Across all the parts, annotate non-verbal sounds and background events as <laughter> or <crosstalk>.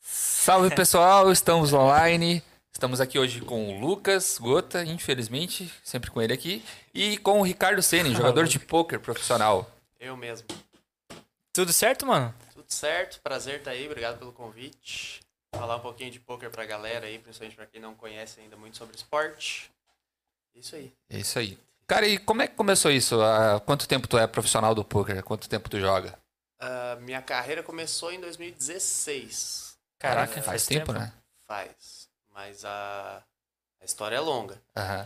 Salve pessoal, estamos online. Estamos aqui hoje com o Lucas Gota, infelizmente, sempre com ele aqui, e com o Ricardo Senni, jogador de pôquer profissional. Eu mesmo. Tudo certo, mano? Tudo certo, prazer estar aí, obrigado pelo convite. Falar um pouquinho de poker pra galera aí, principalmente pra quem não conhece ainda muito sobre esporte. Isso aí. É isso aí. Cara, e como é que começou isso? Há quanto tempo tu é profissional do pôquer? Há quanto tempo tu joga? Ah, minha carreira começou em 2016. Caraca, É, faz, tempo, né? Faz. Mas a, a história é longa. Aham.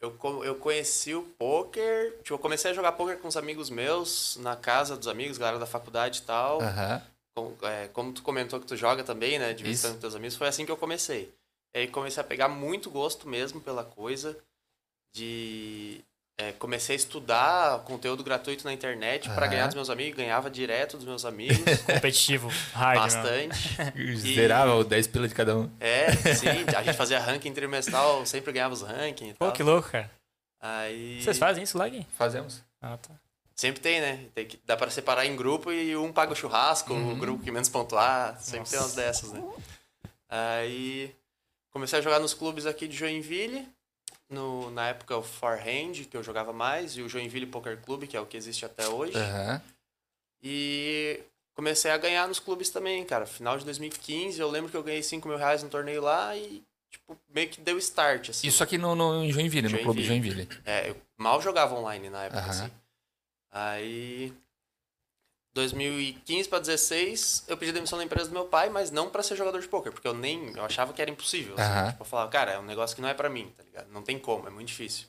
Eu, co- eu conheci o poker. Tipo, eu comecei a jogar poker com os amigos meus, na casa dos amigos, galera da faculdade e <laughs> tal. Aham. Com- é, como tu comentou que tu joga também, né? Divisão Isso. com teus amigos, foi assim que eu comecei. E aí comecei a pegar muito gosto mesmo pela coisa. De. é, comecei a estudar conteúdo gratuito na internet pra Aham. ganhar dos meus amigos, ganhava direto dos meus <laughs> amigos, Competitivo, hard, né? mano. bastante. Zerava o 10 pila de cada um. É, sim, a gente fazia ranking trimestral, sempre ganhava os rankings e Pô, tal. que louco, cara. Aí. Vocês fazem isso, lag? Fazemos. Ah, tá. Uhum. Sempre tem, né? Tem que, dá pra separar em grupo e um paga o churrasco, o grupo que menos pontuar. Sempre tem umas dessas, né? Aí comecei a jogar nos clubes aqui de Joinville. No, na época o Farhand, que eu jogava mais, e o Joinville Poker Club, que é o que existe até hoje. Aham. E comecei a ganhar nos clubes também, cara. Final de 2015, eu lembro que eu ganhei 5 mil reais no torneio lá e, tipo, meio que deu start, assim. Isso aqui no, no- em Joinville, no clube Joinville. Joinville. É, eu mal jogava online na época, Aham. assim. Aí, 2015 pra 16, eu pedi demissão da empresa do meu pai, mas não pra ser jogador de poker, porque eu nem, eu achava que era impossível. assim. Aham. Tipo, eu falava, cara, é um negócio que não é pra mim, tá ligado? Não tem como, é muito difícil.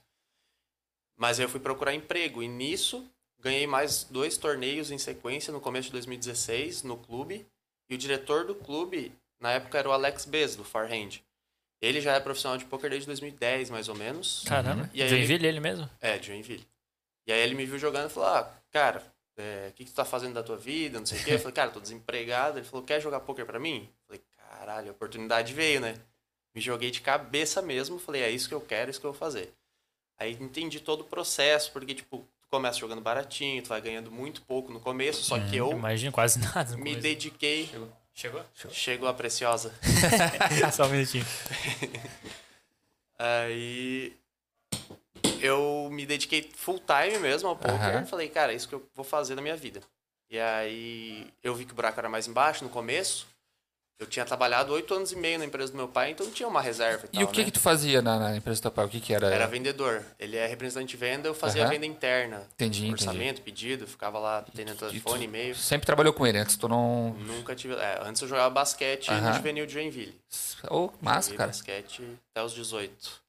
Mas aí eu fui procurar emprego e nisso ganhei mais dois torneios em sequência no começo de 2016 no clube. E o diretor do clube, na época, era o Alex Bez, do Farhand. Ele já é profissional de poker desde 2010, mais ou menos. Caramba. E aí- Joinville ele mesmo? É, de Joinville. E aí ele me viu jogando e falou, ah, cara, é, o que, que tu tá fazendo da tua vida, não sei o quê. Eu falei, cara, tô desempregado. Ele falou, quer jogar poker pra mim? Eu falei, caralho, a oportunidade veio, né? Me joguei de cabeça mesmo, falei, é isso que eu quero, é isso que eu vou fazer. Aí entendi todo o processo, porque, tipo, tu começa jogando baratinho, tu vai ganhando muito pouco no começo, só que eu Imagino quase nada. no me começo. dediquei... <laughs> Chegou? Chegou a preciosa. Só um minutinho. Aí eu me dediquei full time mesmo ao poker. Aham. Falei, cara, é isso que eu vou fazer na minha vida. E aí eu vi que o buraco era mais embaixo no começo. Eu tinha trabalhado oito anos e meio na empresa do meu pai, então tinha uma reserva e, E tal, o que né? que tu fazia na, na empresa do teu pai? O que que era? Era vendedor. Ele é representante de venda, eu fazia Aham. venda interna. Entendi, entendi. orçamento, pedido, ficava lá atendendo telefone, e-mail. Sempre trabalhou com ele antes, tu não... Nunca tive... é, antes eu jogava basquete no Aham. juvenil de Joinville. Ô, massa, Joguei cara. basquete até os 18.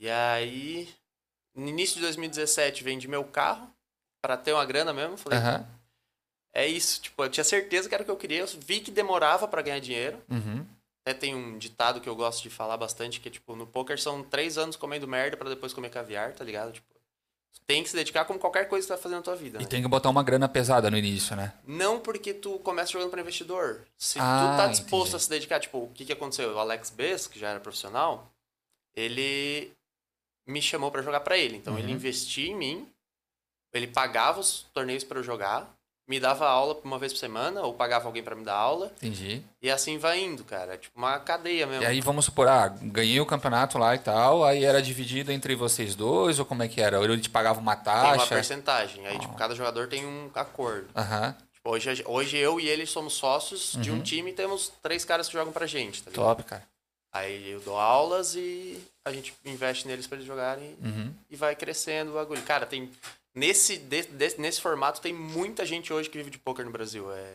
E aí, no início de 2017, vendi meu carro pra ter uma grana mesmo. Falei, Aham. é isso. Tipo, eu tinha certeza que era o que eu queria. Eu vi que demorava pra ganhar dinheiro. Uhum. Até tem um ditado que eu gosto de falar bastante, que é, tipo, no poker são três anos comendo merda pra depois comer caviar, tá ligado? Tipo, tu tem que se dedicar como qualquer coisa que tu tá fazendo na tua vida. E né? tem que botar uma grana pesada no início, né? Não porque tu começa jogando pra investidor. Se Ah, tu tá disposto entendi. a se dedicar, tipo, o que que aconteceu? O Alex Bess, que já era profissional, ele me chamou pra jogar pra ele. Então ele Uhum. investia em mim, ele pagava os torneios pra eu jogar, me dava aula uma vez por semana, ou pagava alguém pra me dar aula, Entendi. e assim vai indo, cara. É tipo uma cadeia mesmo. E aí vamos supor, ah, ganhei o campeonato lá e tal, aí era dividido entre vocês dois, ou como é que era? Ou ele te pagava uma tem uma taxa? percentagem. Aí, Ah. tipo, cada jogador tem um acordo. Aham, Tipo, hoje, a gen- hoje eu e ele somos sócios de Uhum. um time e temos três caras que jogam pra gente, tá ligado? top, cara. Aí eu dou aulas e a gente investe neles pra eles jogarem Uhum. e vai crescendo o bagulho. Cara, tem nesse de- de- nesse formato tem muita gente hoje que vive de poker no Brasil, é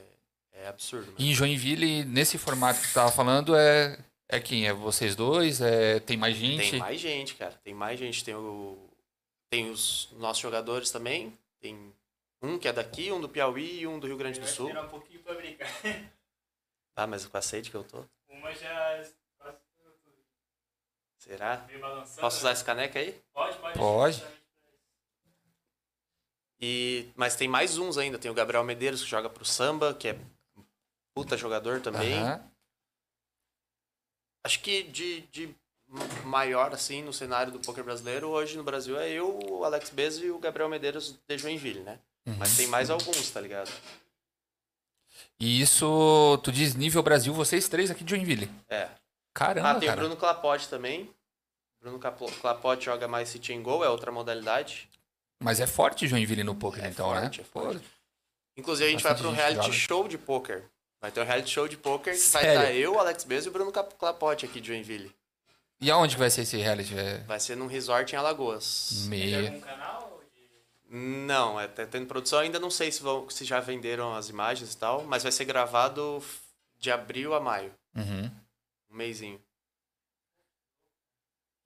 é absurdo. mano. E em Joinville, nesse formato que tu tava falando, é, é quem? É vocês dois? É, tem mais gente? Tem mais gente, cara. Tem mais gente, tem o tem os nossos jogadores também, tem um que é daqui, um do Piauí e um do Rio Grande do Sul. um pouquinho pra brincar. Ah, mas com a sede que eu tô. Uma já Será? veio balançando. Posso usar esse caneca aí? Pode, pode. Pode. E, mas tem mais uns ainda. Tem o Gabriel Medeiros, que joga pro samba, que é puta jogador também. Aham. Acho que de, de maior, assim, no cenário do poker brasileiro, hoje no Brasil é eu, o Alex Uhum. Bezos e o Gabriel Medeiros de Joinville, né? Mas tem mais alguns, tá ligado? E isso, tu diz nível Brasil, vocês três aqui de Joinville. É. Caramba, Ah, tem o cara. Bruno Clapote também. Bruno Capo- Clapote joga mais City and Goal, é outra modalidade. Mas é forte Joinville no poker, É então, forte, é né? forte. Inclusive, a gente vai Bastante para um gente reality joga. show de poker. Vai ter um reality show de poker. que Vai Sério? estar eu, Alex Bez e o Bruno Cap- Clapote aqui de Joinville. E aonde que vai ser esse reality? É... Vai ser num resort em Alagoas. Tem Meia. algum canal? de- Não, é, tá tendo produção. Ainda não sei se, vão, se já venderam as imagens e tal, mas vai ser gravado de abril a maio. Uhum. Um mêsinho.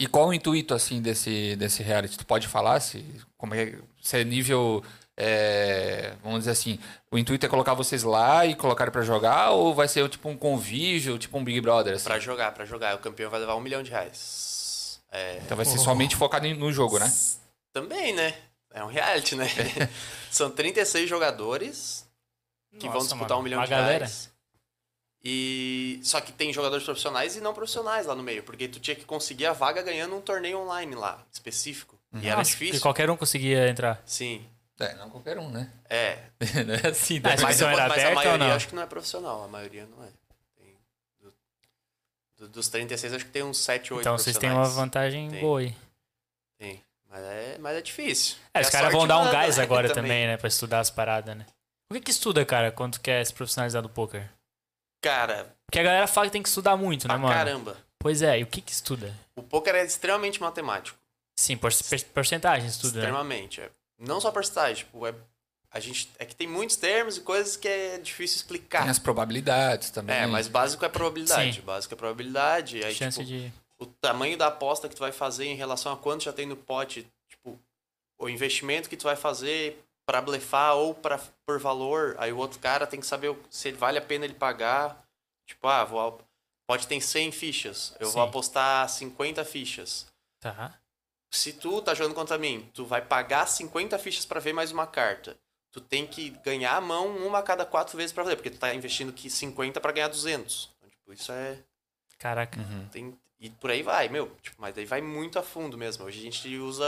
E qual o intuito, assim, desse, desse reality? Tu pode falar se, como é, se é nível. é, vamos dizer assim, o intuito é colocar vocês lá e colocar pra jogar, ou vai ser tipo um convívio, tipo um Big Brother, assim? Pra jogar, pra jogar. O campeão vai levar um milhão de reais. É, Então vai ser somente focado em- no jogo, né? também, né? É um reality, <laughs> né? <laughs> São 36 jogadores que vão Nossa, disputar mano, um milhão uma de galera. reais. E só que tem jogadores profissionais e não profissionais lá no meio, porque tu tinha que conseguir a vaga ganhando um torneio online lá, específico. E era Nossa, difícil. E qualquer um conseguia entrar. Sim. É, não qualquer um, né? <laughs> É, não é assim, Ah, né? Mas Mas, não eu- era mas a aberto ou maioria não? acho que não é profissional, a maioria não é. Tem- do- do- dos 36, acho que tem uns 7, 8 Então vocês têm uma vantagem Tem. boa aí. Tem. Mas é, mas é difícil. É, E os a caras sorte vão dar um manda, <laughs> gás né, agora também. né? Pra estudar as paradas, né? O que que estuda, cara, quando tu quer se profissionalizar do poker? Cara, Porque a galera fala que tem que estudar muito, né, pra mano? caramba. Pois é, e o que que estuda? O poker é extremamente matemático. Sim, por, per- porcentagem estuda, né? Extremamente. é. Não só porcentagem, tipo, é, a gente, é que tem muitos termos e coisas que é difícil explicar. Tem as probabilidades também. É, mas básico é probabilidade. Sim. Básico é probabilidade. Aí, Chance tipo, de... o tamanho da aposta que tu vai fazer em relação a quanto já tem no pote, tipo, o investimento que tu vai fazer pra blefar ou para por valor, aí o outro cara tem que saber o- se ele vale a pena ele pagar. Tipo, ah, vou ao- pode ter 100 fichas, eu vou Sim. apostar 50 fichas. Tá. Se tu tá jogando contra mim, tu vai pagar 50 fichas pra ver mais uma carta. Tu tem que ganhar a mão uma a cada quatro vezes pra fazer, porque tu tá investindo que 50 pra ganhar 200. Então, tipo, isso é Caraca. Uhum. tem- e por aí vai, meu. Tipo, mas daí vai muito a fundo mesmo. Hoje a gente usa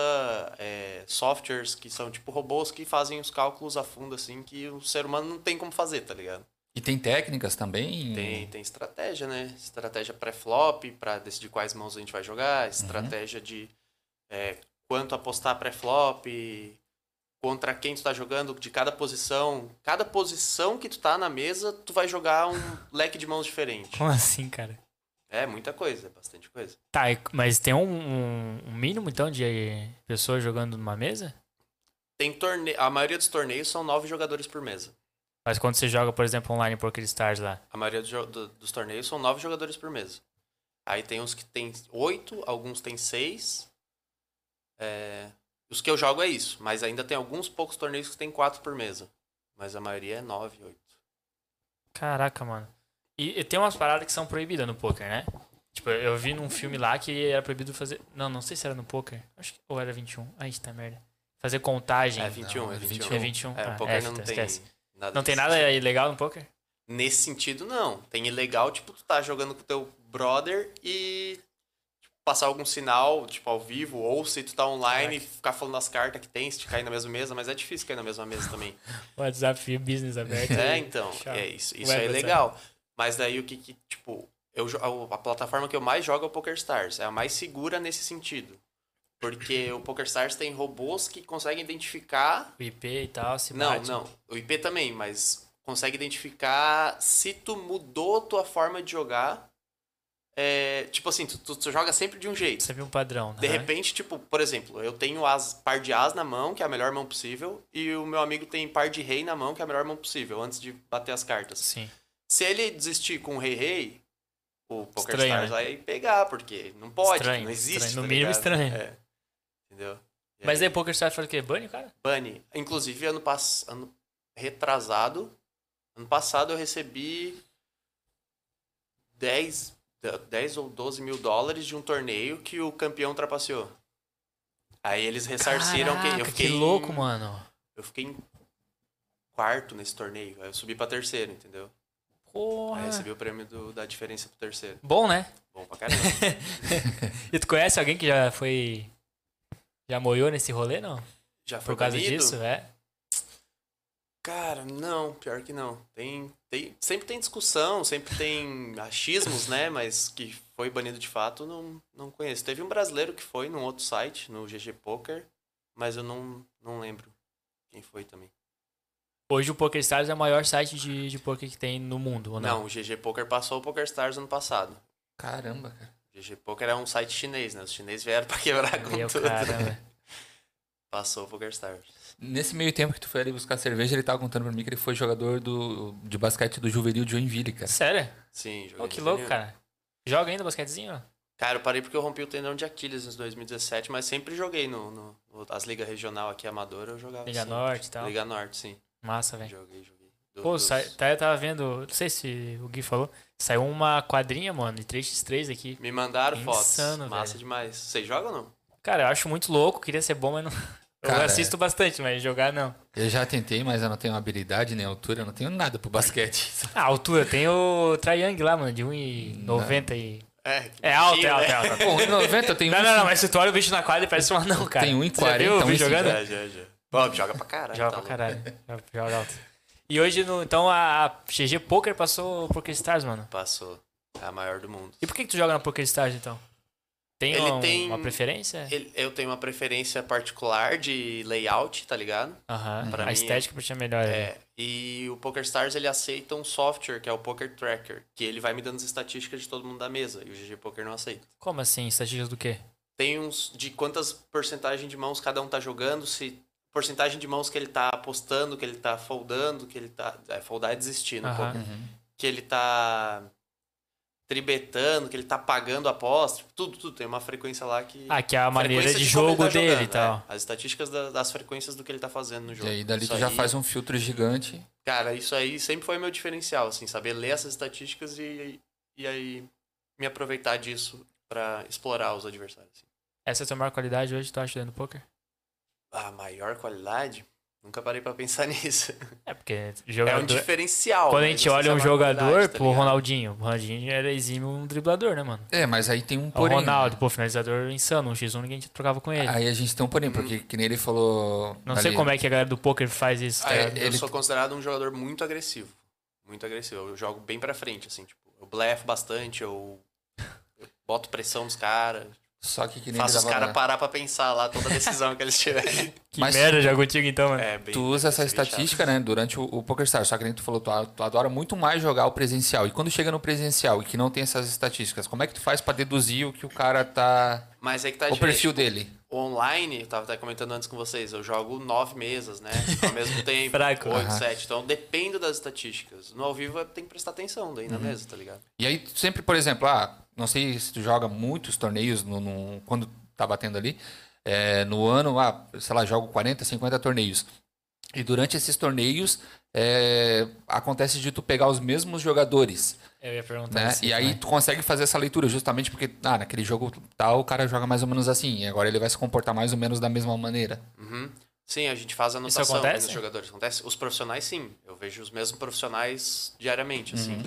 é, softwares que são tipo robôs que fazem os cálculos a fundo, assim, que o ser humano não tem como fazer, tá ligado? E tem técnicas também? Tem, tem estratégia, né? Estratégia pré-flop pra decidir quais mãos a gente vai jogar, estratégia de é, quanto apostar pré-flop, contra quem tu tá jogando, de cada posição. Cada posição que tu tá na mesa, tu vai jogar um leque de mãos diferente. Como assim, cara? É muita coisa, é bastante coisa. Tá, e- mas tem um, um- um mínimo, então, de pessoas jogando numa mesa? Tem torneio. A maioria dos torneios são nove jogadores por mesa. Mas quando você joga, por exemplo, online Poker Stars lá. A maioria dos jo- do- dos torneios são nove jogadores por mesa. Aí tem uns que tem oito, alguns tem seis. É, Os que eu jogo é isso, mas ainda tem alguns poucos torneios que tem quatro por mesa. Mas a maioria é nove, oito. Caraca, mano. E, e tem umas paradas que são proibidas no poker, né? Tipo, eu vi num filme lá que era proibido fazer. Não, não sei se era no poker. Acho que. Ou era 21. Ai, tá merda. Fazer contagem. É 21, é é 21. É 21. É, Ah, o poker é, não tá, tem esquece. nada. Não tem disso. nada é ilegal no poker? Nesse sentido, não. Tem ilegal, tipo, tu tá jogando com teu brother e tipo, passar algum sinal, tipo, ao vivo, ou se tu tá online e ficar falando as cartas que tem, se te cair na mesma mesa, mas é difícil cair na mesma mesa também. WhatsApp <laughs> business aberto. É, então, Chato. é isso, isso Web é design. legal. Mas daí o que que, tipo, eu, jo- a a plataforma que eu mais jogo é o PokerStars, é a mais segura nesse sentido. Porque o PokerStars tem robôs que conseguem identificar O IP e tal, se não, bate. não. O IP também, mas consegue identificar se tu mudou tua forma de jogar. É, tipo assim, tu, tu- tu joga sempre de um jeito. Sempre um padrão, né? De repente, tipo, por exemplo, eu tenho as par de as na mão, que é a melhor mão possível, e o meu amigo tem par de rei na mão, que é a melhor mão possível, antes de bater as cartas. Sim. Se ele desistir com o rei rei, o Poker Estranho, Stars né? vai pegar, porque não pode, Estranho, não existe. estranho. No tá mínimo ligado? estranho. É. Entendeu? E Mas é aí- aí Poker Stars foi o quê? Bunny, cara? Bunny, inclusive ano passado, ano retrasado, ano passado eu recebi 10, da- 10 ou 12 mil dólares de um torneio que o campeão trapaceou. Aí eles ressarciram quem é um eu Caraca, fiquei. que em- louco, mano. Eu fiquei em quarto nesse torneio. Aí eu subi pra terceiro, entendeu? Aí Porra. recebi o prêmio do- da diferença pro terceiro. Bom, né? Bom pra <laughs> caramba. E tu conhece alguém que já foi. Já moiou nesse rolê, não? Já foi Por causa banido? disso, é? Cara, não, pior que não. Tem, tem, sempre tem discussão, sempre tem achismos, né? Mas que foi banido de fato, não, não conheço. Teve um brasileiro que foi num outro site, no GG Poker, mas eu não, não lembro quem foi também. Hoje o PokerStars é o maior site de, de poker que tem no mundo, ou não? Não, o GG Poker passou o PokerStars ano passado. Caramba, cara. O GG Poker é um site chinês, né? Os chineses vieram <laughs> pra quebrar com Meu tudo. <laughs> caramba. Passou o PokerStars. Nesse meio tempo que tu foi ali buscar cerveja, ele tava contando pra mim que ele foi jogador do, de basquete do Juvenil de Joinville, cara. Sério? Sim, joguei. Ô, que no louco, junior. cara. Joga ainda basquetezinho? Cara, eu parei porque eu rompi o tendão de Aquiles em 2017, mas sempre joguei no, no, no- as ligas regional aqui, amadora, eu jogava assim. Liga sim. Norte e tal. Liga Norte, sim. Massa, velho. Joguei, joguei. Do- Então, Pô, dos- sai, tá, eu tava vendo, não sei se o Gui falou, saiu uma quadrinha, mano, de 3x3 aqui. Me mandaram fotos. Insano, Massa velho. demais. Vocês jogam ou não? Cara, eu acho muito louco, queria ser bom, mas não. <laughs> eu Cara, é. assisto bastante, mas jogar não. Eu já tentei, mas eu não tenho habilidade nem altura, eu não tenho nada pro <laughs> basquete. Ah, altura, tem o Triang lá, mano, de 1,90 e. É, que É alto, é bonitinho, alto, é né? alto. Bom, em 90 eu tenho um Não, não, não, mas se tu olha o bicho na quadra, parece um anão, cara. Tem 1,40, Você viu o bicho 1,50. <laughs> jogando? Já, É, já, já. Pô, joga pra caralho. Joga tá pra louco. caralho. Joga- Joga alto. E hoje, no- então, a a GG Poker passou o PokerStars, mano. Passou. É a maior do mundo. E por que, que tu joga na PokerStars, então? Tem, Ele um- tem- uma preferência? Ele- Eu tenho uma preferência particular de layout, tá ligado? Aham, Pra a mim, estética pra ti é melhor. né? É. E o PokerStars ele aceita um software que é o Poker Tracker, que ele vai me dando as estatísticas de todo mundo da mesa. E o GG Poker não aceita. Como assim? Estatísticas do quê? Tem uns de quantas porcentagem de mãos cada um tá jogando, se porcentagem de mãos que ele tá apostando, que ele tá foldando, que ele tá. É, foldar é desistir, no Aham. poker. Uhum. que ele tá tribetando, que ele tá pagando a aposta, tipo, tudo, tudo. Tem uma frequência lá que. Ah, que é a maneira frequência de como ele jogo tá dele jogando, e tal. é. As estatísticas da- das frequências do que ele tá fazendo no E jogo. aí dali Isso tu já aí, faz um filtro gigante. Cara, isso aí sempre foi meu diferencial, assim, saber ler essas estatísticas e, e aí me aproveitar disso pra explorar os adversários. assim. Essa é a tua maior qualidade hoje, tu acha, dentro do poker? A maior qualidade? Nunca parei pra pensar <laughs> nisso. É, porque É jogador... um diferencial. Quando a mas gente não sei se é olha a um maior jogador, qualidade, tá pô, o ligado? Ronaldinho. O Ronaldinho era exímio um driblador, né, mano? É, mas aí tem um o porém. né? Ronaldo, pô, finalizador insano. Um x1 ninguém trocava com Ah, é. ele. Aí a gente tem um Uhum. porém, porque que nem ele falou. Não sei ali, como é que a galera do poker faz isso, Ah, tá é, ligado? é, eu ele- sou considerado um jogador muito agressivo. Muito agressivo. Eu jogo bem pra frente, assim, tipo, eu blefo bastante, eu, eu boto pressão nos caras, Só que que nem faço ele os tava- caras parar pra pensar lá toda decisão que <laughs> eles tiverem. Que mas- merda jogar contigo então, mano. É, bem, Tu usa essa bem chato. estatística, né, durante o, o PokerStars, só que nem tu falou, tu, a- tu adora muito mais jogar o presencial. E quando chega no presencial e que não tem essas estatísticas, como é que tu faz pra deduzir o que o cara tá. Mas é que tá o diferente. perfil dele? Online, eu tava até comentando antes com vocês, eu jogo nove mesas, né? Ao <laughs> mesmo tempo. Fraco. Oito, Aham. sete. Então depende das estatísticas. No ao vivo tem que prestar atenção daí na mesa, tá ligado? E aí, tu sempre, por exemplo, ah, não sei se tu joga muitos torneios no, no- quando tá batendo ali, é, no ano, ah, sei lá, jogo 40, 50 torneios. E durante esses torneios, é, acontece de tu pegar os mesmos jogadores, Eu ia perguntar né? assim, e aí né? tu consegue fazer essa leitura, justamente porque, ah, naquele jogo tal, o cara joga mais ou menos assim, e agora ele vai se comportar mais ou menos da mesma maneira. Uhum. Sim, a gente faz anotação né, acontece? dos jogadores. Acontece? Os profissionais, sim. Eu vejo os mesmos profissionais diariamente, assim.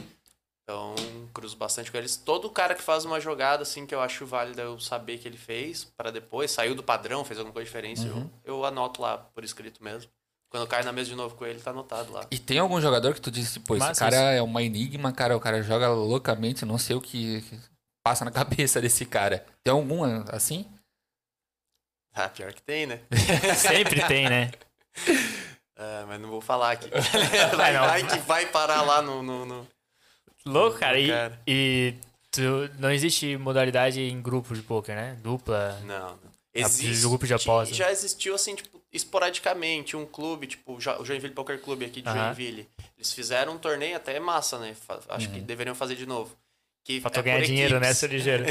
Então, cruzo bastante com eles. Todo cara que faz uma jogada, assim, que eu acho válida eu saber que ele fez, para depois, saiu do padrão, fez alguma coisa diferente, eu, eu anoto lá por escrito mesmo. Quando eu caio na mesa de novo com ele, tá anotado lá. E tem algum jogador que tu disse, pô, esse Massa cara é uma enigma, cara, o cara joga loucamente, não sei o que, que passa na <laughs> cabeça desse cara. Tem algum assim? Ah, pior que tem, né? Sempre tem, <laughs> né? Ah, mas não vou falar <laughs> aqui. Vai vai, não. vai que vai parar lá no... no, no- Louco, cara. E, Cara. e tu- não existe modalidade em grupo de poker, né? Dupla. Não, não. de um grupo de aposta. Já existiu, assim, tipo, esporadicamente, um clube, tipo, o Jo- o Joinville Poker Club aqui de Aham. Joinville. Eles fizeram um torneio até massa, né? Fa- Acho que deveriam fazer de novo. Que Uhum. Pra tu é ganhar por dinheiro, né, equipes. seu ligeiro?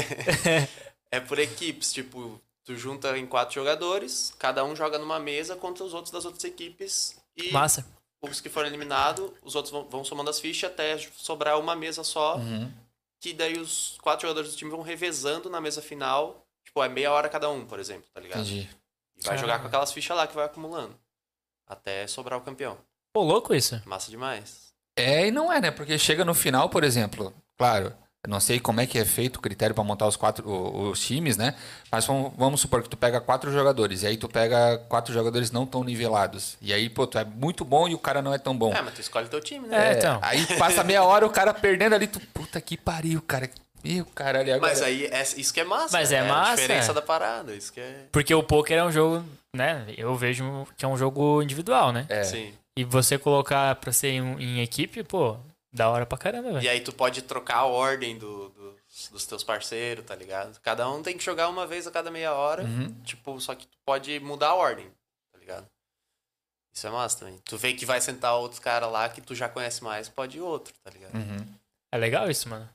É por equipes, tipo, tu junta em quatro jogadores, cada um joga numa mesa contra os outros das outras equipes. <laughs> E Massa. os que foram eliminados, os outros vão, vão somando as fichas até sobrar uma mesa só. Uhum. Que daí os quatro jogadores do time vão revezando na mesa final. Tipo, é meia hora cada um, por exemplo, tá ligado? Entendi. E vai jogar Caramba. com aquelas fichas lá que vai acumulando. Até sobrar o campeão. Pô, louco isso. Massa demais. É e não é, né? Porque chega no final, por exemplo, claro, Eu não sei como é que é feito o critério para montar os quatro o- os times, né? Mas vamos, vamos supor que tu pega quatro jogadores e aí tu pega quatro jogadores não tão nivelados. E aí, pô, tu é muito bom e o cara não é tão bom. É, mas tu escolhe teu time, É, né? então. Aí passa meia hora o cara perdendo ali, tu puta que pariu, cara. Meu caralho, e agora. Mas aí, essa- isso que é massa. Mas né? é A massa, diferença é. da parada, isso que é... Porque o poker é um jogo, né? Eu vejo que é um jogo individual, né? É. Sim. E você colocar pra ser em, em equipe, pô, da hora pra caramba, E velho. aí tu pode trocar a ordem do- do- dos teus parceiros, tá ligado? Cada um tem que jogar uma vez a cada meia hora. Uhum. Tipo, só que tu pode mudar a ordem, tá ligado? Isso é massa também. Tu vê que vai sentar outros caras lá que tu já conhece mais, pode ir outro, tá ligado? Uhum. É legal isso, mano.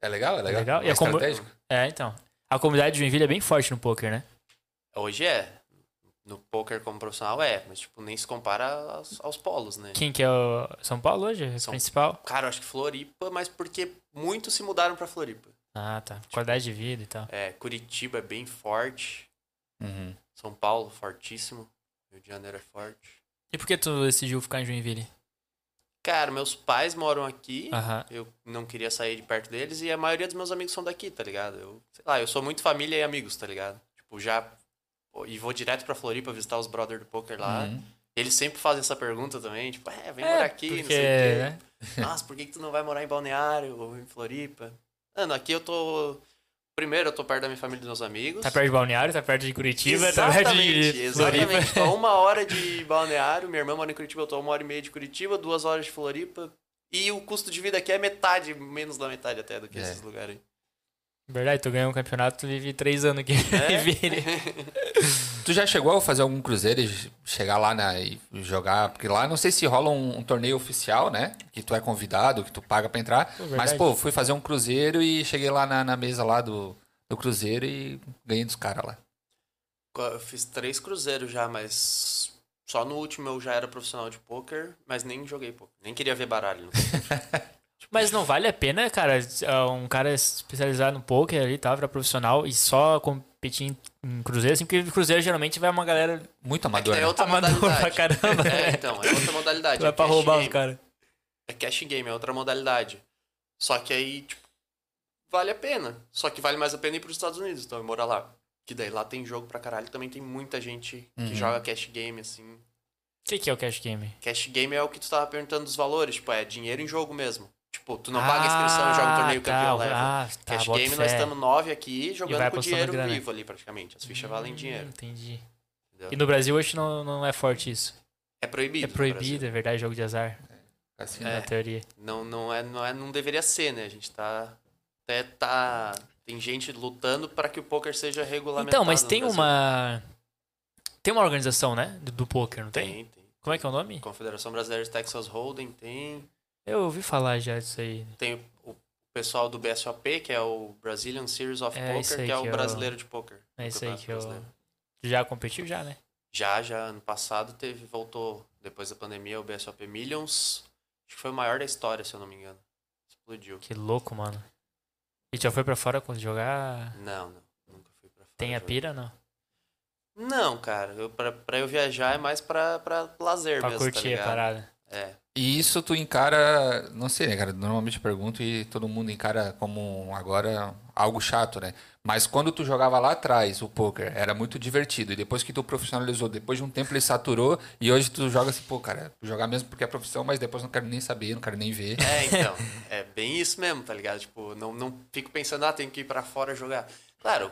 É legal, é legal. Legal. E É a combo- estratégico. É, então. A comunidade de Joinville é bem forte no poker, né? Hoje é. No poker como profissional é, mas tipo, nem se compara aos, aos polos, né? Quem que é o São Paulo hoje? É O São- principal? Cara, eu acho que Floripa, mas porque muitos se mudaram pra Floripa. Ah, tá. Qualidade de vida e tal. É, Curitiba é bem forte, Uhum. São Paulo fortíssimo, Rio de Janeiro é forte. E por que tu decidiu ficar em Joinville? Cara, meus pais moram aqui. Aham. Eu não queria sair de perto deles e a maioria dos meus amigos são daqui, tá ligado? Eu, sei lá, eu sou muito família e amigos, tá ligado? Tipo, já. E vou direto pra Floripa visitar os brother do poker lá. Uhum. Eles sempre fazem essa pergunta também, tipo, é, vem É, morar aqui, não porque, sei o quê. né? <laughs> Mas por que, que tu não vai morar em Balneário ou em Floripa? Mano, aqui eu tô. Primeiro, eu tô perto da minha família e dos meus amigos. Tá perto de Balneário, tá perto de Curitiba, tá perto Exatamente, de exatamente. Tô Floripa. a uma hora de Balneário, minha irmã mora em Curitiba, eu tô a uma hora e meia de Curitiba, duas horas de Floripa. E o custo de vida aqui é metade, menos da metade até do que É. esses lugares. Verdade, tu ganhou um campeonato, tu vive três anos aqui. É? Joinville. Tu já chegou a fazer algum cruzeiro e chegar lá na, e jogar? Porque lá não sei se rola um, um torneio oficial, né? Que tu é convidado, que tu paga pra entrar. Pô, Mas, verdade. pô, fui fazer um cruzeiro e cheguei lá na, na mesa lá do, do cruzeiro e ganhei dos caras lá. Eu fiz três cruzeiros já, mas só no último eu já era profissional de poker, mas nem joguei poker. Nem queria ver baralho. Mas não vale a pena, cara, um cara especializado no poker ali, tá? Virar profissional e só competir em, em cruzeiro, assim, porque cruzeiro geralmente vai uma galera Muito É que amador. daí é né? outra amadora pra modalidade. caramba. É, né? então, é outra modalidade. vai é pra cash roubar os game. caras. É cash game, é outra modalidade. Só que aí, tipo, vale a pena. Só que vale mais a pena ir pros Estados Unidos, então, e morar lá. Que daí lá tem jogo pra caralho, também tem muita gente que Uhum. joga cash game, assim. O que, que é o cash game? Cash game é o que tu tava perguntando dos valores, tipo, é dinheiro em jogo mesmo. Tipo, tu não paga inscrição, joga um torneio tá, campeão leva. Ah, tá, Cash boto Game, fé. nós estamos nove aqui E vai jogando com apostando dinheiro grana. vivo ali, praticamente. As fichas valem dinheiro. Hum, Entendi. Entendeu? E no Brasil hoje não, não é forte isso. É proibido. É no Brasil. É. proibido, é verdade, jogo de azar, Assim, na né? teoria. Não, não, é, não, é, não deveria ser, né? A gente tá. Até tá. Tem gente lutando para que o poker seja regulamentado. Então, mas no tem Brasil. uma... Tem uma organização, né? Do, do poker, não tem? Tem, tem. Como é que é o nome? Confederação Brasileira de Texas Hold'em tem. Eu ouvi falar já disso aí. Tem o o pessoal do BSOP, que é o Brazilian Series of É isso Poker, aí que é que o eu- brasileiro de poker. É do isso aí Campeonato que eu... Brasileiro. Já competiu já, né? Já, já, ano passado teve, voltou, depois da pandemia, o BSOP Millions. Acho que foi o maior da história, se eu não me engano. Explodiu. Que louco, mano. E já foi pra fora quando jogar... Não, não. Nunca fui pra fora. Tem a jogar. pira, não? Não, cara. Eu, pra, pra eu viajar é mais pra, pra lazer Pra mesmo, tá curtir a ligado? parada. É. E isso tu encara, não sei, né, cara? Normalmente eu pergunto e todo mundo encara como agora algo chato, né? Mas quando tu jogava lá atrás o poker, era muito divertido. E depois que tu profissionalizou, depois de um tempo ele saturou e hoje tu joga assim, pô, cara, jogar mesmo porque é profissão, mas depois não quero nem saber, não quero nem ver. É, então. <laughs> é bem isso mesmo, tá ligado? Tipo, não, não fico pensando, ah, tenho que ir pra fora jogar. Claro,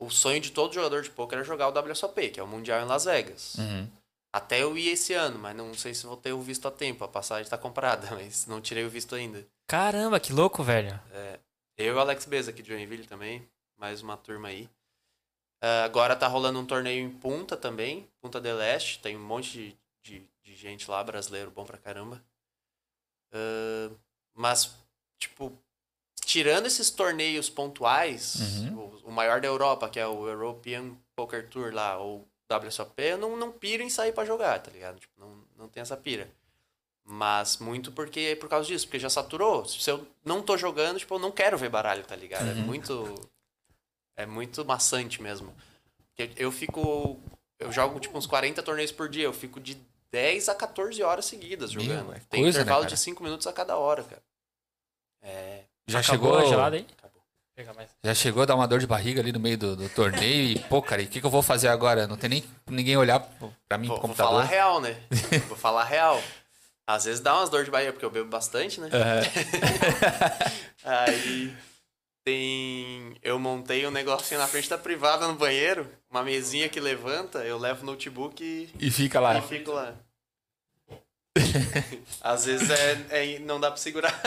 o sonho de todo jogador de poker era jogar o WSOP, que é o Mundial em Las Vegas. Uhum. Até eu ia esse ano, mas não sei se vou ter o visto a tempo. A passagem tá comprada, <laughs> mas não tirei o visto ainda. Caramba, que louco, velho. Eu e o Alex Beza aqui de Joinville também, mais uma turma aí. Ah, agora tá rolando um torneio em Punta também, Punta del Este, tem um monte de, de, de gente lá, brasileiro, bom pra caramba. Ah, mas, tipo, tirando esses torneios pontuais, o, o maior da Europa, que é o European Poker Tour lá, ou WSOP, eu não, não piro em sair pra jogar, tá ligado? Tipo, não, não tem essa pira. Mas muito porque por causa disso, porque já saturou. Se eu não tô jogando, tipo, eu não quero ver baralho, tá ligado? É muito. É muito maçante mesmo. Porque Eu fico. Eu jogo tipo uns 40 torneios por dia. Eu fico de 10 a 14 horas seguidas Meu, jogando. é Tem coisa, né, intervalo cara? de 5 minutos a cada hora, cara. É. Já Acabou chegou, a gelada aí? Acabou. Pega mais. já chegou a dar uma dor de barriga ali no meio do, do torneio e, pô, cara, e o que, que eu vou fazer agora? Não tem nem ninguém olhar pra mim Vou, pro vou computador. falar <laughs> real, né? vou falar real. Às vezes dá umas dor de barriga, porque eu bebo bastante, né? É. Aí tem. Eu montei um negocinho na frente da privada no banheiro, uma mesinha que levanta, eu levo o notebook e, <laughs> E fica lá. e fico lá. <laughs> Às vezes é, é- não dá pra <laughs> segurar.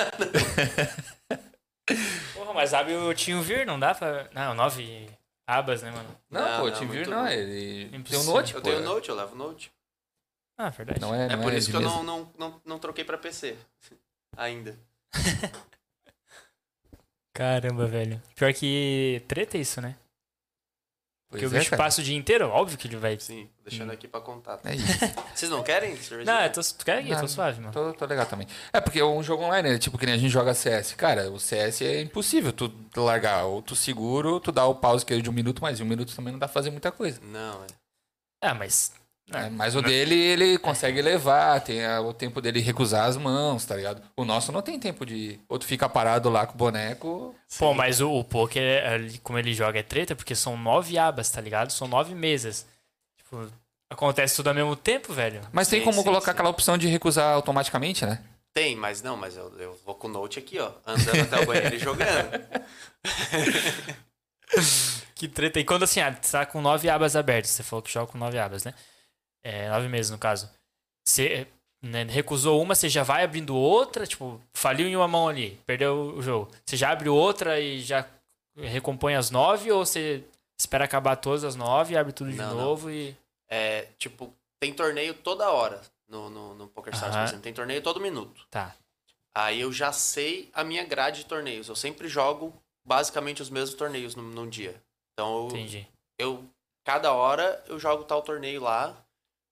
Porra, mas abre o TeamViewer, não dá pra... Não, nove abas, né, mano? Não, Não, pô, o não, TeamViewer muito não, bom. ele tem um Impossível. note, Eu pô. tenho Note, eu levo Note. Ah, verdade. Não é, É não por isso de que eu mesa. não, não, não, não troquei pra PC <laughs> ainda. Caramba, velho. Pior que treta é isso, né? Porque Pois o é, bicho cara. passa o dia inteiro, óbvio que ele vai... Sim, deixando aqui pra contato. É isso. <laughs> Vocês não querem? cerveja? Hum. é. Não, é eu tô, tu quer? Eu Não, tô suave, mano. Tô, tô legal também. É porque é um jogo online, né? Tipo, que nem a gente joga CS. Cara, o CS é impossível tu largar. Ou tu segura, ou tu dá o pause que é de um minuto, mas em um minuto também não dá pra fazer muita coisa. Não, é. Ah, mas... né? Mas o dele, ele consegue levar, tem a- o tempo dele recusar as mãos, tá ligado? O nosso não tem tempo de. Ou tu fica parado lá com o boneco. Pô, mas o, o poker, ali, como ele joga, é treta, porque são nove abas, tá ligado? São nove mesas. Tipo, acontece tudo ao mesmo tempo, velho. Mas tem Sim, como sim, colocar sim. aquela opção de recusar automaticamente, né? Tem, mas não, mas eu, eu vou com o Note aqui, ó, andando até o banheiro e <laughs> jogando. Que treta. E quando assim, ah, você tá com nove abas abertas, você falou que joga com nove abas, né? É, nove meses no caso. Você né, recusou uma, você já vai abrindo outra, tipo, faliu em uma mão ali, perdeu o jogo. Você já abre outra e já recompõe as nove, ou você espera acabar todas as nove, abre tudo de Não, não. novo e. É, tipo, tem torneio toda hora no, no, no PokerStars, por Aham. exemplo. Tem torneio todo minuto. Tá. Aí eu já sei a minha grade de torneios. Eu sempre jogo basicamente os mesmos torneios num, num dia. Então eu, Entendi. eu cada hora eu jogo tal torneio lá.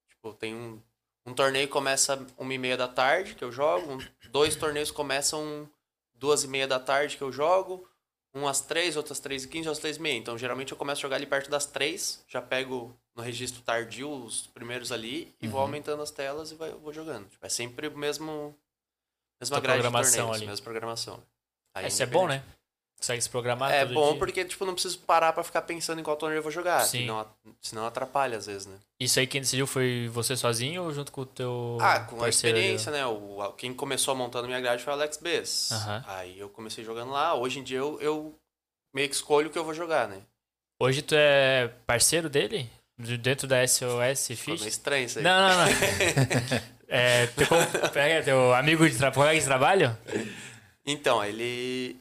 Tipo, tem um um torneio começa uma e meia da tarde que eu jogo, um- dois torneios começam duas e meia da tarde que eu jogo, um às três, outras três e quinze, outras três e meia. Então geralmente eu começo a jogar ali perto das três, já pego no registro tardio os primeiros ali e Uhum. vou aumentando as telas e vai- vou jogando. Tipo, é sempre o mesmo mesma Tua grade de programação torneios, ali. mesma programação. Aí, Isso é bom, independente- né? Consegue se programar é Ah, todo bom dia. porque, tipo, não preciso parar pra ficar pensando em qual torneio eu vou jogar. Sim. Senão, a- senão atrapalha às vezes, né? Isso aí quem decidiu foi você sozinho ou junto com o teu. ah, com a parceiro ali, ó? experiência, né? O, a- quem começou montando minha grade foi o Alex Bess. Aham. Aí eu comecei jogando lá. Hoje em dia eu, eu meio que escolho o que eu vou jogar, né? Hoje tu é parceiro dele? De- Dentro da SOS Ficou meio Fish? estranho isso aí. Não, não, não. <laughs> é, teu, co- é, teu amigo de, tra... colega de trabalho? Então, ele.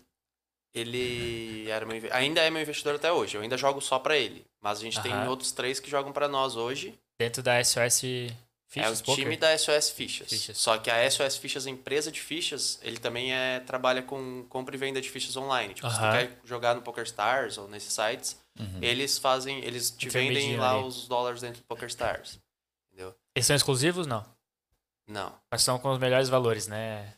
Ele era meu, inve- ainda é meu investidor até hoje. Eu ainda jogo só pra ele. Mas a gente tem Aham. outros três que jogam pra nós hoje. Dentro da SOS Fish? é o time da SOS Fichas. Fichas. Só que a SOS Fichas, a empresa de fichas, ele também é, trabalha com compra e venda de fichas online. Tipo, se tu Aham. Uhum. quer jogar no PokerStars ou nesses sites, eles fazem, eles te vendem Intermediário lá ali. os dólares dentro do PokerStars. Entendeu? Eles são exclusivos? Não. Não. Mas são com os melhores valores, né?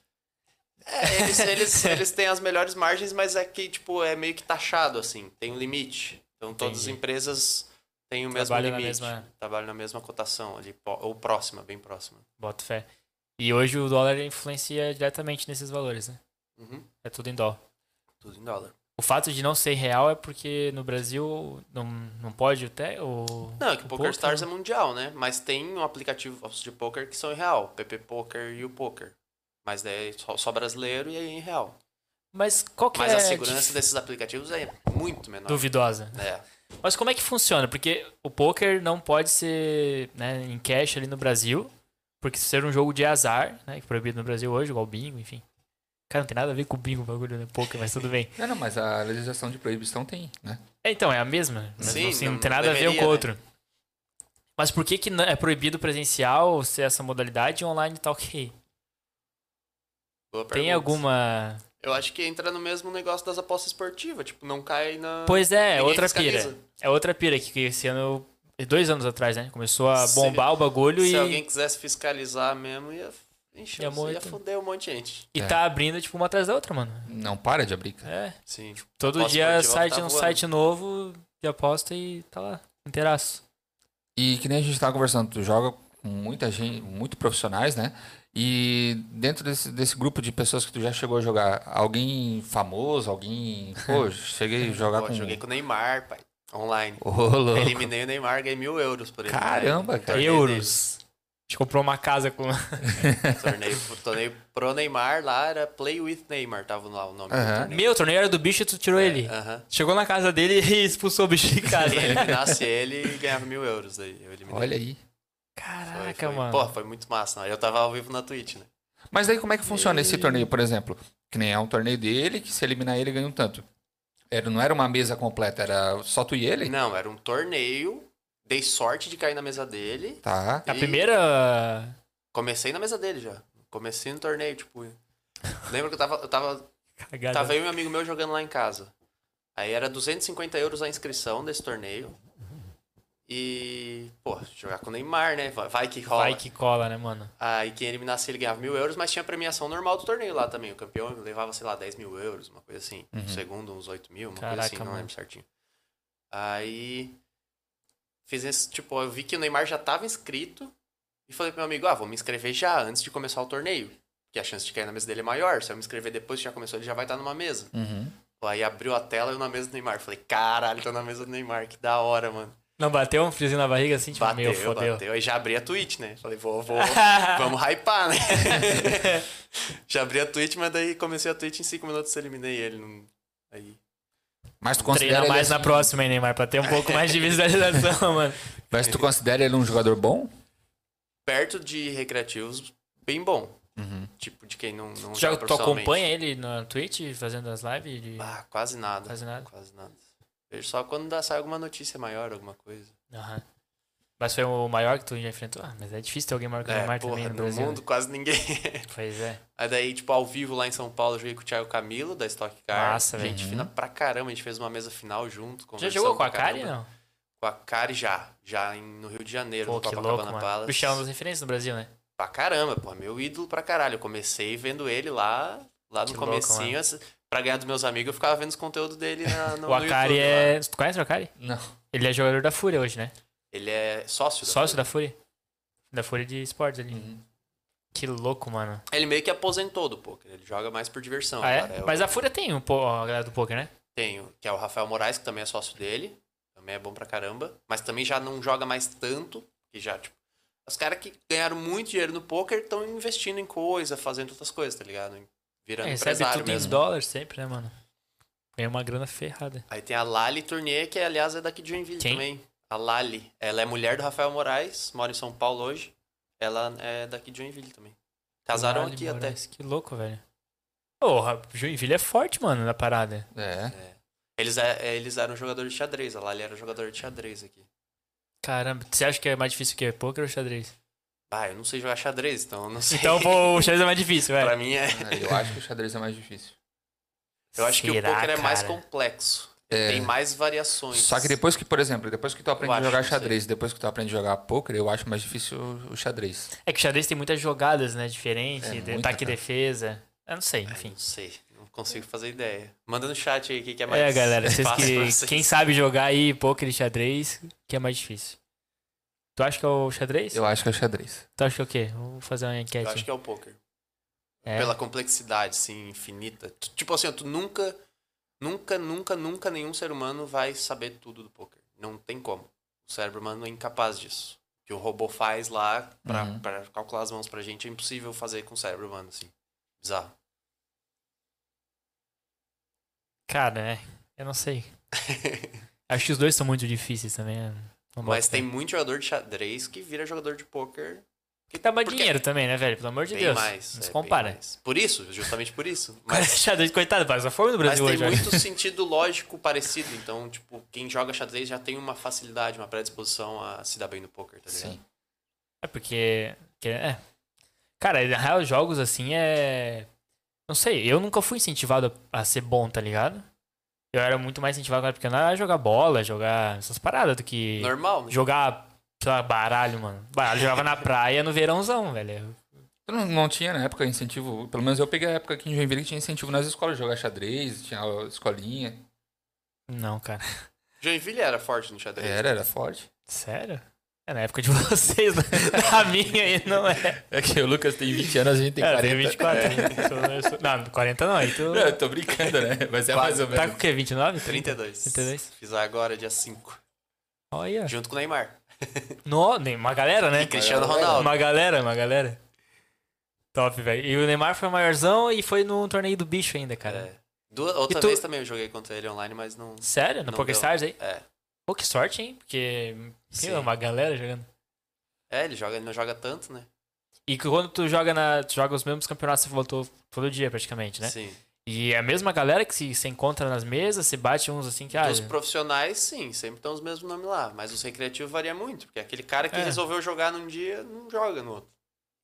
É, eles, <laughs> eles, eles têm as melhores margens, mas é que, tipo, é meio que taxado, assim. Tem um limite. Então, todas as Entendi. empresas têm o mesmo Trabalham na limite. mesma- Trabalham na mesma cotação ali, po- ou próxima, bem próxima. Boto fé. E hoje o dólar influencia diretamente nesses valores, né? Uhum. É tudo em dólar. Tudo em dólar. O fato de não ser real é porque no Brasil não, não pode até o. Não, é que o o PokerStars poker, é mundial, né? Mas tem um aplicativo de poker que são em real, PP Poker e o Poker. Mas daí é só, só brasileiro e aí em real. Mas qual que Mas é a segurança dif- desses aplicativos é muito menor. duvidosa? É. Mas como é que funciona? Porque o poker não pode ser né, em cash ali no Brasil, porque ser um jogo de azar, né, que é proibido no Brasil hoje, igual bingo, enfim. Cara, não tem nada a ver com bingo o bagulho né, poker, mas tudo bem. É, Não, não, mas a legislação de proibição tem, né? É, então, é a mesma. mas Sim, não, assim, não não- tem não nada a ver um deveria, com o né? outro. Mas por que, que não- é proibido presencial ser essa modalidade e online tá ok? Boa Tem pergunta. alguma. Eu acho que entra no mesmo negócio das apostas esportivas, tipo, não cai na. Pois é, é Ninguém outra fiscaliza. pira. É outra pira que que esse ano. Dois anos atrás, né? Começou a Se- bombar o bagulho Se e. alguém quisesse fiscalizar mesmo, ia. Ixi, Ia ia, morrer ia tudo. foder um monte de gente. E É. tá abrindo, tipo, uma atrás da outra, mano. Não para de abrir, cara. É. Sim. Tipo, Todo Aposta dia esportiva site, tá um voando. site novo de aposta e tá lá, inteiraço. E que nem a gente tava conversando, tu joga com muita gente, muito profissionais, né? E dentro desse, desse grupo de pessoas que tu já chegou a jogar, alguém famoso, alguém. Pô, cheguei a jogar Pô, com. um Joguei com o Neymar, pai. Online. <laughs> Ô, louco. Eliminei o Neymar, ganhei mil euros por ele. Caramba, cara. Torneio É Euros. A gente comprou uma casa com. dele. Torneio, torneio pro Neymar lá era Play with Neymar, tava lá o nome Aham. do torneio. Meu, o torneio era do bicho e tu É. tirou ele. Aham. Chegou na casa dele <laughs> e expulsou o bicho de casa. Se eliminasse ele, ganhava mil euros aí. Eu eliminei. Olha aí. Foi- Caraca, foi- mano. Pô, foi muito massa. não. Eu tava ao vivo na Twitch, né? Mas daí como é que funciona esse E- torneio, por exemplo? Que nem é um torneio dele, que se eliminar ele ganha um tanto. Era, não era uma mesa completa, era só tu e ele? Não, era um torneio. Dei sorte de cair na mesa dele. Tá. A E primeira. Comecei na mesa dele já. Comecei no torneio, tipo. Lembro que eu tava, eu tava, Cagada. tava eu e um amigo meu jogando lá em casa. Aí era 250 euros a inscrição desse torneio. E, pô, jogar com o Neymar, né? Vai, vai que rola. Vai que cola, né, mano? Aí quem eliminasse ele ganhava mil euros, mas tinha a premiação normal do torneio lá também. O campeão levava, sei lá, 10 mil euros, uma coisa assim. O segundo, uns 8 mil, uma Uhum. Caraca, coisa assim, não mano. lembro certinho. Aí fiz esse, tipo, eu vi que o Neymar já tava inscrito e falei pro meu amigo, ah, vou me inscrever já antes de começar o torneio. Porque a chance de cair na mesa dele é maior. Se eu me inscrever depois que já começou, ele já vai estar numa mesa. Uhum. Aí abriu a tela e eu na mesa do Neymar. Falei, caralho, tô na mesa do Neymar, que da hora, mano. Não bateu um friozinho na barriga assim, tipo, Bateu, meu, fodeu. bateu. Aí já abri a Twitch, né? Falei, vou, <laughs> vou, vamos hypar, né? <laughs> já abri a Twitch, mas daí comecei a Twitch em 5 minutos, eliminei ele. não- Aí. Mas tu considera Treina ele mais na assim- próxima, hein, Neymar, pra ter um <laughs> pouco mais de visualização, mano. Mas tu considera ele um jogador bom? Perto de recreativos, bem bom. Tipo, de quem não, não Tu, já, tu profissionalmente. acompanha ele na Twitch, fazendo as lives? Ele... Ah, quase nada. Quase nada. Quase nada. Vejo só quando dá, sai alguma notícia maior, alguma coisa. Aham. Mas foi o maior que tu já enfrentou? Ah, mas é difícil ter alguém maior que o É, Neymar porra, também no no Brasil. né? mundo quase ninguém. <laughs> Pois é. Aí daí, tipo, ao vivo lá em São Paulo, eu joguei com o Thiago Camilo, da Stock Car. Massa, velho. Uhum. Gente fina pra caramba, a gente fez uma mesa final junto. Já conversamos jogou com a pra caramba. Kari, não? Com a Kari já. Já em- no Rio de Janeiro, Pô, no que Copacabana louco, mano. Palace. Bicho, é uma das referências no Brasil, né? Pra caramba, pô. é Meu ídolo pra caralho. Eu comecei vendo ele lá, lá no Que louco, comecinho. mano. assim, pra ganhar dos meus amigos, eu ficava vendo os conteúdos dele na, no, <laughs> o no Akari YouTube lá. é... Tu conhece o Akari? Não. Ele é jogador da Fúria hoje, né? Ele é sócio. da Uhum. Sócio Folha. da Fúria. Da Fúria de esportes ali. Que louco, mano. Ele meio que aposentou do poker. Ele joga mais por diversão. ah, é? agora. o- Mas a Fúria tem um po- a galera do poker, né? Tenho, que é o Rafael Moraes, que também é sócio dele. Também é bom pra caramba. Mas também já não joga mais tanto. Que já, tipo. Os caras que ganharam muito dinheiro no poker estão investindo em coisa, fazendo outras coisas, tá ligado? Virando É, recebe empresário tudo em mesmo. dólar sempre, né, mano? Ganha uma grana ferrada. Aí tem a Lali Tournier, que aliás é daqui de Joinville Quem? também. A Lali. Ela é mulher do Rafael Moraes, mora em São Paulo hoje. Ela é daqui de Joinville também. Casaram Caralho, aqui Moraes, Que louco, velho. Porra, Joinville é forte, mano, na parada. É. até. né? É. Eles, é- eles eram jogadores de xadrez. A Lali era jogadora de xadrez aqui. Caramba, você acha que é mais difícil que poker ou xadrez? Ah, eu não sei jogar xadrez, então eu não sei. <laughs> <laughs> Então, pô, o xadrez é mais difícil, pra velho. mim é. Eu acho que o xadrez é mais difícil. Eu acho que o Será, poker é mais cara? complexo. É. Tem mais variações. Só que depois que, por exemplo, depois que tu aprende Eu a acho, jogar não sei. xadrez, depois que tu aprende a jogar poker, eu acho mais difícil o- o xadrez. É que o xadrez tem muitas jogadas, né? Diferente, É, de- muita, ataque e cara. defesa. Eu não sei, enfim. Não sei, não consigo fazer ideia. Manda no chat aí o que, que é mais <laughs> É, galera, vocês fácil pra que, vocês. quem sabe jogar aí poker e xadrez, que é mais difícil. Tu acha que é o xadrez? Eu acho que é o xadrez. Tu acha que é o quê? Vou fazer uma enquete. Eu acho que é o poker. É. Pela complexidade, assim, infinita. Tu- Tipo assim, tu nunca, nunca, nunca, nunca nenhum ser humano vai saber tudo do poker. Não tem como. O cérebro humano é incapaz disso. O que o robô faz lá pra, Uhum. pra calcular as mãos pra gente é impossível fazer com o cérebro humano, assim. Bizarro. Cara, é. Eu <laughs> não sei. Acho que os dois são muito difíceis também. né? Não Mas boto tem fé. muito jogador de xadrez que vira jogador de poker. Que Tá mais porque- dinheiro também, né, velho? Pelo amor de Bem Deus. mais. não se é, compara. bem mais. Por isso, justamente por <laughs> isso. Cara, Mas, xadrez, coitado, parece a fome do mas Brasil tem hoje. né? velho. muito sentido lógico parecido. Então, tipo, quem joga xadrez já tem uma facilidade, uma predisposição a se dar bem no poker, tá ligado? Sim. É porque. que- é. Cara, na real, jogos assim é. Não sei, eu nunca fui incentivado a a ser bom, tá ligado? Eu era muito mais incentivado quando era pequeno a jogar bola, jogar essas paradas do que. Normal, né? Jogar, sei lá, baralho, mano. Baralho eu jogava na praia no verãozão, velho. Eu não, não tinha na época incentivo, pelo menos eu peguei a época aqui em Joinville que tinha incentivo nas escolas, jogar xadrez, tinha a escolinha. Não, cara. Joinville era forte no xadrez. Era, era forte. Sério? É na época de <laughs> vocês, né? na minha aí não é. É que o Lucas tem 20 anos, a gente tem É, eu 40. tenho 24. né? Sou- eu sou- Não, 40 não, aí tu... Não, eu tô brincando, né? Mas é mais ou Tá menos. com o quê? 29? 30? 32. 32? Fiz agora, dia 5. Olha. Junto com o Neymar. No, nem- uma galera, né? E Cristiano galera. Ronaldo. Uma galera, uma galera. Top, velho. E o Neymar foi maiorzão e foi no torneio do bicho ainda, cara. É. Duas- outra E tu- vez também eu joguei contra ele online, mas não. Sério? No É. Não PokerStars aí? É. Pô, que sorte, hein? Porque Sim. tem uma galera jogando. É, ele, joga, ele não joga tanto, né? E quando tu joga na. Tu joga os mesmos campeonatos, você voltou todo dia praticamente, né? Sim. E é a mesma galera que se, se encontra nas mesas, se bate uns assim que. Ah, Dos profissionais, sim, sempre estão os mesmos nomes lá. Mas os recreativos varia muito, porque aquele cara que É. resolveu jogar num dia não joga no outro.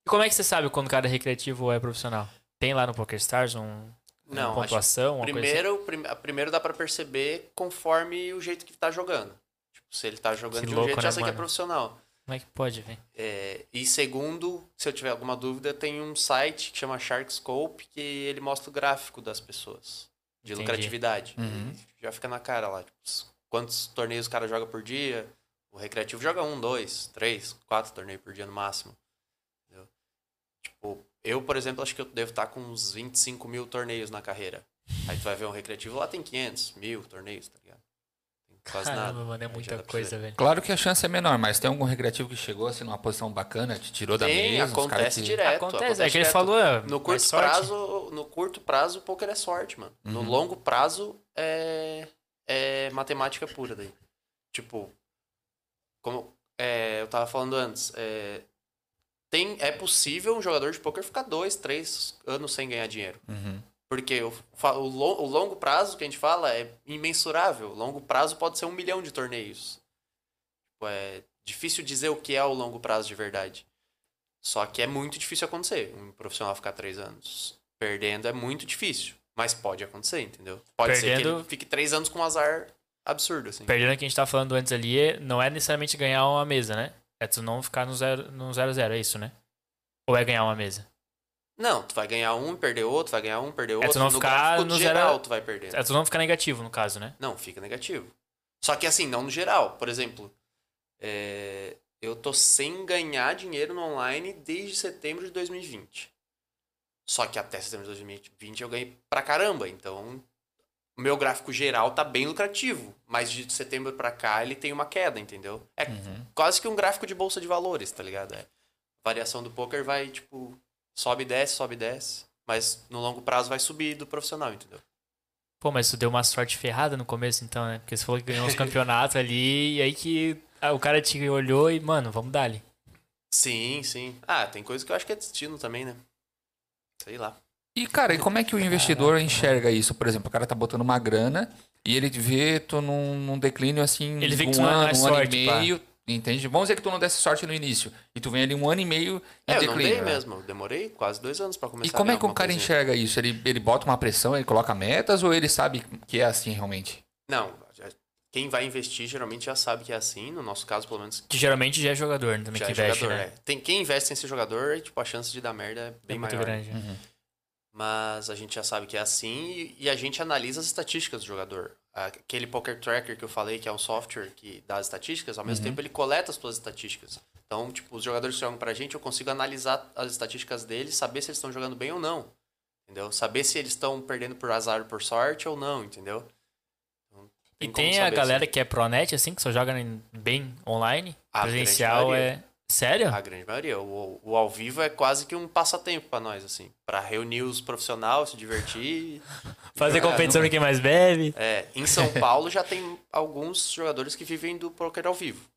E como é que você sabe quando o cara é recreativo ou é profissional? Tem lá no PokerStars um, uma Não, acho pontuação, uma coisa assim? primeiro, prim- a- primeiro dá pra perceber conforme o jeito que tá jogando. Tipo, se ele tá jogando Que de um louco, jeito, né, já sei que é mano? profissional. assim? Como é que pode, velho? É, e segundo, se eu tiver alguma dúvida, tem um site que chama Sharkscope que ele mostra o gráfico das pessoas de Entendi. lucratividade. Uhum. Já fica na cara lá, tipo, quantos torneios o cara joga por dia. O recreativo joga um, dois, três, quatro torneios por dia no máximo. Entendeu? Tipo, eu, por exemplo, acho que eu devo estar com uns 25 mil torneios na carreira. Aí tu vai ver um recreativo lá tem 500 mil torneios, tá ligado? Tem quase Caramba, nada. mano, é Aí já dá muita pra coisa, ver. velho. Claro que a chance é menor, mas tem algum recreativo que chegou assim numa posição bacana, te tirou da Tem, mesa. os caras acontece que- direto. acontece, é que ele direto. falou. é, No é curto sorte. prazo, no curto prazo, o poker é sorte, mano. No Uhum. longo prazo é, é matemática pura daí. Tipo, como é, eu tava falando antes, é, tem, é possível um jogador de poker ficar dois, três anos sem ganhar dinheiro. Uhum. Porque o, fa- o lo- o longo prazo que a gente fala é imensurável. O longo prazo pode ser um milhão de torneios. Tipo, É difícil dizer o que é o longo prazo de verdade. Só que é muito difícil acontecer. Um profissional ficar três anos perdendo é muito difícil. Mas pode acontecer, entendeu? Pode ser que Perdendo- ele fique três anos com um azar absurdo, assim. Perdendo o que a gente tá falando antes ali, é- não é necessariamente ganhar uma mesa, né? É tu não ficar no 0 no zero, a zero, é isso, né? Ou é ganhar uma mesa? Não, tu vai ganhar um, perder outro, vai ganhar um, perder outro. É, tu não no ficar gráfico no zero- geral, tu vai perder. É tu não ficar negativo, no caso, né? Não, fica negativo. Só que assim, não no geral. Por exemplo, é, eu tô sem ganhar dinheiro no online desde setembro de 2020. Só que até setembro de 2020 eu ganhei pra caramba. Então, o meu gráfico geral tá bem lucrativo. Mas de setembro pra cá ele tem uma queda, entendeu? É Uhum. quase que um gráfico de bolsa de valores, tá ligado? É. Variação do poker vai, tipo, sobe e desce, sobe e desce. Mas no longo prazo vai subir do profissional, entendeu? Pô, mas tu deu uma sorte ferrada no começo, então, né? Porque você falou que <laughs> ganhou uns campeonatos ali, e aí que ah, o cara te olhou e, mano, vamos dar ali. Sim, sim. Ah, tem coisa que eu acho que é destino também, né? Sei lá. E, cara, e como é que o investidor enxerga isso? Por exemplo, o cara tá botando uma grana e ele vê tu num, num declínio assim, Ele vê que um tu não é ano, mais um ano sorte, e pá. meio, entende? Vamos dizer que tu não desse sorte no início e tu vem ali um ano e meio em É, eu não declínio. dei né? mesmo. Eu demorei quase dois anos pra começar E como a é ganhar que o alguma cara coisinha. enxerga isso? Ele, ele bota uma pressão, ele coloca metas ou ele sabe que é assim realmente? Não, já- quem vai investir geralmente já sabe que é assim. No nosso caso, pelo menos, Que geralmente já é jogador né, também já que é investe, jogador. né? é. Tem, quem investe em ser jogador, tipo, a chance de dar merda é bem é muito maior. grande. né? Mas a gente já sabe que é assim e, e a gente analisa as estatísticas do jogador. Aquele Poker Tracker que eu falei, que é um software que dá as estatísticas, ao mesmo Uhum. tempo ele coleta as suas estatísticas. Então, tipo, os jogadores que jogam pra gente, eu consigo analisar as estatísticas deles, saber se eles estão jogando bem ou não. Entendeu? Saber se eles estão perdendo por azar ou por sorte ou não, entendeu? Então, E como tem a saber galera se- que é pronet, assim, que só joga em- bem online. A Ah, grande presencial é. maioria. Ah, Sério? A grande maioria. O, o ao vivo é quase que um passatempo pra nós, assim. Pra reunir os profissionais, se divertir. <laughs> Fazer Ah, competição não de quem mais bebe. É, em São Paulo já tem alguns jogadores que vivem do poker ao vivo.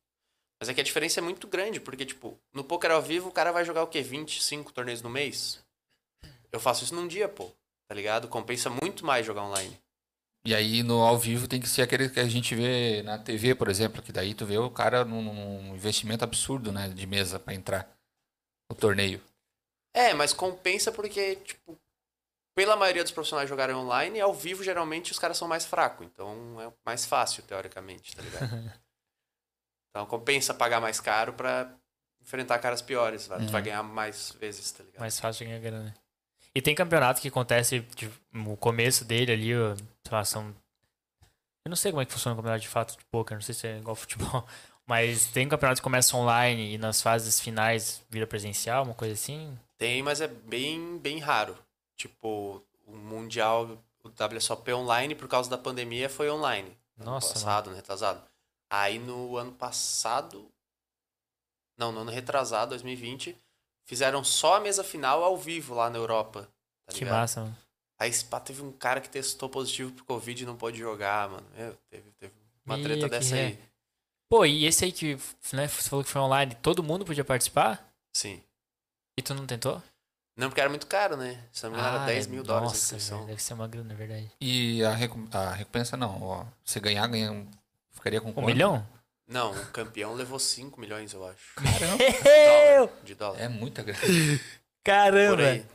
Mas é que a diferença é muito grande, porque, tipo, no poker ao vivo o cara vai jogar o quê? 25 torneios no mês? Eu faço isso num dia, pô. Tá ligado? Compensa muito mais jogar online. E aí no ao vivo tem que ser aquele que a gente vê na TV, por exemplo, que daí tu vê o cara num, num investimento absurdo, né, de mesa pra entrar no torneio. É, mas compensa porque, tipo, pela maioria dos profissionais jogarem online, ao vivo geralmente os caras são mais fracos. Então é mais fácil, teoricamente, tá ligado? então compensa pagar mais caro pra enfrentar caras piores. vai- Tu vai ganhar mais vezes, tá ligado? Mais fácil ganhar grana. né? E tem campeonato que acontece tipo, no começo dele ali, ó, sei lá, são. Eu não sei como é que funciona o campeonato de fato de poker, não sei se é igual ao futebol. <laughs> Mas tem campeonatos que começa online e nas fases finais vira presencial, uma coisa assim? Tem, mas é bem, bem raro. Tipo, o Mundial, o WSOP online, por causa da pandemia, foi online. Nossa, ano passado, ano retrasado. Aí no ano passado. Não, no ano retrasado, 2020, fizeram só a mesa final ao vivo lá na Europa. Tá que ligado? massa, mano. Aí pá, teve um cara que testou positivo pro Covid e não pôde jogar, mano. Meu, teve, teve uma Ih, treta que dessa ré. aí. Pô, e esse aí que né, você falou que foi online, todo mundo podia participar? Sim. E tu não tentou? Não, porque era muito caro, né? Se não me engano, era 10 é- mil dólares a Nossa, inscrição. velho, deve ser uma grana, na verdade. E a, recu- a recompensa não, ó. Se ganhar, ganha. um- Ficaria com Um quanto? milhão? Não, o campeão levou 5 milhões, eu <laughs> acho. Caramba. De dólar. De dólar. É muita grana. por Caramba! aí.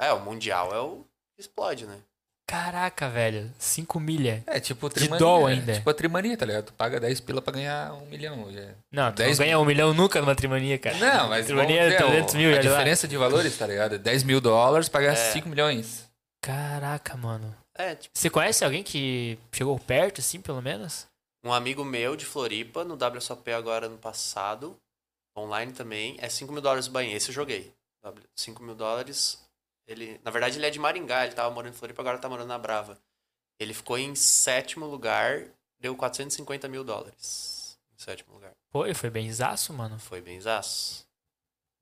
É, o Mundial é o que explode, né? Caraca, velho. 5 milha. É tipo De trimania. dó é ainda. Tipo a trimania, tá ligado? Tu paga 10 pila pra ganhar um milhão. já é. Não, tu não Dez ganha um milhão nunca numa trimania, cara. Não, mas vamos Trimania é ver, ó, 300 mil, a olha lá. diferença de valores, tá ligado? 10 mil dólares pra ganhar É. 5 milhões. Caraca, mano. É, tipo, Você conhece alguém que chegou perto, assim, pelo menos? um amigo meu de Floripa, no WSOP agora ano passado, online também, é 5 mil dólares o banho. Esse eu joguei. 5 mil dólares. Ele, na verdade, ele é de Maringá, ele tava morando em Floripa, agora tá morando na Brava. Ele ficou em sétimo lugar, deu 450 mil dólares. Em sétimo lugar. Pô, e foi bem zaço, mano. Foi bem zaço.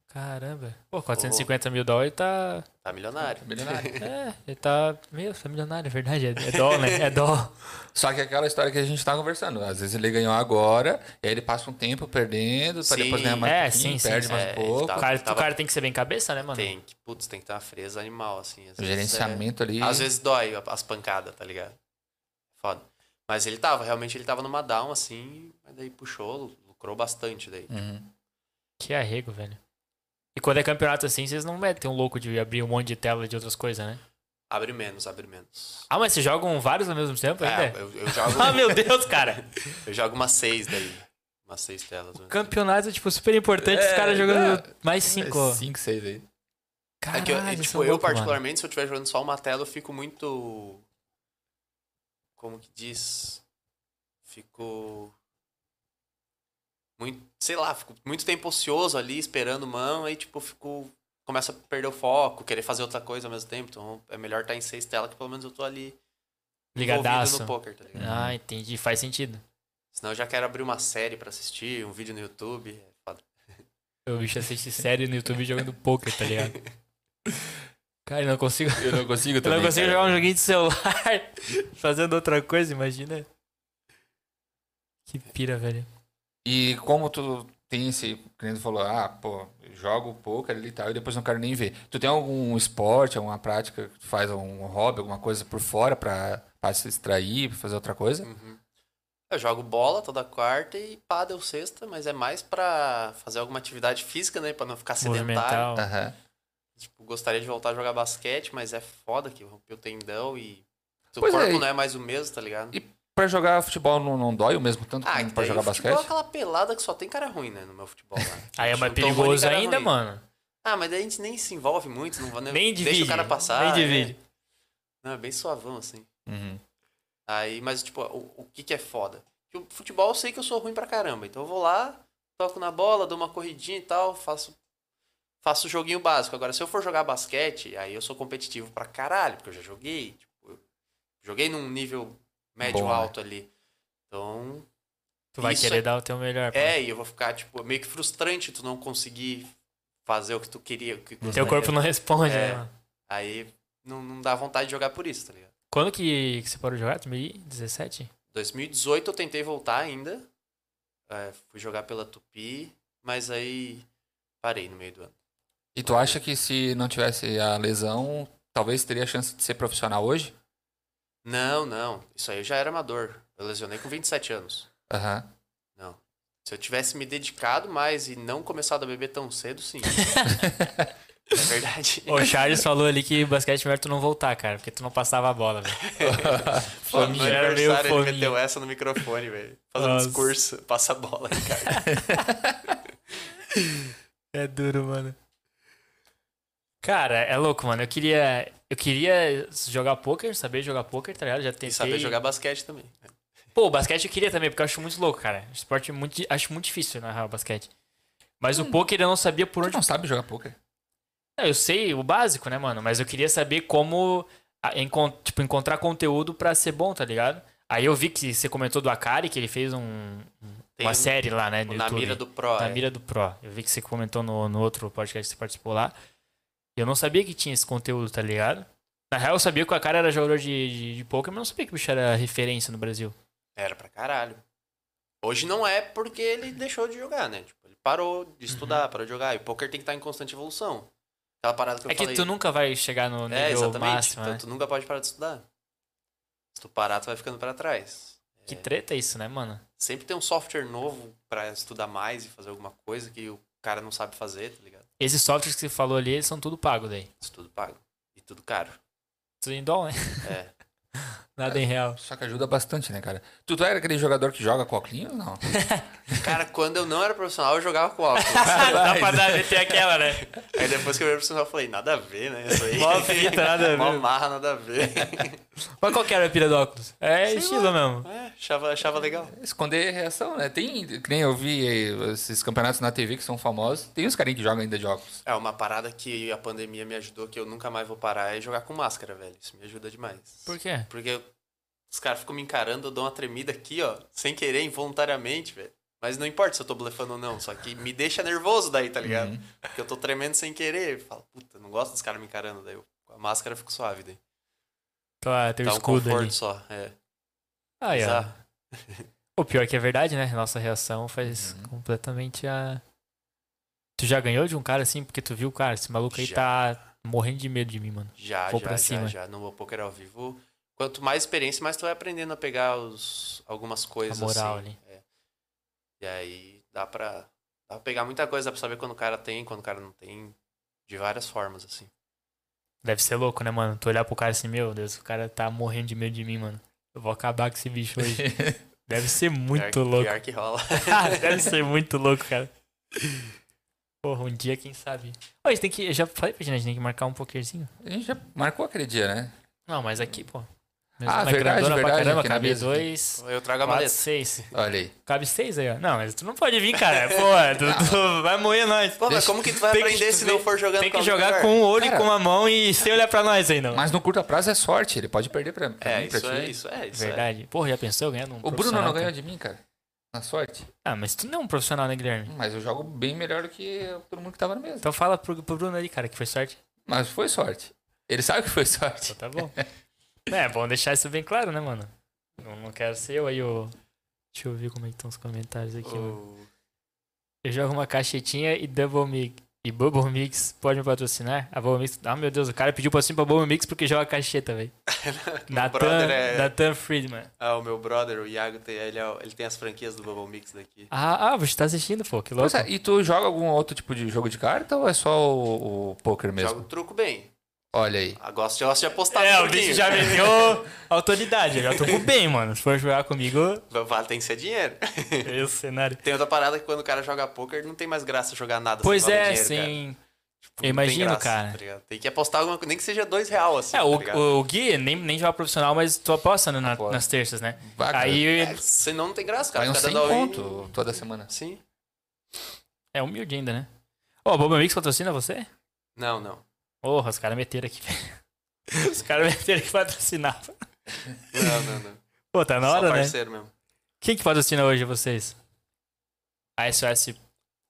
Caramba. Pô, 450 mil dólares <laughs> tá. Tá milionário. Tá milionário. <laughs> <laughs> É, ele tá. Meu, tá milionário, é verdade. É, é dó, né? <laughs> É dó. Só que é aquela história que a gente tá conversando. Às vezes ele ganhou agora, e aí ele passa um tempo perdendo, pra Sim. depois ganhar mais É, um pouquinho, sim, sim, perde sim. mais É, um pouco. tá. O cara, o tava- cara tem que ser bem cabeça, né, mano? Tem que, putz, tem que ter uma fresa animal, assim. às O vezes é- Um gerenciamento ali. Às Uhum. vezes dói as pancadas, tá ligado? Foda. Mas ele tava, realmente ele tava numa down, assim, mas daí puxou, lucrou bastante daí. Uhum. Que arrego, velho. E quando é campeonato assim, vocês não metem um louco de abrir um monte de tela de outras coisas, né? Abre menos, abre menos. Ah, mas vocês jogam vários ao mesmo tempo É, ainda? eu, eu jogo, <laughs> Ah, meu Deus, cara. eu jogo umas seis daí. Umas seis telas. né? Campeonato, tipo, super importante, os É, caras jogando não. mais cinco. 5, 6 aí. É que eu, Caralho, e, são tipo, eu louco, mano. particularmente, se eu estiver jogando só uma tela, eu fico muito. Como que diz? Fico. Muito, sei lá, fico muito tempo ocioso ali, esperando mão, aí tipo, fico. Começa a perder o foco, querer fazer outra coisa ao mesmo tempo. Então é melhor estar em seis telas que pelo menos eu tô ali envolvido Ligadaço. no poker, tá ligado? Ah, entendi. Faz sentido. Senão eu já quero abrir uma série pra assistir, um vídeo no YouTube. é foda. O bicho assiste série no YouTube jogando poker, tá ligado? <laughs> Cara, eu não consigo. <laughs> Eu não consigo Eu também. não consigo cara. jogar um joguinho de celular <laughs> fazendo outra coisa, imagina. Que pira, velho. E como tu tem esse. Que nem tu falou, ah, pô, eu jogo poker ali e tal, e depois não quero nem ver. Tu tem algum esporte, alguma prática que tu faz, um hobby, alguma coisa por fora pra, pra se distrair, pra fazer outra coisa? Uhum. Eu jogo bola toda quarta e pádel sexta, mas é mais pra fazer alguma atividade física, né? Pra não ficar sedentário. Movimental. Aham. Tipo, gostaria de voltar a jogar basquete, mas é foda que eu rompi o tendão e o Pois é, corpo e- não é mais o mesmo, tá ligado? e Pra jogar futebol não, não dói o mesmo tanto Ah, que que pra daí jogar o futebol é basquete? aquela pelada que só tem cara ruim, né? No meu futebol lá. <laughs> Aí é Tipo, o Tom mais Brady perigoso cara ainda, ruim. mano. Ah, mas daí a gente nem se envolve muito, não vou nem. Nem divide. Deixa o cara passar. Nem é. divide. Não, é bem suavão, assim. Uhum. Aí, mas, tipo, o, o que que é foda? Que o futebol eu sei que eu sou ruim pra caramba. Então eu vou lá, toco na bola, dou uma corridinha e tal, faço faço o joguinho básico. Agora, se eu for jogar basquete, aí eu sou competitivo pra caralho, porque eu já joguei. Tipo, eu joguei num nível Bom, né? médio-alto ali. Então, Tu vai Isso querer é- dar o teu melhor. pô. é, e eu vou ficar, tipo, meio que frustrante tu não conseguir fazer o que tu queria. O que Teu gostaria. corpo não responde, É. né, mano? Aí não, não dá vontade de jogar por isso, tá ligado? Quando que, que você parou de jogar? <laughs> 2017? 2018 eu tentei voltar ainda. É, fui jogar pela Tupi, mas aí parei no meio do ano. E tu acha que se não tivesse a lesão, talvez teria a chance de ser profissional hoje? Não, não. Isso aí eu já era amador. Eu lesionei com 27 anos. Aham. <laughs> Não. Se eu tivesse me dedicado mais e não começado a beber tão cedo, <laughs> sim. é verdade. <laughs> O Charles falou ali que basquete é melhor tu não voltar, cara, porque tu não passava a bola, velho. Pô, é. no Fominha, era é meio aniversário ele fominha. meteu essa no microfone, velho. Fazendo Nossa. discurso, passa a bola, cara. <laughs> É duro, mano. Cara, é louco, mano. Eu queria, eu queria jogar poker, saber jogar poker, tá ligado? Já tentei. E saber jogar é basquete também. Pô, o basquete eu queria também, porque eu acho muito louco, cara. Esporte é muito, di- acho muito difícil, na real, o basquete. Mas o poker eu não sabia por Tu onde. não sabe jogar poker? Não, eu sei o básico, né, mano? Mas eu queria saber como a- encon- tipo, encontrar conteúdo pra ser bom, tá ligado? Aí eu vi que você comentou do Akari, que ele fez um- um- Tem uma um- série lá, né? No Na YouTube. mira do Pro. Na é. mira do Pro. Eu vi que você comentou no, no outro podcast que você participou lá. Eu não sabia que tinha esse conteúdo, tá ligado? Na real, eu sabia que o cara era jogador de, de, de poker, mas eu não sabia que o bicho era referência no Brasil. Era pra caralho. Hoje não é porque ele deixou de jogar, né? Tipo, ele parou de Uhum. estudar, parou de jogar. E o poker tem que estar em constante evolução. Aquela parada que eu é falei. que tu nunca vai chegar no É, nível exatamente. máximo, então né? tu nunca pode parar de estudar. Se tu parar, tu vai ficando pra trás. Que treta é isso, né, mano? Sempre tem um software novo pra estudar mais e fazer alguma coisa que o cara não sabe fazer, tá ligado? Esses softwares que você falou ali, eles são tudo pago daí. Isso tudo pago. E tudo caro. Tudo em dólar, né? É. <laughs> Nada em real. Só que ajuda bastante, né, cara? Tu, tu era aquele jogador que joga com óculos? Não. Cara, <laughs> quando eu não era profissional, eu jogava com óculos. <laughs> Dá pra dar meter aquela, né? Aí depois que eu era profissional, eu falei, nada a ver, né? Isso aí. Mó fita, nada <laughs> a Mó ver. marra, nada a ver. <laughs> Mas qual que era a pira do óculos? É estilo mesmo. É, achava, achava legal. Esconder reação, né? Tem, que nem eu vi eh, esses campeonatos na TV que são famosos. Tem uns carinhos que jogam ainda de óculos. É, uma parada que a pandemia me ajudou, que eu nunca mais vou parar, é jogar com máscara, velho. Isso me ajuda demais. Por quê? Porque eu- os caras ficam me encarando, eu dou uma tremida aqui, ó, sem querer, involuntariamente, velho. Mas não importa se eu tô blefando ou não, só que me deixa nervoso daí, tá ligado? Porque eu tô tremendo sem querer. Eu falo, puta, não gosto dos caras me encarando, daí eu, com a máscara eu fico suave daí. Tua, teu Dá um escudo conforto ali. só, é. Ah, é. Bizarro. O pior que é verdade, né? Nossa reação faz Uhum. completamente a. Tu já ganhou de um cara assim, porque tu viu, cara, esse maluco aí Já. tá morrendo de medo de mim, mano. Já, Vou já, pra já, cima. já. No poker ao vivo, quanto mais experiência, mais tu vai aprendendo a pegar os, algumas coisas. moral assim. ali. É. E aí dá pra, dá pra pegar muita coisa, dá pra saber quando o cara tem, quando o cara não tem. De várias formas, assim. Deve ser louco, né, mano? Tu olhar pro cara assim, meu Deus, o cara tá morrendo de medo de mim, mano. Eu vou acabar com esse bicho hoje. Deve ser muito É, pior, que- louco. Pior que <laughs> rola. Deve ser muito louco, cara. Porra, um dia, quem sabe. Ó, a gente tem que. Eu já falei pra gente, a gente tem que marcar um pokerzinho. <laughs> A gente já marcou aquele dia, né? Não, mas aqui, pô. Ah, na verdade, grandona pra verdade, caramba, aqui na cabe mesa. dois. Eu trago a Quatro, maleta. seis. Olha aí. Cabe seis aí, ó. Não, mas tu não pode vir, cara. <laughs> Pô, tu, tu vai moer nós. Pô, mas como que tu vai Tem que- aprender se não for jogando Tem com que alguém, jogar cara? com o olho e Cara. com a mão e sem olhar pra nós ainda. Mas no curto prazo é sorte. Ele pode perder pra, pra É, mim, pra isso ti. é, isso é, isso é. Verdade. Porra, já pensou ganhando um O Bruno profissional, não cara? ganhou de mim, cara. Na sorte. Ah, mas tu não é um profissional, né, Guilherme? Mas eu jogo bem melhor do que todo mundo que tava na mesa. Então fala pro, pro Bruno ali, cara, que <laughs> foi sorte. Mas foi sorte. Ele sabe que foi sorte. Então tá bom. é, bom deixar isso bem claro, né, mano? Não, não quero ser eu aí, ô. Deixa eu ver como é que estão os comentários aqui, mano. O- Eu jogo uma caixetinha e Double Mix. E Bubble Mix pode me patrocinar? A Bubble Mix. Ah, meu Deus, o cara pediu patrocínio pra Bubble Mix porque joga <laughs> caixeta, velho. Nathan, brother é- Nathan Friedman. Ah, o meu brother, o Iago, tem, ele, é o- ele tem as franquias do Bubble Mix daqui. Ah, ah, você tá assistindo, pô, que louco. Pois é, e tu joga algum outro tipo de jogo de carta ou é só o, o poker mesmo? Jogo truco bem. Olha aí. Ah, gosto de, gosto de apostar É, um o bicho pouquinho. já me <laughs> deu autoridade, eu já tô com bem, mano. Se for jogar comigo, Vale, tem que ser dinheiro. é o cenário. Tem outra parada que quando o cara joga poker, não tem mais graça jogar nada. sem Pois valer é, dinheiro, cara. sim. Tipo, não Eu tem imagino, graça, cara. tá ligado? tem que apostar alguma coisa, nem que seja dois real, assim. É, tá o, ligado? o Gui nem, nem joga profissional, mas tu aposta né, na- Aposta. nas terças, né? Bacana. Aí É, senão não tem graça, cara. Vai uns Fica 100 tá dando all-in. conto toda semana. Sim. é humilde ainda, né? Ô, a Bubble Mix patrocina você? Não, não. Porra, os caras meteram aqui, <laughs> velho. Os caras meteram que patrocinava. Não, não, não. Pô, tá <laughs> na Só hora, né? parceiro mesmo. Quem que patrocina hoje vocês? A SOS.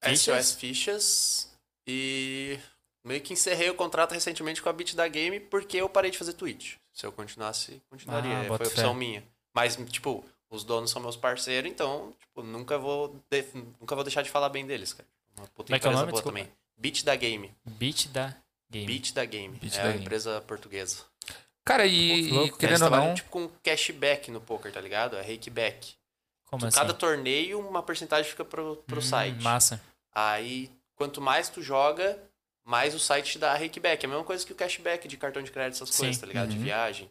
Fichas? SOS é Fichas. E meio que encerrei o contrato recentemente com a Bit da Game porque eu parei de fazer Twitch. Se eu continuasse, continuaria. Ah, É, bota Foi opção fé. minha. Mas, tipo, os donos são meus parceiros, então, tipo, nunca vou, de- nunca vou deixar de falar bem deles, cara. Uma puta Como é que é o empresa nome? boa Desculpa. também. Bit da Game. Beat da Game. Bit da Game. Bit é da uma Game. empresa portuguesa. Cara, Pô, que e, louco, e cara, Eles querendo ou trabalham, não, tipo, com cashback no poker, tá ligado? É rakeback. Como Tu- assim? Cada torneio, uma porcentagem fica pro, pro Hum, site. Massa. Aí, quanto mais tu joga, mais o site te dá rakeback. É a mesma coisa que o cashback de cartão de crédito, essas Sim. coisas, tá ligado? De Uhum. viagem.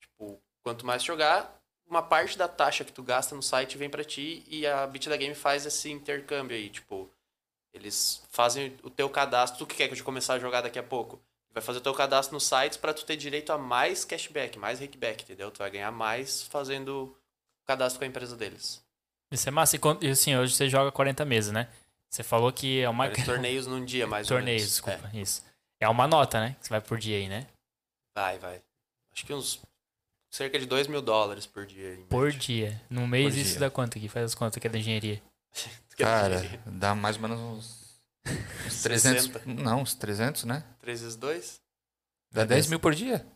Tipo, quanto mais tu jogar, uma parte da taxa que tu gasta no site vem pra ti e a Bit da Game faz esse intercâmbio aí, tipo, eles fazem o teu cadastro, tu que quer que eu te começar a jogar daqui a pouco. Vai fazer o teu cadastro no site pra tu ter direito a mais cashback, mais rakeback, entendeu? Tu vai ganhar mais fazendo cadastro com a empresa deles. Isso é massa. E quando- E assim, hoje você joga 40 meses, né? Você falou que é uma. <laughs> Vários torneios num dia, mais Torneios, ou menos. desculpa. Isso. É uma nota, né? Que você vai por dia aí, né? É, vai, vai. Acho que uns cerca de 2 mil dólares por dia. em Por média. dia. Num mês Por isso dia. dá quanto aqui? Faz as contas aqui da engenharia. <laughs> Cara, dá mais ou menos uns 300. 60. Não, uns 300, né? 3 vezes 2? Dá É 10 mil por dia.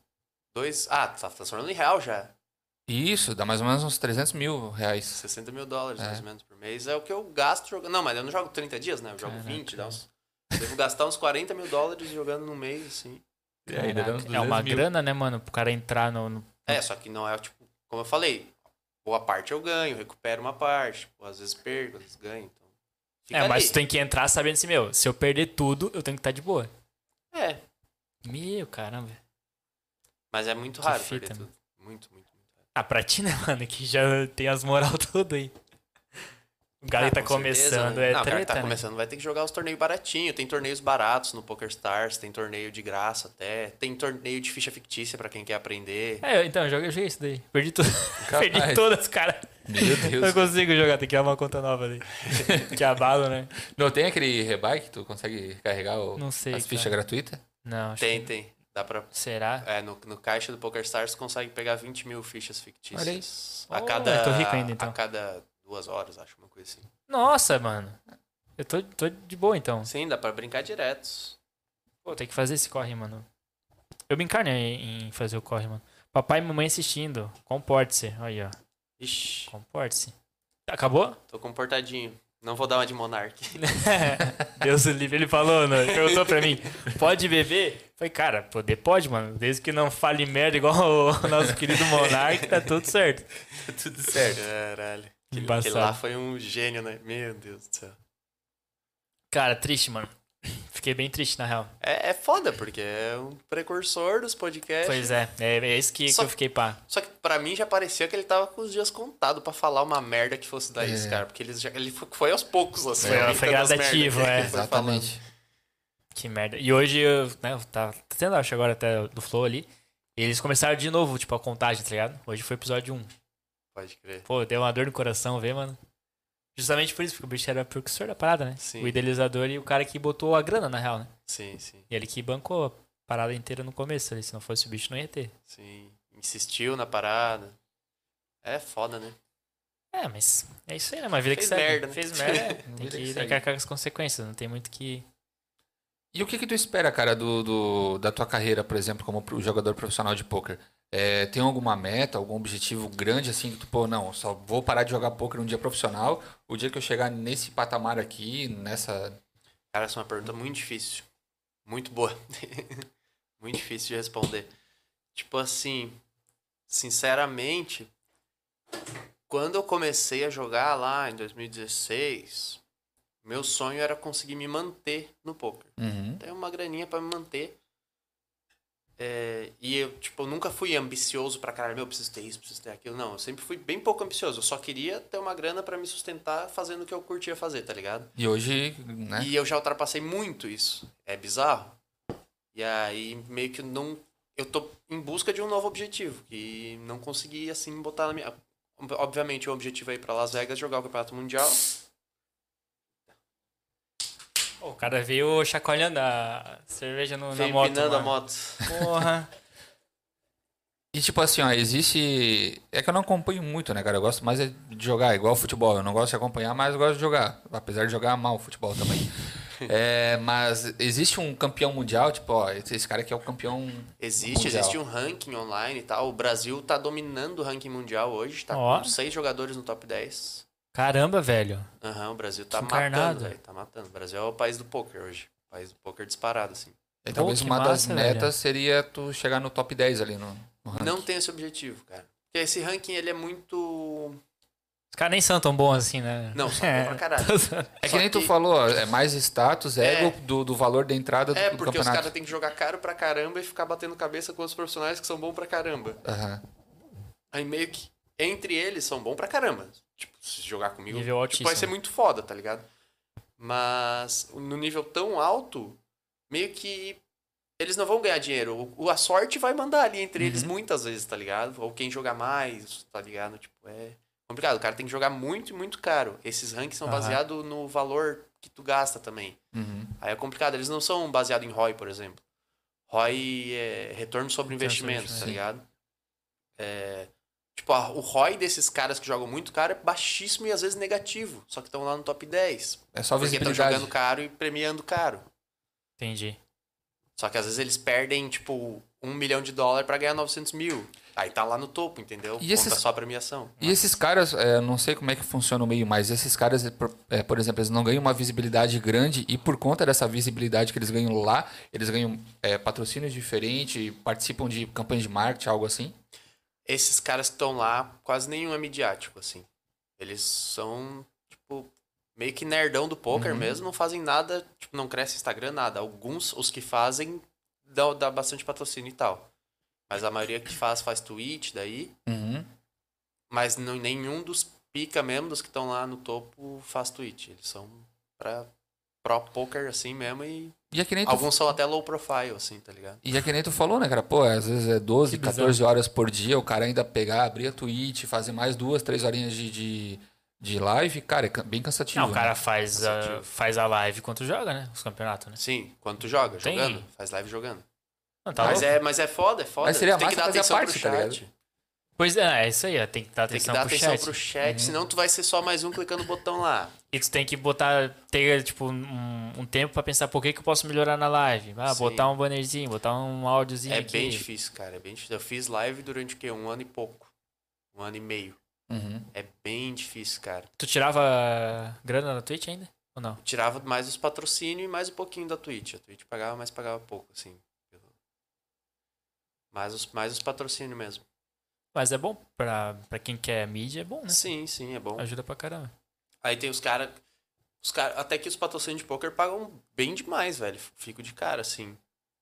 2? Ah, tá transformando em real já. Isso, dá mais ou menos uns 300 mil reais. 60 mil dólares, É. mais ou menos, por mês. É o que eu gasto jogando. Não, mas eu não jogo 30 dias, né? Eu jogo Caraca. 20, dá uns. Devo gastar uns 40 mil dólares jogando no mês, assim. Caraca. é uma grana, né, mano? Pro cara entrar no. no- É, só que não é, tipo, como eu falei, boa parte eu ganho, recupero uma parte. Tipo, às vezes perco, às vezes ganho. Então, fica É, mas ali. tu tem que entrar sabendo assim, meu, se eu perder tudo, eu tenho que estar de boa. É, Meu, caramba. mas é muito Que raro fita, né? perder mano. tudo. Muito, muito, muito raro. Ah, pra ti, né, mano? Que já tem as moral tudo aí. O Galo Ah, tá com certeza, começando, né? é não, o cara que treta, tá né? começando vai ter que jogar os torneios baratinho. Tem torneios baratos no Poker Stars, tem torneio de graça até. Tem torneio de ficha fictícia pra quem quer aprender. É, eu- então, eu joguei, eu joguei isso daí. Perdi tudo. Capaz. Perdi todas, cara. Meu Eu não Deus. consigo jogar, tem que criar uma conta <laughs> nova ali. que abalo, né? Não tem aquele rebuy que tu consegue carregar o- Não sei, as fichas cara. gratuitas? Não, acho Tem, que... tem. Dá pra. Será? É, no, no caixa do PokerStars consegue pegar 20 mil fichas Olha aí. fictícias. A Oh, cada. eu tô rico ainda, então. A cada duas horas, acho, uma coisa assim. Nossa, mano. Eu tô, tô de boa, então. Sim, dá pra brincar direto. Pô, tem que fazer esse corre, mano. Eu me encarnei em fazer o corre, mano. Papai e mamãe assistindo. Comporte-se. Aí, ó. Ixi, Comporte-se. Acabou? tô comportadinho. Não vou dar uma de <laughs> Monark. <laughs> Deus o livre. Ele falou, né? Ele perguntou pra mim, pode beber? Falei, cara, poder pode, mano. Desde que não fale merda igual o <laughs> nosso querido Monark, tá tudo certo. Tudo certo. Caralho. Tá Aquele lá Embaçado. foi um gênio, né? Meu Deus do céu. Cara, triste, mano. Fiquei bem triste, na real. É, é foda, porque é um precursor dos podcasts. Pois é, é, é isso que, que Só- eu fiquei pá. Só que pra mim já parecia que ele tava com os dias contados pra falar uma merda que fosse daí, É. cara. Porque ele, já, ele foi, foi aos poucos, assim. Foi- aumentando foi as merdas gradativo, que ele é. foi falando. Exatamente. Que merda. E hoje, eu, né, eu tava tendo acho agora até do Flow ali. Eles começaram de novo, tipo, a contagem, tá ligado? Hoje foi o episódio 1. Pode crer. Pô, deu uma dor no coração ver, mano. Justamente por isso, porque o bicho era o precursor da parada, né? Sim. O idealizador e o cara que botou a grana, na real, né? Sim, sim, E ele que bancou a parada inteira no começo ali. Se não fosse o bicho, não ia ter. sim. Insistiu na parada. É foda, né? É, mas é isso aí, né? Uma vida Fez que segue. merda, né? <laughs> Fez merda. é. Uma tem vida que que, tem que segue. arcar com as consequências. Não tem muito que. E o que, que tu espera, cara, do, do- da tua carreira, por exemplo, como pro- jogador profissional de pôquer? É, tem alguma meta, algum objetivo grande assim que tu, pô, não, só vou parar de jogar pôquer um dia profissional, o dia que eu chegar nesse patamar aqui, nessa. Cara, essa é uma pergunta muito difícil. Muito boa. <laughs> muito difícil de responder. Tipo assim, sinceramente, quando eu comecei a jogar lá em 2016, meu sonho era conseguir me manter no poker. Uhum. Ter uma graninha pra me manter. É, e eu, tipo, eu nunca fui ambicioso pra caralho, meu, eu preciso ter isso, preciso ter aquilo. Não, eu sempre fui bem pouco ambicioso. Eu só queria ter uma grana pra me sustentar fazendo o que eu curtia fazer, tá ligado? E hoje, É? né? E eu já ultrapassei muito isso. É bizarro. E aí, meio que não. Eu tô em busca de um novo objetivo. Que não consegui, assim, botar na minha. Obviamente, o objetivo é ir pra Las Vegas jogar o Campeonato Mundial. Pô, o cara veio chacoalhando a cerveja no, na Fui moto. né? empinando a mano. moto. Porra. E tipo assim, ó, existe. É que eu não acompanho muito, né, cara? Eu gosto mais é de jogar, igual futebol. Eu não gosto de acompanhar, mas eu gosto de jogar. Apesar de jogar mal futebol <laughs> também. É, mas existe um campeão mundial, tipo, ó, esse esse cara aqui é o campeão. Existe, Mundial. existe um ranking online e tal. O Brasil tá dominando o ranking mundial hoje. Tá Ó. com seis jogadores no top 10. Caramba, velho. Aham, o Brasil tá Encarnado. matando, velho. Tá matando. O Brasil é o país do poker hoje. O país do poker disparado, assim. E talvez que uma das massa, metas seria tu chegar no top 10 ali no, no ranking. Não tem esse objetivo, cara. Porque esse ranking, ele é muito... Os caras nem são tão bons assim, né? Não, <laughs> são bons pra caralho. É que Só nem tu que- falou, ó, é mais status, É. ego do, do valor da entrada do, É, do porque os campeonato. caras têm que jogar caro pra caramba e ficar batendo cabeça com os profissionais que são bons pra caramba. Aham. Aí meio que entre eles são bons pra caramba. Tipo, se jogar comigo, Nível tipo, altíssimo. vai ser muito foda, tá ligado? Mas no nível tão alto, meio que eles não vão ganhar dinheiro. O, a Uhum. sorte vai mandar ali entre eles muitas vezes, tá ligado? Ou quem jogar mais, tá ligado? Tipo, é complicado. O cara tem que jogar muito e muito caro. Esses ranks são Aham. baseados no valor que tu gasta também. Uhum. Aí é complicado. Eles não são baseados em ROI, por exemplo. ROI é retorno sobre Retorno sobre investimentos, tá investimento. ligado? É, tipo, a- o ROI desses caras que jogam muito caro é baixíssimo e às vezes negativo. Só que estão lá no top 10. É só Porque estão visibilidade. jogando caro e premiando caro. Entendi. Só que às vezes eles perdem, tipo, um milhão de dólar pra ganhar 900 mil. Aí tá lá no topo, entendeu? E Conta esses- só a premiação. E esses caras, é, eu não sei como é que funciona o meio, mas esses caras, é, por- é, por exemplo, eles não ganham uma visibilidade grande e por conta dessa visibilidade que eles ganham lá, eles ganham é, patrocínios diferentes, participam de campanhas de marketing, algo assim. Esses caras que estão lá, quase nenhum é midiático, assim. Eles são, tipo, meio que nerdão do poker Uhum. mesmo, não fazem nada, tipo, não cresce Instagram, nada. Alguns, os que fazem, dá, dá bastante patrocínio e tal. Mas a maioria que faz, faz tweet daí. Uhum. Mas não, nenhum dos pica mesmo, dos que estão lá no topo, faz tweet. Eles são pra pró-poker assim mesmo e E é que nem tu Alguns são até low profile, assim, tá ligado? E é que nem tu falou, né, cara? Pô, às vezes é 12, Que bizarro. 14 horas por dia, o cara ainda pegar, abrir a Twitch, fazer mais duas, três horinhas de, de, de live, cara, é can- bem cansativo. Não, o cara né? faz a, Cansativo. faz a live enquanto joga, né? Os campeonatos, né? Sim, quando tu joga, Tem. jogando, faz live jogando. Não, tá mas, louco? é, mas é foda, é foda. Mas seria tu tem que massa dar fazer a atenção pro parte, tá chat. Pois é, é isso aí. ó, Tem que dar tem que atenção dar pro atenção chat. Uhum. pro chat, senão tu vai ser só mais um clicando no botão lá. E tu tem que botar, ter, tipo, um, um tempo pra pensar por que, que eu posso melhorar na live. Ah, Sim. botar um bannerzinho, botar um áudiozinho é aqui. bem difícil, cara, é bem difícil. Eu fiz live durante o quê? Um ano e pouco. Um ano e meio. Uhum. É bem difícil, cara. Tu tirava grana na Twitch ainda? Ou não? Tirava mais os patrocínios e mais um pouquinho da Twitch. A Twitch pagava, mas pagava pouco, assim. Mais os, mais os patrocínios mesmo. Mas é bom pra, pra quem quer mídia, é bom, né? Sim, sim, é bom. Ajuda pra caramba. Aí tem os caras. Os cara, até que os patrocínios de poker pagam bem demais, velho. Fico de cara, assim.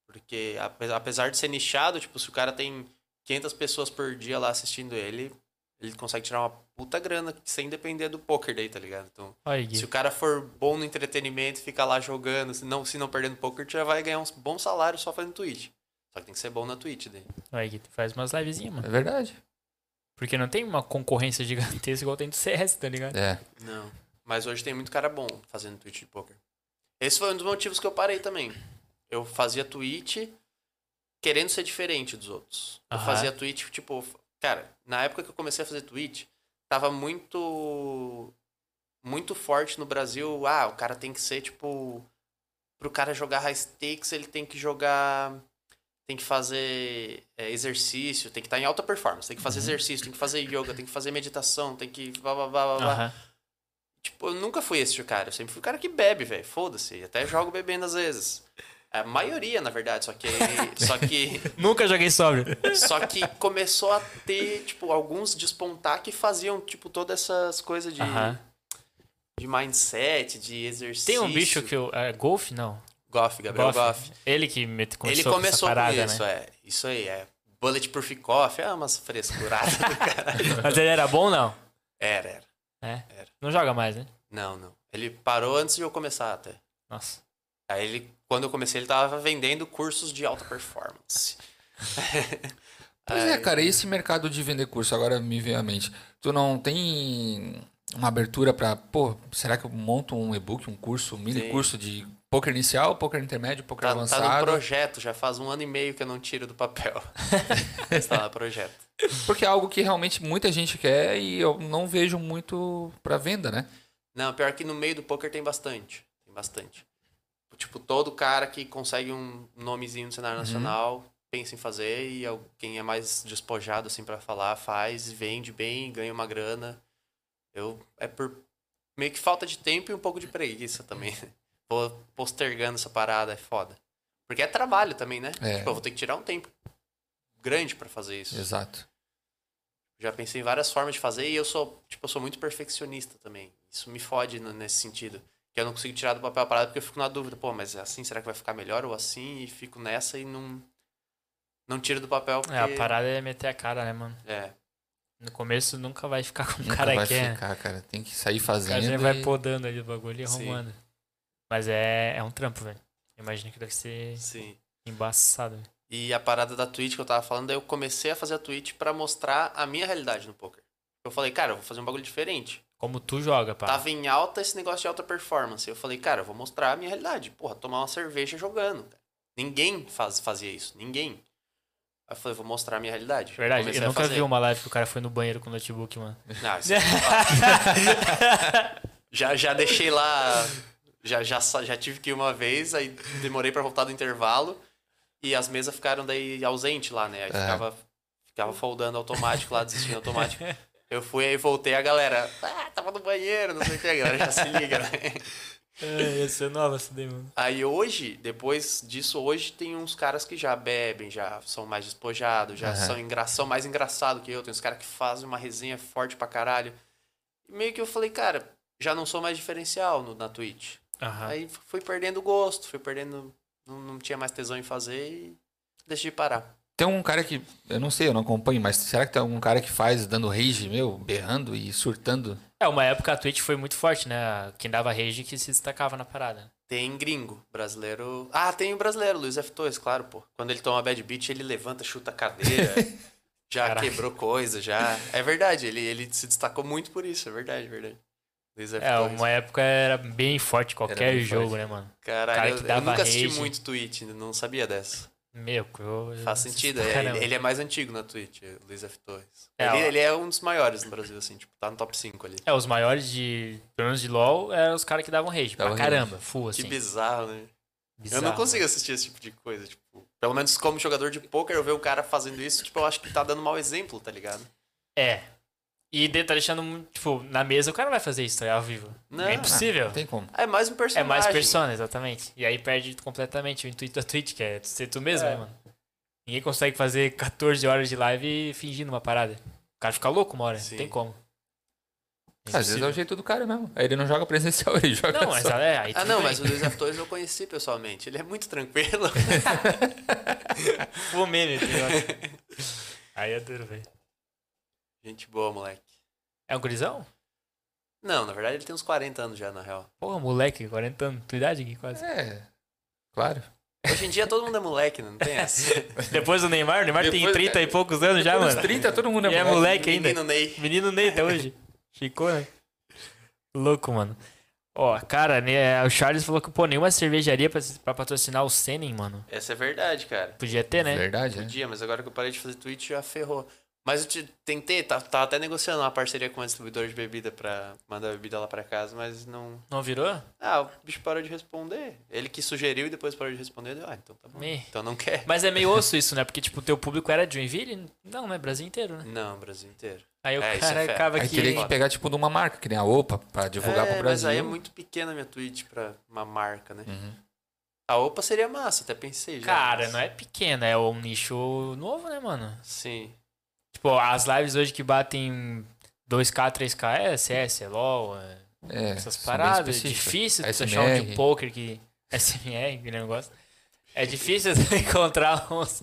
Porque ape- apesar de ser nichado, tipo, se o cara tem 500 pessoas por dia lá assistindo ele, ele consegue tirar uma puta grana sem depender do poker daí, tá ligado? Então, Olha, Gui. se o cara for bom no entretenimento, fica lá jogando, se não, se não perdendo poker, tu já vai ganhar um bom salário só fazendo Twitch. Só que tem que ser bom na Twitch daí. Olha, Gui, tu faz umas livezinhas, mano. É verdade. Porque não tem uma concorrência <laughs> gigantesca igual tem do CS, tá ligado? É. Não. Mas hoje tem muito cara bom fazendo Twitch de poker. Esse foi um dos motivos que eu parei também. Eu fazia Twitch querendo ser diferente dos outros. Eu Aham. fazia Twitch, tipo, cara, na época que eu comecei a fazer Twitch, tava muito muito forte no Brasil, ah, o cara tem que ser tipo pro cara jogar high stakes, ele tem que jogar tem que fazer é, exercício, tem que estar em alta performance, tem que Uhum. fazer exercício, tem que fazer yoga, tem que fazer meditação, tem que blá blá blá blá, blá. Aham. Tipo, eu nunca fui esse cara. Eu sempre fui o cara que bebe, velho. Foda-se. Até jogo bebendo às vezes. A maioria, na verdade. <laughs> Só que. só que. Nunca joguei sóbrio. Só que começou a ter, tipo, alguns despontar que faziam, tipo, todas essas coisas de, Aham. de mindset, de exercício. Tem um bicho que eu. É Golf? Não. Goff, Gabriel Goff. Ele que me começou, É Ele com essa começou parada, com isso, né? é. Isso aí, é. Bulletproof Coffee, é umas frescuradas do <laughs> caralho. Mas ele era bom, não? Era, era. É. é. Era. Não joga mais, né? Não, não. Ele parou antes de eu começar até. Nossa. Aí ele, quando eu comecei, ele tava vendendo cursos de alta performance. Pois é, cara, e esse mercado de vender curso agora me veio à mente. Tu não tem uma abertura pra, pô, será que eu monto um e-book, um curso, um mini Sim. curso de poker inicial, poker intermédio, poker Tá, avançado? tá no projeto, já faz um ano e meio que eu não tiro do <laughs> papel. Está lá projeto. Porque é algo que realmente muita gente quer e eu não vejo muito pra venda, né? Não, pior que no meio do poker tem bastante. Tem bastante. Tipo, todo cara que consegue um nomezinho no Uhum. cenário nacional pensa em fazer e al- quem é mais despojado assim para falar faz, vende bem, ganha uma grana. Eu é por meio que falta de tempo e um pouco de preguiça também. <laughs> Vou postergando essa parada, é foda. Porque é trabalho também, né? É. Tipo, eu vou ter que tirar um tempo grande para fazer isso. Exato. Já pensei em várias formas de fazer e eu sou, tipo, eu sou muito perfeccionista também. Isso me fode no- nesse sentido. Que eu não consigo tirar do papel a parada porque eu fico na dúvida. Pô, mas é assim, será que vai ficar melhor ou assim? E fico nessa e não não tiro do papel porque... É, a parada é meter a cara, né, mano? É, No começo nunca vai ficar como o Nunca cara vai quer. né? ficar, cara. Tem que sair O fazendo. cara já vai e- podando ali o bagulho e Sim. arrumando. Mas é, é um trampo, velho. Imagina que deve ser sim. embaçado. né? velho. E a parada da Twitch que eu tava falando, eu comecei a fazer a Twitch pra mostrar a minha realidade no poker. Eu falei, cara, eu vou fazer um bagulho diferente. Como tu joga, pá. Tava em alta esse negócio de alta performance. Eu falei, cara, eu vou mostrar a minha realidade. Porra, tomar uma cerveja jogando. cara. Ninguém faz, fazia isso. Ninguém. Aí eu falei, vou mostrar a minha realidade. É Verdade, Comecei eu a nunca fazer. vi uma live que o cara foi no banheiro com o notebook, mano. Não, <laughs> isso é fácil. já, já deixei lá. Já, já, sa- já tive que ir uma vez, aí demorei pra voltar do intervalo. E as mesas ficaram daí ausente lá, né? Aí ficava, ficava foldando automático lá, desistindo <laughs> automático. Eu fui aí voltei, a galera. Ah, tava no banheiro, não sei o que, a galera já se liga, né? <laughs> É, ia ser nova essa daí, mano. Aí hoje, depois disso, hoje tem uns caras que já bebem, já são mais despojados, já Aham. são, engra... são mais engraçados que eu. Tem uns caras que fazem uma resenha forte pra caralho. E meio que eu falei, cara, já não sou mais diferencial no, na Twitch. Aham. Aí f- fui perdendo o gosto, fui perdendo. Não, não tinha mais tesão em fazer e deixei de parar. Tem um cara que, eu não sei, eu não acompanho, mas será que tem algum cara que faz dando rage, meu, berrando e surtando? É, uma época a Twitch foi muito forte, né? Quem dava rage que se destacava na parada. Tem gringo, brasileiro. Ah, tem o brasileiro, Luiz F2, claro, pô. Quando ele toma bad beat, ele levanta, chuta a <laughs> cadeira. já Caraca. quebrou coisa, já. É verdade, ele, ele se destacou muito por isso, é verdade, é verdade. Luiz F2. É, uma época era bem forte qualquer Era bem jogo, forte. né, mano? cara Caralho, que eu- eu, dava nunca assisti rage. muito Twitch, ainda não sabia dessa. Meu, eu, eu Faz não sei <laughs> sentido, se- é, Caramba. ele, ele é mais antigo na Twitch, o Luiz F2. É, ele, ó. ele é um dos maiores no Brasil, assim, tipo, tá no top 5 ali. É, os maiores de. Pelo menos de LOL eram os caras que davam rage. Davam pra rage. caramba, full assim. Que bizarro, né? Bizarro, eu não consigo mano. assistir esse tipo de coisa, tipo, pelo menos como jogador de pôquer, eu ver o cara fazendo isso, tipo, eu acho que tá dando mau exemplo, tá ligado? É. E de- tá deixando, muito, tipo, na mesa o cara vai fazer isso, tá? ao vivo. Não. é Ah, impossível. Não tem como. É mais um É personagem. mais persona, exatamente. E aí perde completamente o intuito da Twitch, que é ser tu mesmo, É. né, mano? Ninguém consegue fazer 14 horas de live fingindo uma parada. O cara fica louco uma hora, Sim. não tem como. Às vezes é o um Impossível. jeito do cara mesmo. Aí ele não joga presencial, <laughs> ele joga Não, mas só. é, aí Ah, tudo não, bem. mas o Luiz F2 eu conheci pessoalmente, ele é muito tranquilo. <laughs> Vou meme, tá ligado? <laughs> Aí é eu tudo bem. Gente boa, moleque. É um gurizão? Não, na verdade ele tem uns 40 anos já, na real. Porra, moleque, 40 anos, tua idade aqui quase. É, claro. Hoje em dia todo mundo é moleque, né? Não tem essa. Depois do Neymar, o Neymar tem Depois- 30 e poucos anos já, Depois mano. dos 30, todo mundo E <laughs> é é moleque ainda. Menino Ney. Menino Ney até hoje. Ficou, né? Louco, mano. Ó, cara, né, o Charles falou que, pô, nenhuma cervejaria pra, pra patrocinar o Senem, mano. Essa é verdade, cara. Podia ter, né? Verdade, né? Podia, mas agora que eu parei de fazer Twitch já ferrou. Mas eu te, tentei, tá, tá até negociando uma parceria com um distribuidor de bebida pra mandar a bebida lá pra casa, mas não. Não virou? Ah, o bicho parou de responder. Ele que sugeriu e depois parou de responder. eu, Ah, então tá bom. Me. Então não quer. <laughs> Mas é meio osso isso, né? Porque, tipo, teu público era Joinville? Não, né? Brasil inteiro, né? Não, Brasil inteiro. Aí o É, isso cara é fé. acaba Aí que... teria que pegar, tipo, de uma marca, que nem a OPA, pra divulgar é, pro Brasil. Mas aí é muito pequena a minha Twitch pra uma marca, né? Uhum. A OPA seria massa, até pensei já. Cara, mas- não é pequeno, é um nicho novo, né, mano? Sim. Tipo, as lives hoje que batem 2K, 3K é CS, é LOL, é É, essas são bem paradas. É específicas. difícil tu SMR. achar um de poker que. <laughs> SMR, que negócio. É difícil <laughs> tu encontrar uns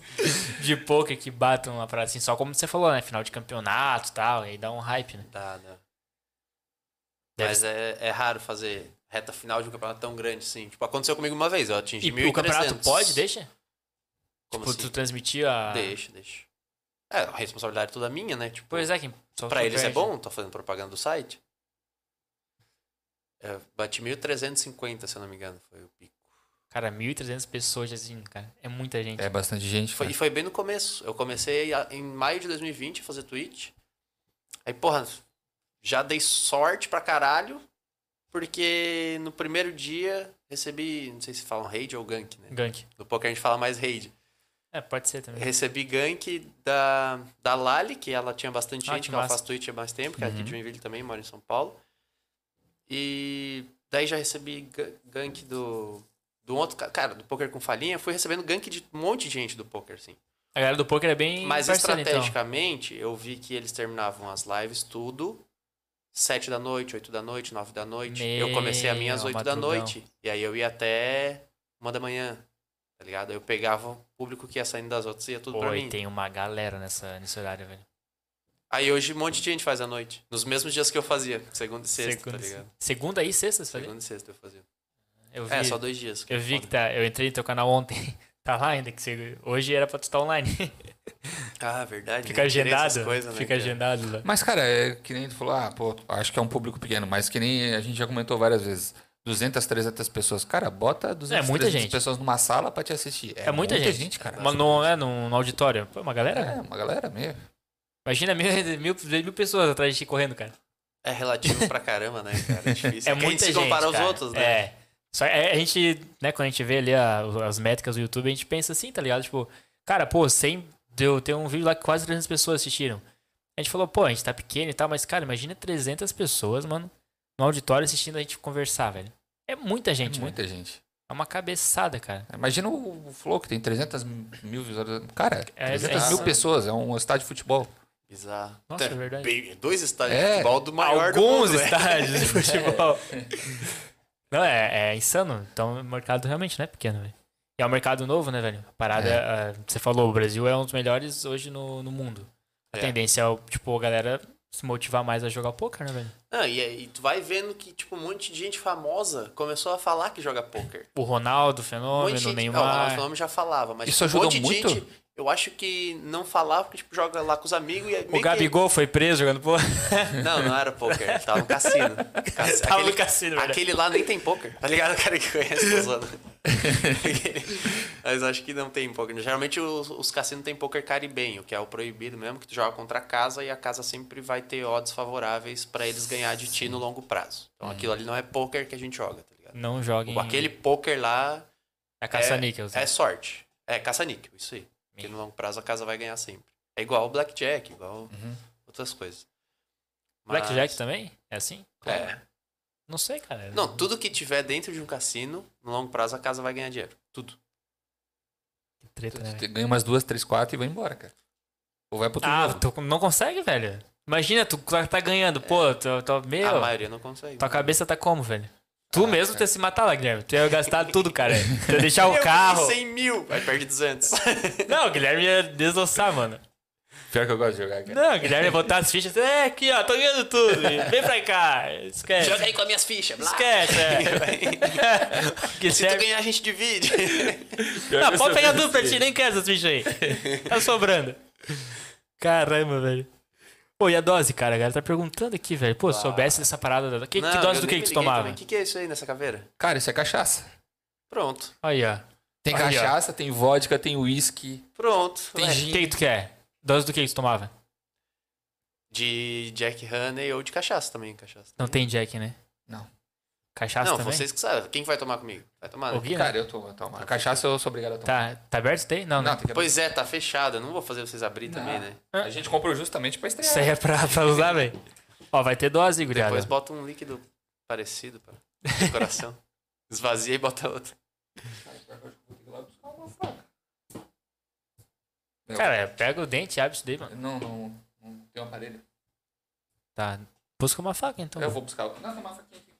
de poker que batam uma parada assim, só como você falou, né? Final de campeonato e tal, e aí dá um hype, né? Dá, dá. Deve Mas é, é raro fazer reta final de um campeonato tão grande assim. Tipo, aconteceu comigo uma vez, eu atingi E 1.300. o campeonato pode, deixa? Como tipo, assim? tu transmitir a. Deixa, deixa. É, a responsabilidade toda minha, né? Tipo, Pois é, quem. Só pra tu eles é perde. bom, tô fazendo propaganda do site. É, bati 1.350, se eu não me engano, foi o pico. Cara, 1.300 pessoas assim, cara. É muita gente. É bastante gente. Foi- cara. e foi bem no começo. Eu comecei a- em maio de 2020 a fazer Twitch. Aí, porra, já dei sorte pra caralho, porque no primeiro dia recebi, não sei se falam raid ou gank, né? Gank. No poker a gente fala mais raid. É, pode ser também. Recebi gank da, da Lali, que ela tinha bastante Ah, gente, que que ela massa. faz Twitch há mais tempo, que é aqui Uhum. de Joinville também, mora em São Paulo. E daí já recebi ga- gank do, do outro ca- cara, do poker com falinha. Fui recebendo gank de um monte de gente do poker, assim. A galera do poker é bem. Mas parceira, então. estrategicamente, eu vi que eles terminavam as lives tudo. sete da noite, oito da noite, nove da noite. eu comecei a minha às Meu, 8 da madrugão. noite. E aí eu ia até uma da manhã, tá ligado? Eu pegava o público que ia saindo das outras e ia tudo Pô, pra e mim. tem uma galera nessa, nesse horário, velho. Aí hoje um monte de gente faz à noite. Nos mesmos dias que eu fazia. Segunda e sexta, segunda, tá ligado? segunda e sexta, você fazia? Segunda e sexta eu fazia. Eu vi, É, só dois dias. eu vi que foda. tá. Eu entrei no teu canal ontem. <laughs> Tá lá ainda que você. Hoje era pra tu estar online. <laughs> Ah, verdade. Fica né? Querer essas agendado. coisas, né, fica cara? agendado lá. Mas, cara, é que nem tu falou, ah, pô, acho que é um público pequeno, mas que nem a gente já comentou várias vezes. 200, 300 pessoas. Cara, bota 200, É muita 300 gente. pessoas numa sala pra te assistir. É, muita, gente. cara. Mas não é num num auditório. Pô, uma galera. É, uma galera mesmo. Imagina mil, mil, <laughs> dois mil pessoas atrás de ti correndo, cara. É relativo pra caramba, né, <laughs> cara? É difícil. É que a gente muita se gente. compara aos cara. outros, né? É. Só, é, a gente, né, quando a gente vê ali a- as métricas do YouTube, a gente pensa assim, tá ligado? Tipo, cara, pô, 100, deu, tem um vídeo lá que quase 300 pessoas assistiram. A gente falou, pô, a gente tá pequeno e tal, mas, cara, imagina 300 pessoas, mano, no auditório assistindo a gente conversar, velho. É muita É gente, mano. muita gente. É uma cabeçada, cara. Imagina o Flow, que tem 300 mil visualizações. Cara, É, 300 mil é. pessoas. É um estádio de futebol. Bizarro. Nossa, Tá é verdade. bem- dois estádios É. de futebol do maior do Alguns mundo, né? estádios de futebol. Não, é, é insano. Então, o mercado realmente não é pequeno, velho. E é um mercado novo, né, velho? A parada, É. ah, você falou, o Brasil é um dos melhores hoje no, no mundo. A É. tendência é, o, tipo, a galera se motivar mais a jogar poker, né, velho? <laughs> Não, e, aí tu vai vendo que, tipo, um monte de gente famosa começou a falar que joga poker. O Ronaldo, Um o monte Fenômeno, de o gente. Neymar. Não, o nome já falava, mas Isso tipo, ajuda um monte muito? de gente. Eu acho que não falava porque, tipo, joga lá com os amigos e aí meio o que- Gabigol foi preso <laughs> jogando poker. Não, não era poker, tava no cassino. Cassi- <laughs> Tava no cassino, velho. Aquele lá nem tem poker, tá ligado? O cara que conhece tá <laughs> zoando. Aquele- Mas acho que não tem poker. Geralmente os, os cassinos tem poker caribenho, que é o proibido mesmo, que tu joga contra a casa e a casa sempre vai ter odds favoráveis pra eles ganhar de ti no longo prazo. Então aquilo ali não é poker que a gente joga, tá ligado? Não joguem. Ou Aquele poker lá É caça-níquel. é sorte. É caça-níquel, isso aí. Hum. Porque no longo prazo a casa vai ganhar sempre. É igual o blackjack, igual outras coisas. Mas- Uhum. Blackjack também? É assim? É. Não sei, cara. Não, tudo que tiver dentro de um cassino, no longo prazo a casa vai ganhar dinheiro. Tudo. Que Treta, né, velho? Você ganha umas duas, três, quatro e vai embora, cara. Ou vai pro outro Ah, jogo. tu não consegue, velho. Imagina, tu tá tá ganhando, É. pô, tu, tu, meu, A maioria não consegue. tua cabeça tá como, velho? Tu Ah, mesmo cara. tu ia se matar lá, Guilherme. Tu ia gastar tudo, cara. Tu ia deixar <laughs> Eu o carro. ganhei 100 mil, aí perde <laughs> 200. Não, o Guilherme ia desossar, mano. Pior que eu gosto de jogar, cara. Não, o Guilherme ia botar as fichas. É, aqui, ó, tô ganhando tudo. Vem pra cá. Esquece. Joga aí com as minhas fichas, blá. Esquece, <laughs> <laughs> é. Se O tu Guilherme. ganhar, a gente divide. Pior que Não, eu pode sou pegar desse tudo pra ti, jeito. nem quer essas fichas aí. Tá sobrando. Caramba, velho. Pô, e a dose, cara? A galera tá perguntando aqui, velho. Pô, se soubesse dessa parada. da- Que, que Não, dose eu do que nem me que tu liguei tomava? também. O que, que é isso aí nessa caveira? Cara, isso é cachaça. Pronto, Aí, ó. Tem Olha. cachaça, tem vodka, tem uísque. pronto. É, Tem Ué, gin. O que que tu quer? Dose do que que tu tomava? De Jack Honey ou de cachaça também, cachaça. Não tem Jack, né? Não. Cachaça não, também? vocês que sabem. Quem vai tomar comigo? Vai tomar, O né? Gui, né? Cara, eu tomo, eu tomo. A cachaça eu sou obrigado a tomar. Tá, tá aberto isso daí? Não, Não, não. tem que Pois é, tá fechado. Eu não vou fazer vocês abrir Não. também, né? Ah. A gente comprou justamente pra estrear. Isso aí é pra, pra usar, velho. Ó, vai ter dose, gurizada. Depois bota um líquido parecido pra <laughs> decoração. Esvazia e bota outro. Meu, Cara, pega o dente e abre isso daí, mano. Não, não, não tem um aparelho. Tá. Busca uma faca, então. Eu vou buscar. Não, tem uma faquinha aqui.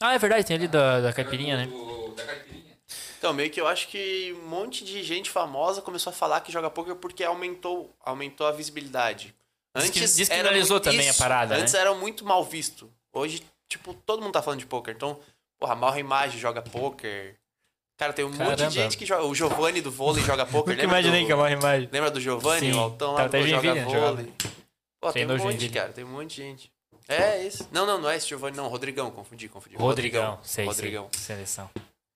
Ah, é verdade, tem ali da, da caipirinha, né? Do- Da caipirinha. Então, meio que eu acho que um monte de gente famosa começou a falar que joga poker porque aumentou, aumentou a visibilidade. Diz que Antes descriminalizou era muito- também a parada, né? Antes era muito mal visto. Hoje, tipo, todo mundo tá falando de poker. Então, porra, Malra Imagem joga poker. Cara, tem um monte Caramba. de gente que joga. O Giovanni do vôlei <laughs> joga poker. Nunca lembra imaginei do, que é uma imagem. Lembra do Giovanni? Sim, O Altão tava lá até do em joga Joinville, né, vôlei. Pô, Sem tem um nojo, monte, Joinville. cara. Tem um monte de gente. É, isso. Não, não, não é esse Giovanni, não. Rodrigão, confundi, confundi. Rodrigão. Sei, Rodrigão. sei. Seleção.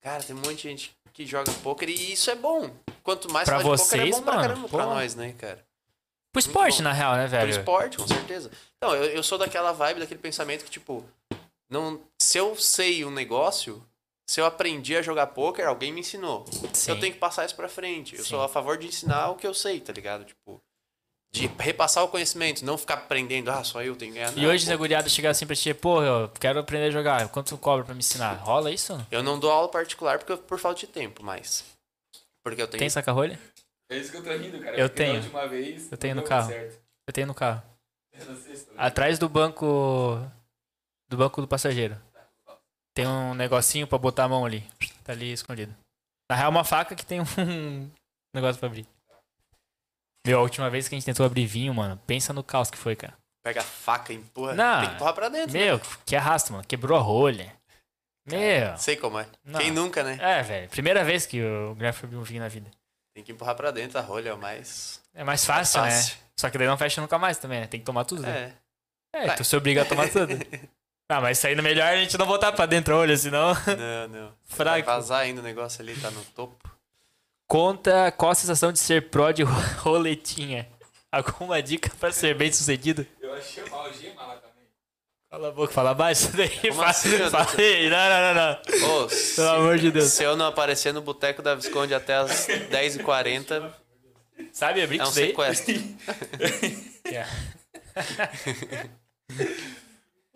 Cara, tem um monte de gente que joga poker e isso é bom. Quanto mais Pra falar de poker, vocês, é bom pra mano, caramba pô. pra nós, né, cara? Pro esporte, bom. na real, né, Pro velho? esporte, com certeza. Então, eu, eu sou daquela vibe, daquele pensamento que, tipo, não, se eu sei um negócio, se eu aprendi a jogar poker, alguém me ensinou. Sim. Eu tenho que passar isso pra frente. Eu Sim. sou a favor de ensinar o que eu sei, tá ligado? Tipo, de repassar o conhecimento, não ficar aprendendo, ah, só eu tenho que ganhar. E Não, hoje, pô. Zé Guriado chegar assim pra ti, pô, eu quero aprender a jogar. Quanto tu cobra pra me ensinar? Rola isso? Eu não dou aula particular porque, por falta de tempo, mas... Porque eu tenho Tem saca-rolha? É isso que eu tô rindo, cara. Eu porque da tenho. última vez Eu tenho não no deu carro. certo. Eu tenho no carro. Eu não sei se tô- Atrás do banco. Do banco do passageiro. Tem um negocinho pra botar a mão ali. Tá ali escondido. Na real, é uma faca que tem <laughs> um negócio pra abrir. Meu, a última vez que a gente tentou abrir vinho, mano, pensa no caos que foi, cara. Pega a faca, empurra. Não. Tem que empurrar pra dentro. Meu, que arrasto, mano. Quebrou a rolha. Meu. Sei como é. Não. Quem nunca, né? É, velho. Primeira vez que o Grand Prix um vinho na vida. Tem que empurrar pra dentro a rolha, mas. É mais fácil, né? Fácil. Só que daí não fecha nunca mais também, né? Tem que tomar tudo, né? É. É, tu se obriga a tomar tudo. <laughs> Ah, mas saindo melhor a gente não botar pra dentro olho, senão. Não, não. Vai Fraco. vazar ainda o negócio ali, tá no <laughs> topo. <laughs> Conta qual a sensação de ser pró de ro- <laughs> roletinha. Alguma dica pra ser bem sucedido? Eu achei mal o Gema lá também. Cala a boca, fala baixo daí. Como fala, assim, meu fala Deus? aí. Não, não, não, não. Ô, se, Pelo amor de Deus. se eu não aparecer no boteco da Visconde até <laughs> as 10h40, Sabe abrir é um isso daí? sequestro. É.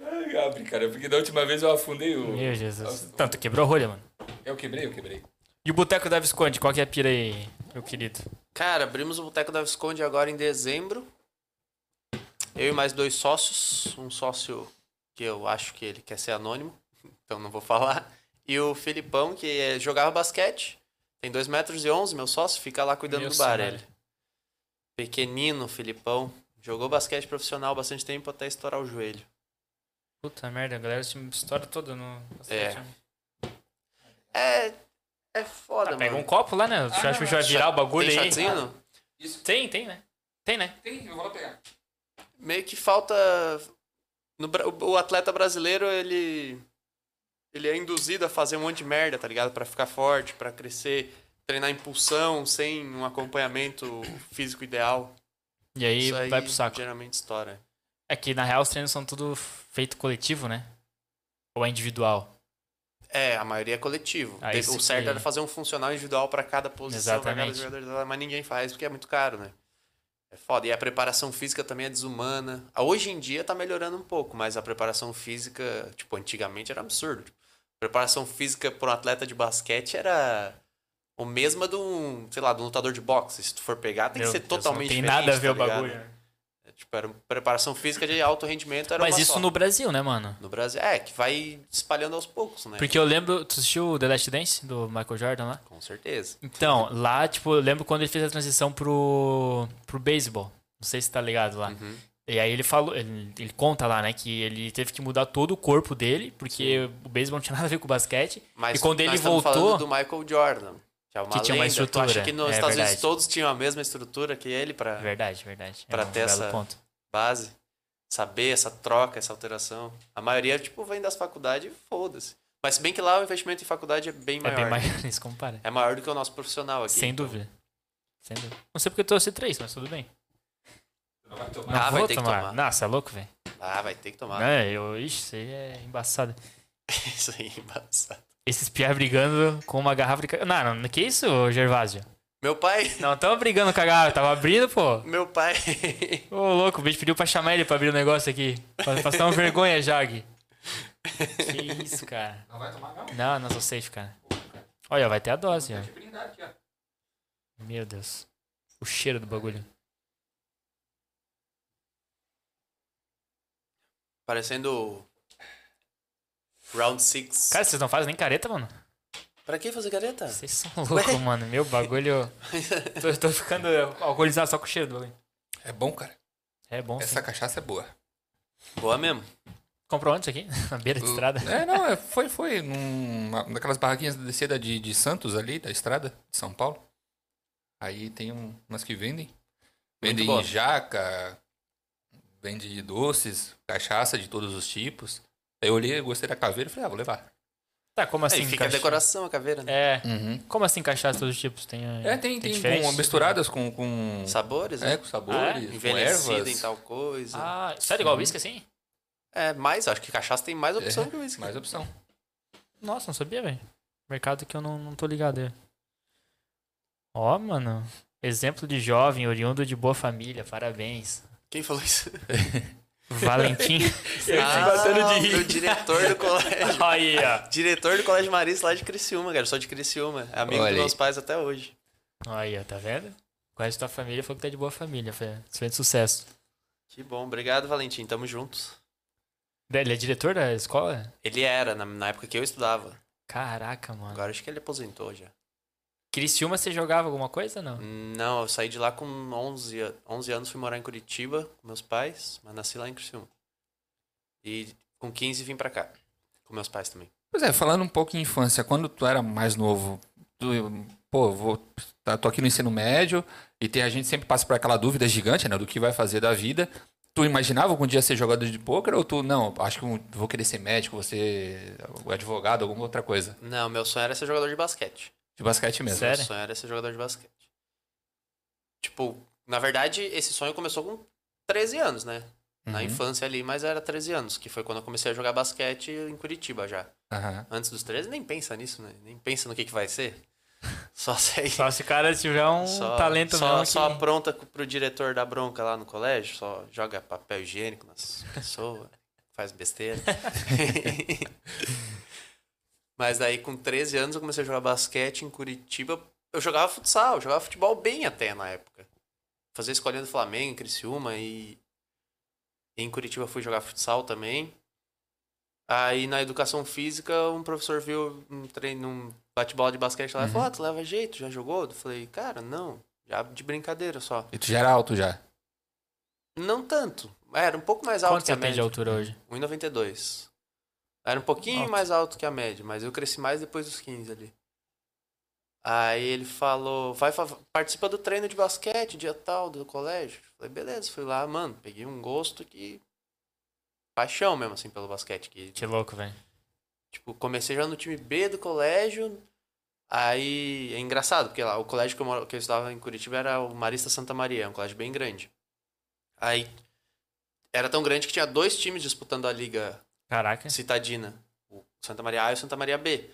Ai, Gabi, cara, porque da última vez eu afundei o. Meu Jesus. Tanto quebrou a rolha, mano. Eu quebrei, eu quebrei. E o Boteco da Visconde, qual que é a pira aí, meu querido? Cara, abrimos o Boteco da Visconde agora em dezembro. Eu e mais dois sócios. Um sócio que eu acho que ele quer ser anônimo, <laughs> então não vou falar. E o Filipão, que eh, jogava basquete. Tem 2 metros e 11, meu sócio, fica lá cuidando Meu do bar. cenário. Ele. Pequenino, Filipão. Jogou basquete profissional bastante tempo até estourar o joelho. Puta merda, a galera se estoura toda no. né? É. É. É foda, Ah, pega um mano. copo lá, né? Tu não, acha que não. vai virar o bagulho Tem aí? shotzinho? não? Tem, tem, né? Tem, né? Tem, eu vou lá pegar. meio que falta no Bra- o o atleta brasileiro ele ele é induzido a fazer um monte de merda tá ligado Pra ficar forte pra crescer treinar impulsão sem um acompanhamento físico ideal E aí, Isso aí vai pro saco. geralmente estoura É que na real os treinos são tudo feito coletivo, né? Ou é individual? é a maioria é coletivo Ah, Tem- esse o certo que- era fazer um funcional individual pra cada posição pra cada Exatamente. jogador mas ninguém faz porque é muito caro né é foda. E a preparação física também é desumana. Ah, Hoje em dia tá melhorando um pouco, mas a preparação física, tipo, antigamente era absurdo. Tipo, preparação física para um atleta de basquete era o mesma de um, sei lá, de um lutador de boxe. Se tu for pegar, tem Meu que ser Deus, totalmente Não tem diferente, nada a ver tá o ligado? bagulho. né? É, Tipo, era preparação física de alto rendimento era Mas uma isso só. no Brasil, né, mano? no Brasil, é, que vai espalhando aos poucos, né? Porque eu lembro, tu assistiu o The Last Dance do Michael Jordan lá? Com certeza. Então, lá, tipo, eu lembro quando ele fez a transição pro, pro beisebol. Não sei se tá ligado lá. Uhum. E aí ele falou, ele, ele conta lá, né, que ele teve que mudar todo o corpo dele, porque o beisebol não tinha <laughs> nada a ver com o basquete. Mas e quando nós ele estamos falando voltou, do Michael Jordan. Que, é uma Que tinha uma lenda. estrutura, Tu acha que nos é Estados verdade. Unidos todos tinham a mesma estrutura que ele pra verdade, verdade. É. Pra é um ter belo essa- ponto. base? Saber essa troca, essa alteração. A maioria, tipo, vem das faculdades e foda-se. Mas se bem que lá o investimento em faculdade é bem É <laughs> maior. então. bem maior, nem se compara. É maior do que o nosso profissional aqui. Sem dúvida. Sem dúvida. Não sei porque eu trouxe três, mas tudo bem. Não vai tomar. Não Ah, vai vou ter que tomar. tomar. Nossa, é louco, velho. Ah, vai ter que tomar. Não, eu... Ixi, isso aí é embaçado. <laughs> Isso aí, é embaçado. Esses piá brigando com uma garrafa de... ca- Não, não, que isso, ô Gervásio? Meu pai, Não, tava brigando com a garrafa, tava abrindo, pô. meu pai. <laughs> Ô, louco, o bicho pediu pra chamar ele pra abrir o negócio aqui. Pra passar uma vergonha, Jag. Que isso, cara. Não vai tomar, não? Não, não sou safe, cara. Olha, vai ter a dose, ó. Tem que brindar aqui, ó. Meu Deus. O cheiro do bagulho. Parecendo. Round 6. Cara, vocês não fazem nem careta, mano? Pra que fazer careta? Vocês são <laughs> loucos, mano. Meu bagulho. Tô, tô ficando alcoolizado só com o cheiro do bagulho. É bom, cara. É bom, sim. Essa cachaça é boa. Boa mesmo. Comprou onde isso aqui? <laughs> Na beira de estrada. É, não, é, foi, foi num, na- naquelas barraquinhas da descida de, de Santos ali, da estrada, de São Paulo. Aí tem um, umas que vendem. Vendem boa. jaca, vende doces, cachaça de todos os tipos. Aí eu olhei, gostei da caveira e falei, ah, vou levar. Tá, como assim? Aí fica a cacha- decoração, a caveira, né? É. Uhum. Como assim cachaça de todos os tipos? Tem, É, tem, tem, diferente? com, misturadas com, com, Sabores, é, né? com sabores, com Envelhecida em ervas. tal coisa. Ah, sério, igual whisky assim? É, mais, acho que cachaça tem mais opção É, que o uísque. Mais opção. Nossa, não sabia, velho. Mercado que eu não, não tô ligado. é. Ó, mano. Exemplo de jovem, oriundo de boa família, parabéns. Quem <laughs> falou isso? Valentim. <laughs> tá Ah, o <laughs> diretor do colégio. Aí, ó. diretor do Colégio Marista lá de Criciúma, cara. Eu sou de Criciúma. É Amigo Olha dos aí. meus pais até hoje. Aí, ó, tá vendo? Conhece tua família, falou que tá de boa família, Fê. Excelente sucesso. Que bom. Obrigado, Valentim. Tamo juntos. Ele é diretor da escola? Ele era, na, na época que eu estudava. Caraca, mano. Agora acho que ele aposentou já. Criciúma, você jogava alguma coisa não? Não, eu saí de lá com 11, a- 11 anos, fui morar em Curitiba com meus pais, mas nasci lá em Criciúma. E com 15 vim pra cá. Com meus pais também. Pois é, falando um pouco em infância, quando tu era mais novo, tu, pô, vou, tá, tô aqui no ensino médio e tem, a gente sempre passa por aquela dúvida gigante, né, do que vai fazer da vida. Tu imaginava algum dia ser jogador de pôquer ou tu, não, acho que um- vou querer ser médico, vou ser advogado, alguma outra coisa? Não, meu sonho era ser jogador de basquete. De basquete mesmo. Sério? Meu sonho era ser jogador de basquete. Tipo, na verdade, esse sonho começou com 13 anos, né? Na Uhum, infância ali, mas era 13 anos, que foi quando eu comecei a jogar basquete em Curitiba já. aham. Antes dos 13, nem pensa nisso, né? Nem pensa no que, que vai ser. Só <laughs> sei. Só se o cara tiver um talento só, não só que... apronta co- pro diretor da bronca lá no colégio, só joga papel higiênico nas pessoas, faz besteira. <laughs> Mas daí com 13 anos eu comecei a jogar basquete em Curitiba. Eu jogava futsal, eu jogava futebol bem até na época. Fazia escolinha do Flamengo, em Criciúma e em Curitiba eu fui jogar futsal também. Aí na educação física, um professor viu um treino, um bate-bola de basquete lá e Uhum. falou: Ah, tu leva jeito, já jogou? Eu falei: Cara, não, já de brincadeira só. E tu já era alto já? Não tanto. Era um pouco mais alto Quanto que você a tem de média. altura hoje? 1,92. Era um pouquinho Alto. mais alto que a média, mas eu cresci mais depois dos 15 ali. Aí ele falou, vai fa- participa do treino de basquete, dia tal, do colégio. Falei, beleza, fui lá, mano, peguei um gosto que... Paixão mesmo, assim, pelo basquete. Que Que louco, velho. Tipo, comecei já no time B do colégio. Aí é engraçado, porque lá o colégio que eu, moro- que eu estudava em Curitiba era o Marista Santa Maria, é um colégio bem grande. Aí era tão grande que tinha dois times disputando a liga Caraca. citadina, o Santa Maria A e o Santa Maria B.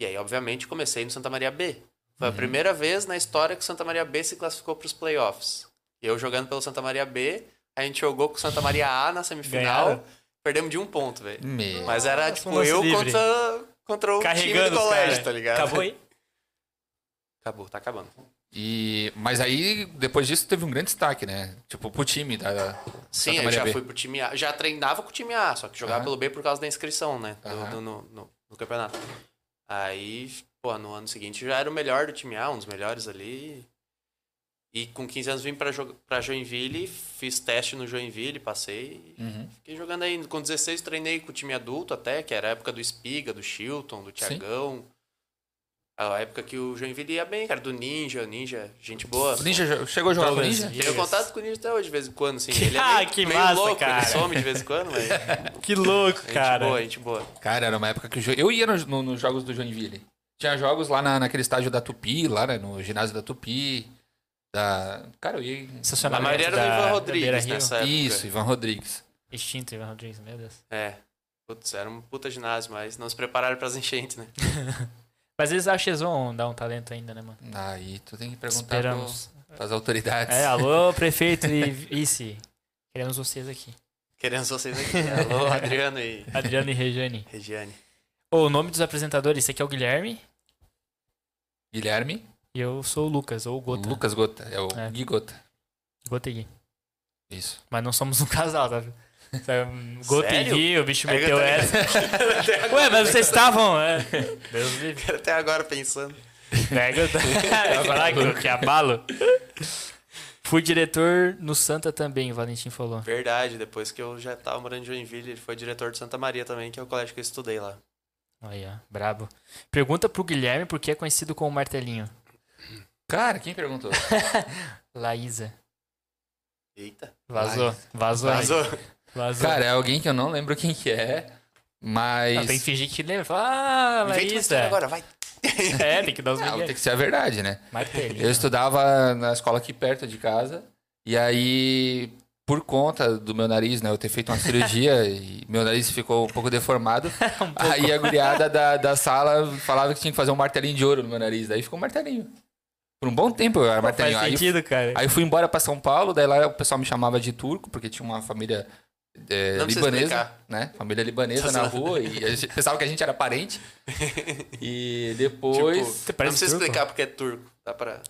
E aí, obviamente, comecei no Santa Maria B. Foi a primeira vez na história que o Santa Maria B se classificou para os playoffs. E eu jogando pelo Santa Maria B, a gente jogou com o Santa Maria A na semifinal, Ganharam? perdemos de um ponto, velho. Me... Mas era Nossa, um tipo lance eu livre. contra, contra o um time Carregando do os colégio, cara. tá ligado? Acabou aí? Acabou, tá acabando. E, mas aí, depois disso, teve um grande destaque, né? Tipo, pro time da- da, Sim, Santa eu Maria já B. fui pro time A. Já treinava com o time A, só que jogava Aham. pelo B por causa da inscrição, né? do- Aham. do- no, no- no campeonato. Aí, pô, no ano seguinte já era o melhor do time A, um dos melhores ali. E com 15 anos vim pra, jo- pra Joinville, fiz teste no Joinville, passei. e Uhum. Fiquei jogando aí. Com 16 treinei com o time adulto até, que era a época do Espiga, do Chilton, do Tiagão. A época que o Joinville ia bem, cara, do Ninja, Ninja, gente boa. Ninja jo- chegou a jogar com Todas. Ninja? Tenho contato com o Ninja até hoje, de vez em quando, assim. Ele é <laughs> Ah, meio, que meio massa, louco, cara. ele some de vez em <laughs> quando, mas... Que louco, Gente cara. boa, gente boa. Cara, era uma época que o jo- eu ia nos no- nos jogos do Joinville. Tinha jogos lá na, naquele estádio da Tupi, lá né, no ginásio da Tupi. Da... Cara, eu ia. em- A Estacionamento maioria era do da- Ivan da Beira Rodrigues Rio. nessa época. Isso, Ivan Rodrigues. Extinto Ivan Rodrigues, meu Deus. É. Putz, era um puta ginásio, mas não se prepararam pras enchentes, né? Mas eles acham que eles vão dar um talento ainda, né, mano? Aí tu tem que perguntar Esperamos. pro- pras autoridades. É, alô, prefeito e vice. Queremos vocês aqui. Queremos vocês aqui. Alô, Adriano e Adriano e Regiane. Regiane. Ô, o nome dos apresentadores, esse aqui é o Guilherme Guilherme, e eu sou o Lucas, ou o Gota. Lucas Gota. É o É. Gui Gota. Gota e Gui. Isso. Mas não somos um <laughs> casal, tá? Tá, um, Gota Sério? e Gui, o bicho É, eu meteu tô essa. <laughs> <laughs> Ué, mas vocês estavam... É. Deus livre. Quero até agora pensando. Pega. Vai falar que, que abalo. Fui diretor no Santa também, o Valentim falou. Verdade, depois que eu já tava morando em Joinville, ele foi diretor de Santa Maria também, que é o colégio que eu estudei lá. Aí, ó, brabo. Pergunta pro Guilherme por que é conhecido como martelinho. Cara, quem <laughs> perguntou? Laísa. Eita. Vazou, vazou, hein? Vazou. vazou. Cara, é alguém que eu não lembro quem que é, mas. Não, Ah, tem que fingir que lembra. Fala, ah, Inventa uma Laísa. história agora, vai. É, tem que dar os Ah, tem migué. que ser a verdade, né? Martelinho. Eu estudava na escola aqui perto de casa. E aí, por conta do meu nariz, né? Eu ter feito uma cirurgia e meu nariz ficou um pouco deformado. Um pouco. Aí a guriada da, da sala falava que tinha que fazer um martelinho de ouro no meu nariz. Daí ficou um martelinho. Por um bom tempo eu era martelinho. Faz Aí, sentido, cara. aí eu fui embora pra São Paulo. Daí lá o pessoal me chamava de turco, porque tinha uma família é, Não precisa libanesa, explicar. né? Família libanesa na rua. E a gente, pensava que a gente era parente. E depois... Tipo, parece não precisa turco. explicar porque é turco. Dá pra.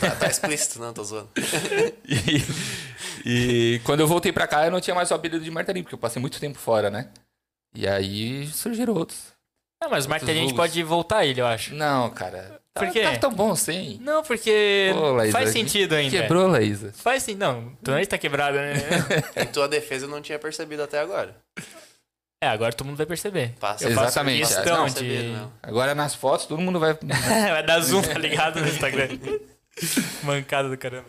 Tá, tá explícito, não, tô zoando. <laughs> E, e quando eu voltei pra cá, eu não tinha mais o apelido de martelinho, porque eu passei muito tempo fora, né? E aí surgiram outros. Não, mas o martelinho a gente vulgos. pode voltar ele, eu acho. Não, cara. Tá, Por quê? tá tão bom sem. Não, porque Ô, Laísa, faz sentido ainda. Quebrou, Laísa. Faz É sim, não. Tua nariz tá quebrada, né? Em tua defesa eu não tinha percebido até agora. É, agora todo mundo vai perceber. <laughs> Passa. Eu faço Exatamente, questão Não, de- sabia, não. Agora nas fotos todo mundo vai. Vai dar zoom, tá <laughs> ligado? No Instagram. Mancada do caramba.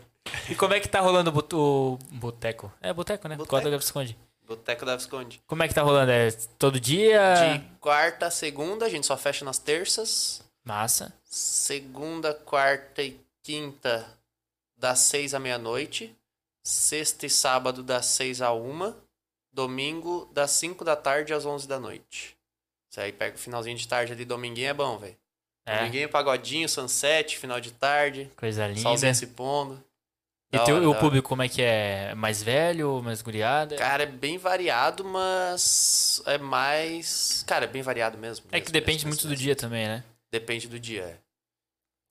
E como é que tá rolando o bot- o boteco? É, boteco, né? Boteco. Cota da Visconde. Boteco da Visconde. Como é que tá rolando? É todo dia? De quarta a segunda, a gente só fecha nas terças. Massa. Segunda, quarta e quinta, das seis à meia-noite. Sexta e sábado, das seis à uma. Domingo, das cinco da tarde às onze da noite. Isso aí pega o finalzinho de tarde ali, dominguinho é bom, velho. É, Dominguinho, pagodinho, sunset, final de tarde, coisa linda. solzinho se pondo. E Da teu- hora, da o hora. público, como é que é? Mais velho, mais guriada? Cara, é bem variado, mas é mais. Cara, é bem variado mesmo. é mesmo, que depende mesmo, muito mesmo, do mesmo. dia também, né? Depende do dia. é.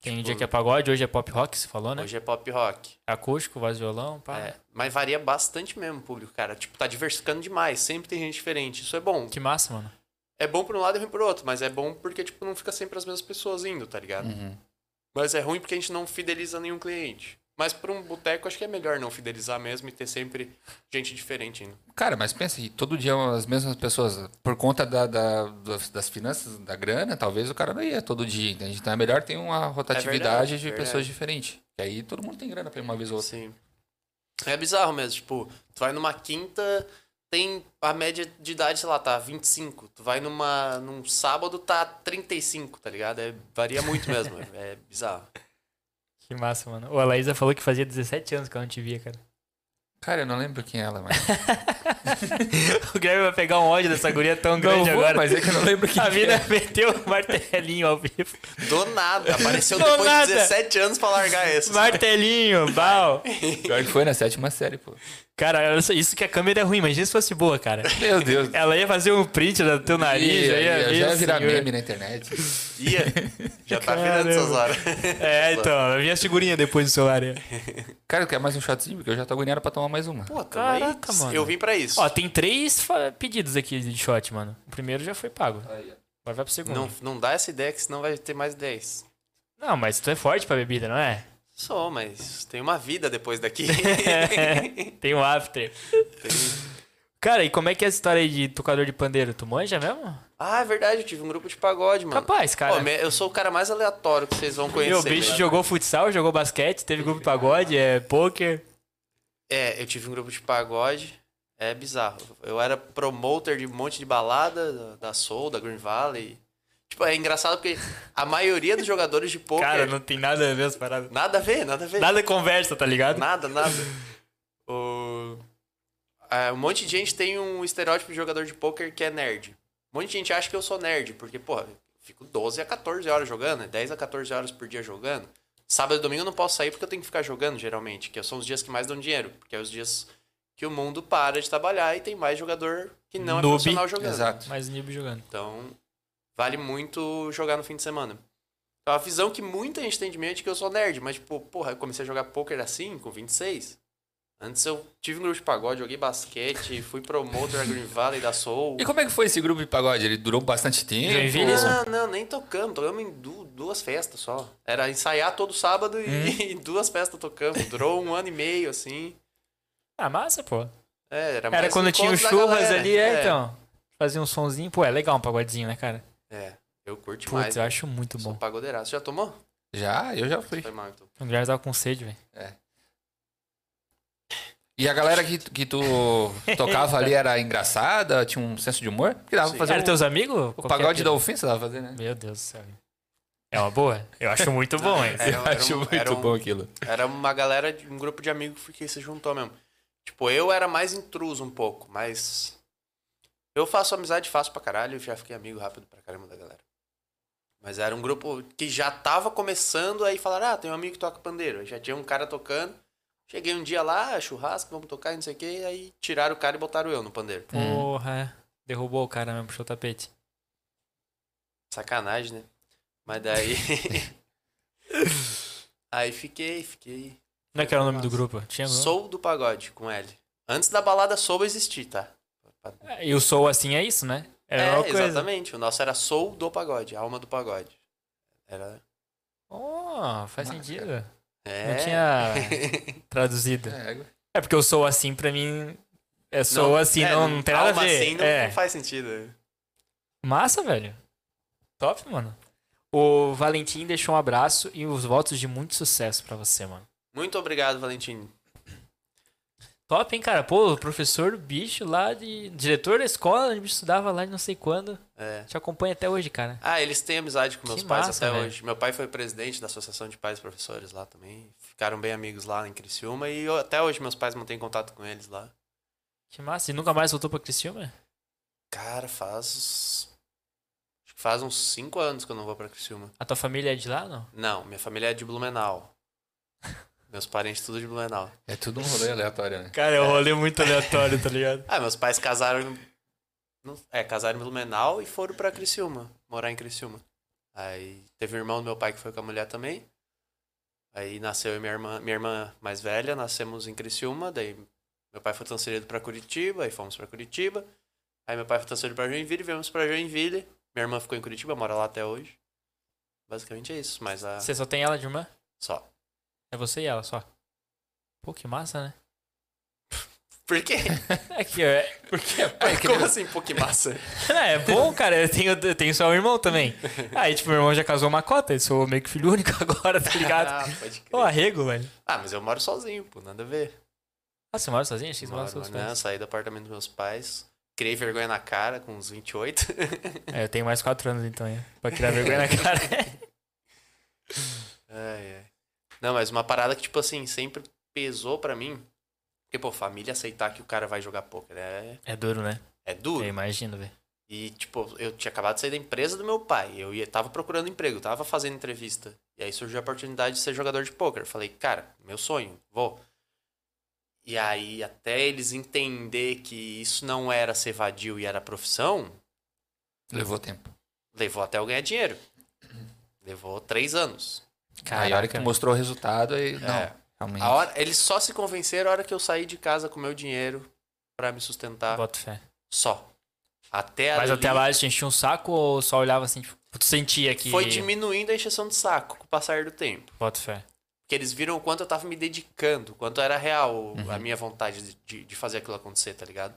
Tem Tipo, dia que é pagode, hoje é pop rock, você falou, né? Hoje é pop rock. Acústico, voz e violão, pá. é. Mas varia bastante mesmo o público, cara. Tipo, tá diversificando demais. Sempre tem gente diferente. Isso é bom. Que massa, mano. É bom por um lado e ruim por outro, mas é bom porque, tipo, não fica sempre as mesmas pessoas indo, tá ligado? Uhum. Mas é ruim porque a gente não fideliza nenhum cliente. Mas pra um boteco, acho que é melhor não fidelizar mesmo e ter sempre gente diferente indo. Cara, mas pensa aí, todo dia as mesmas pessoas, por conta da, da- das, das finanças, da grana, talvez o cara não ia todo dia, entende? Então é melhor ter uma rotatividade É verdade, de verdade. pessoas diferentes. E aí todo mundo tem grana pra ir uma vez ou outra. Sim. É bizarro mesmo, tipo, tu vai numa quinta, tem a média de idade, sei lá, tá 25. Tu vai numa num sábado, tá 35, tá ligado? É, varia muito mesmo, <laughs> é é bizarro. Que massa, mano. Ô, a Laísa falou que fazia 17 anos que ela não te via, cara. Cara, eu não lembro quem é ela, mas. <laughs> o Guilherme vai pegar um ódio dessa guria tão grande não vou, agora. mas é que <laughs> eu não lembro quem <laughs> A que é. mina meteu o martelinho ao vivo. <laughs> Do nada, apareceu Do depois nada. de 17 anos pra largar esse. Martelinho, bal. é. Pior que foi na sétima série, pô. Cara, olha só, isso que a câmera é ruim, imagina se fosse boa, cara. Meu Deus. Ela ia fazer um print do teu nariz, Ia, aí ia, ia, já ia virar senhor. meme na internet. Ia. Já tá virando essas Caramba. horas. É, então, eu vi as figurinhas depois do celular. é. Cara, quer mais um shotzinho? Porque eu já tô agoniado pra tomar mais uma. <laughs> Pô, tamo aí. Caraca, mano. Eu vim pra isso. Ó, tem três fa- pedidos aqui de shot, mano. O primeiro já foi pago. Agora vai pro segundo. não, Não, não dá essa ideia que senão vai ter mais 10. mas tu é forte pra bebida, <laughs> não é? Sou, mas tem uma vida depois <laughs> daqui. Tem um after. Cara, e como é que é a história aí de tocador de pandeiro? Tu manja mesmo? ah, é verdade, eu tive um grupo de pagode, mano. Capaz, cara. Pô, me- eu sou o cara mais aleatório que vocês vão conhecer. Meu, o bicho velho. jogou futsal, jogou basquete, teve grupo de pagode, é poker. É, eu tive um grupo de pagode. É bizarro. Eu era promoter de um monte de balada, da- da Soul, da Green Valley. Tipo, é engraçado porque a maioria dos jogadores <laughs> de poker... Cara, não tem nada a ver as paradas. Nada a ver, nada a ver. Nada conversa, tá ligado? Nada, nada. O- Ah, um monte de gente tem um estereótipo de jogador de pôquer que é nerd. Um monte de gente acha que eu sou nerd, porque, pô, eu fico 12 a 14 horas jogando, né? 10 a 14 horas por dia jogando. Sábado e domingo eu não posso sair porque eu tenho que ficar jogando, geralmente, que são os dias que mais dão dinheiro, porque é os dias que o mundo para de trabalhar e tem mais jogador que não Noob. é profissional jogando. Exato. Mas o Nibo jogando. Então, vale muito jogar no fim de semana. Então, a visão que muita gente tem de mim é de que eu sou nerd, mas, tipo, porra, eu comecei a jogar poker assim, com 26. Antes eu tive um grupo de pagode, joguei basquete, <laughs> fui promotor da Green Valley, da Soul. E como é que foi esse grupo de pagode? Ele durou bastante tempo? Joinville? Não, não, nem tocamos, tocamos em du- duas festas só. Era ensaiar todo sábado <laughs> e Hum. em duas festas tocamos. Durou um ano e meio, assim. Ah, massa, pô. É, era mais Era quando um tinha o encontro da churras galera. ali, é, então. Fazia um sonzinho. Pô, é legal um pagodinho, né, cara? É, eu curto Putz, demais. eu né? acho muito Sou bom. pagodeiraço. Já tomou? Já, eu já fui. Foi mal, então. O Guilherme tava com sede, velho. E a galera que, que tu tocava ali era engraçada, tinha um senso de humor? Que dava pra Sim. fazer Era um- teus amigos? o Qualquer pagode da pira. ofensa, dava pra fazer, né? Meu Deus do céu. É uma boa? Eu acho <laughs> muito bom, hein? Era um- era um- era um- aquilo. Era uma galera, de- um grupo de amigos que se juntou mesmo. Tipo, eu era mais intruso um pouco, mas. Eu faço amizade fácil pra caralho, já fiquei amigo rápido pra caramba da galera. Mas era um grupo que já tava começando, aí falaram, ah, tem um amigo que toca pandeiro. Aí já tinha um cara tocando. Cheguei um dia lá, churrasco, vamos tocar, e não sei o que, aí tiraram o cara e botaram eu no pandeiro. Hum. Porra. é. Derrubou o cara mesmo, puxou o tapete. Sacanagem, né? Mas daí. <laughs> aí fiquei, fiquei. Como é que era o nome do grupo? Tinha nome? Sou do pagode com L. Antes da balada Soul existir, tá? E o Soul assim é isso, né? Era é, uma coisa. exatamente. O nosso era Soul do pagode, alma do pagode. Era. Oh, faz Massa. sentido. É. <laughs> Não tinha traduzido. É, É porque o Soul assim pra mim É, soa assim, é, não, não tem nada a alma ver. assim não, é. não faz sentido. Massa, velho. Top, mano. O Valentim deixou um abraço e os votos de muito sucesso pra você, mano. Muito obrigado, Valentim. Top, hein, cara? Pô, o professor do bicho lá de. Diretor da escola, onde eu estudava lá de não sei quando. É. Te acompanha até hoje, cara. Ah, eles têm amizade com meus Que pais massa, até velho. hoje. Meu pai foi presidente da Associação de Pais e Professores lá também. Ficaram bem amigos lá em Criciúma e eu- até hoje meus pais mantêm contato com eles lá. Que massa. E nunca mais voltou pra Criciúma? Cara, faz. uns- Acho que faz uns 5 anos que eu não vou pra Criciúma. A tua família é de lá, não? Não, minha família é de Blumenau. Meus parentes tudo de Blumenau. É tudo um rolê aleatório, né? Cara, é um rolê muito aleatório, tá ligado? Ah, meus pais casaram. não- É, casaram em Blumenau e foram pra Criciúma, morar em Criciúma. Aí teve um irmão do meu pai que foi com a mulher também. Aí nasceu eu e minha irmã, minha irmã mais velha, nascemos em Criciúma, daí meu pai foi transferido pra Curitiba, aí fomos pra Curitiba. Aí meu pai foi transferido pra Joinville, viemos pra Joinville. Minha irmã ficou em Curitiba, mora lá até hoje. Basicamente é isso, mas a Você só tem ela de irmã? só. É você e ela só. Pô, que massa, né? Por quê? É que é. Como assim, pô, que massa? <laughs> É, é bom, cara. Eu tenho, eu tenho só um irmão também. Aí, tipo, meu irmão já casou uma cota. Eu sou meio que filho único <laughs> agora, tá ligado? <laughs> Ah, pode Ô, crer. arrego, velho. Ah, mas eu moro sozinho, pô, nada a ver. Ah, você mora sozinho? Achei que você Moro, morava com seus né? pais. Saí do apartamento dos meus pais. Criei vergonha na cara com uns 28. né? É, eu tenho mais quatro anos, então, é. Pra criar vergonha na cara. <laughs> ai, ai. Não, mas uma parada que, tipo assim, sempre pesou pra mim. Porque, pô, família aceitar que o cara vai jogar poker é, <laughs> É duro, né? é Eu duro. imagino, velho. E, tipo, eu tinha acabado de sair da empresa do meu pai. Eu ia, tava procurando emprego, tava fazendo entrevista. E aí surgiu a oportunidade de ser jogador de pôquer. Eu Falei, cara, meu sonho, vou. E aí, até eles entender que isso não era ser vadio e era profissão, Levou tempo. Levou até eu ganhar dinheiro. Levou três anos. Aí a hora que mostrou o resultado, aí. Não, É. realmente. A hora, eles só se convenceram a hora que eu saí de casa com meu dinheiro pra me sustentar Bota fé. só. Até Mas ali até lá eles te enchiam um saco ou só olhava assim, tipo, tu sentia que. foi diminuindo a encheção de saco com o passar do tempo. Bota fé. Porque eles viram o quanto eu tava me dedicando, o quanto era real a minha vontade de- de, de fazer aquilo acontecer, tá ligado?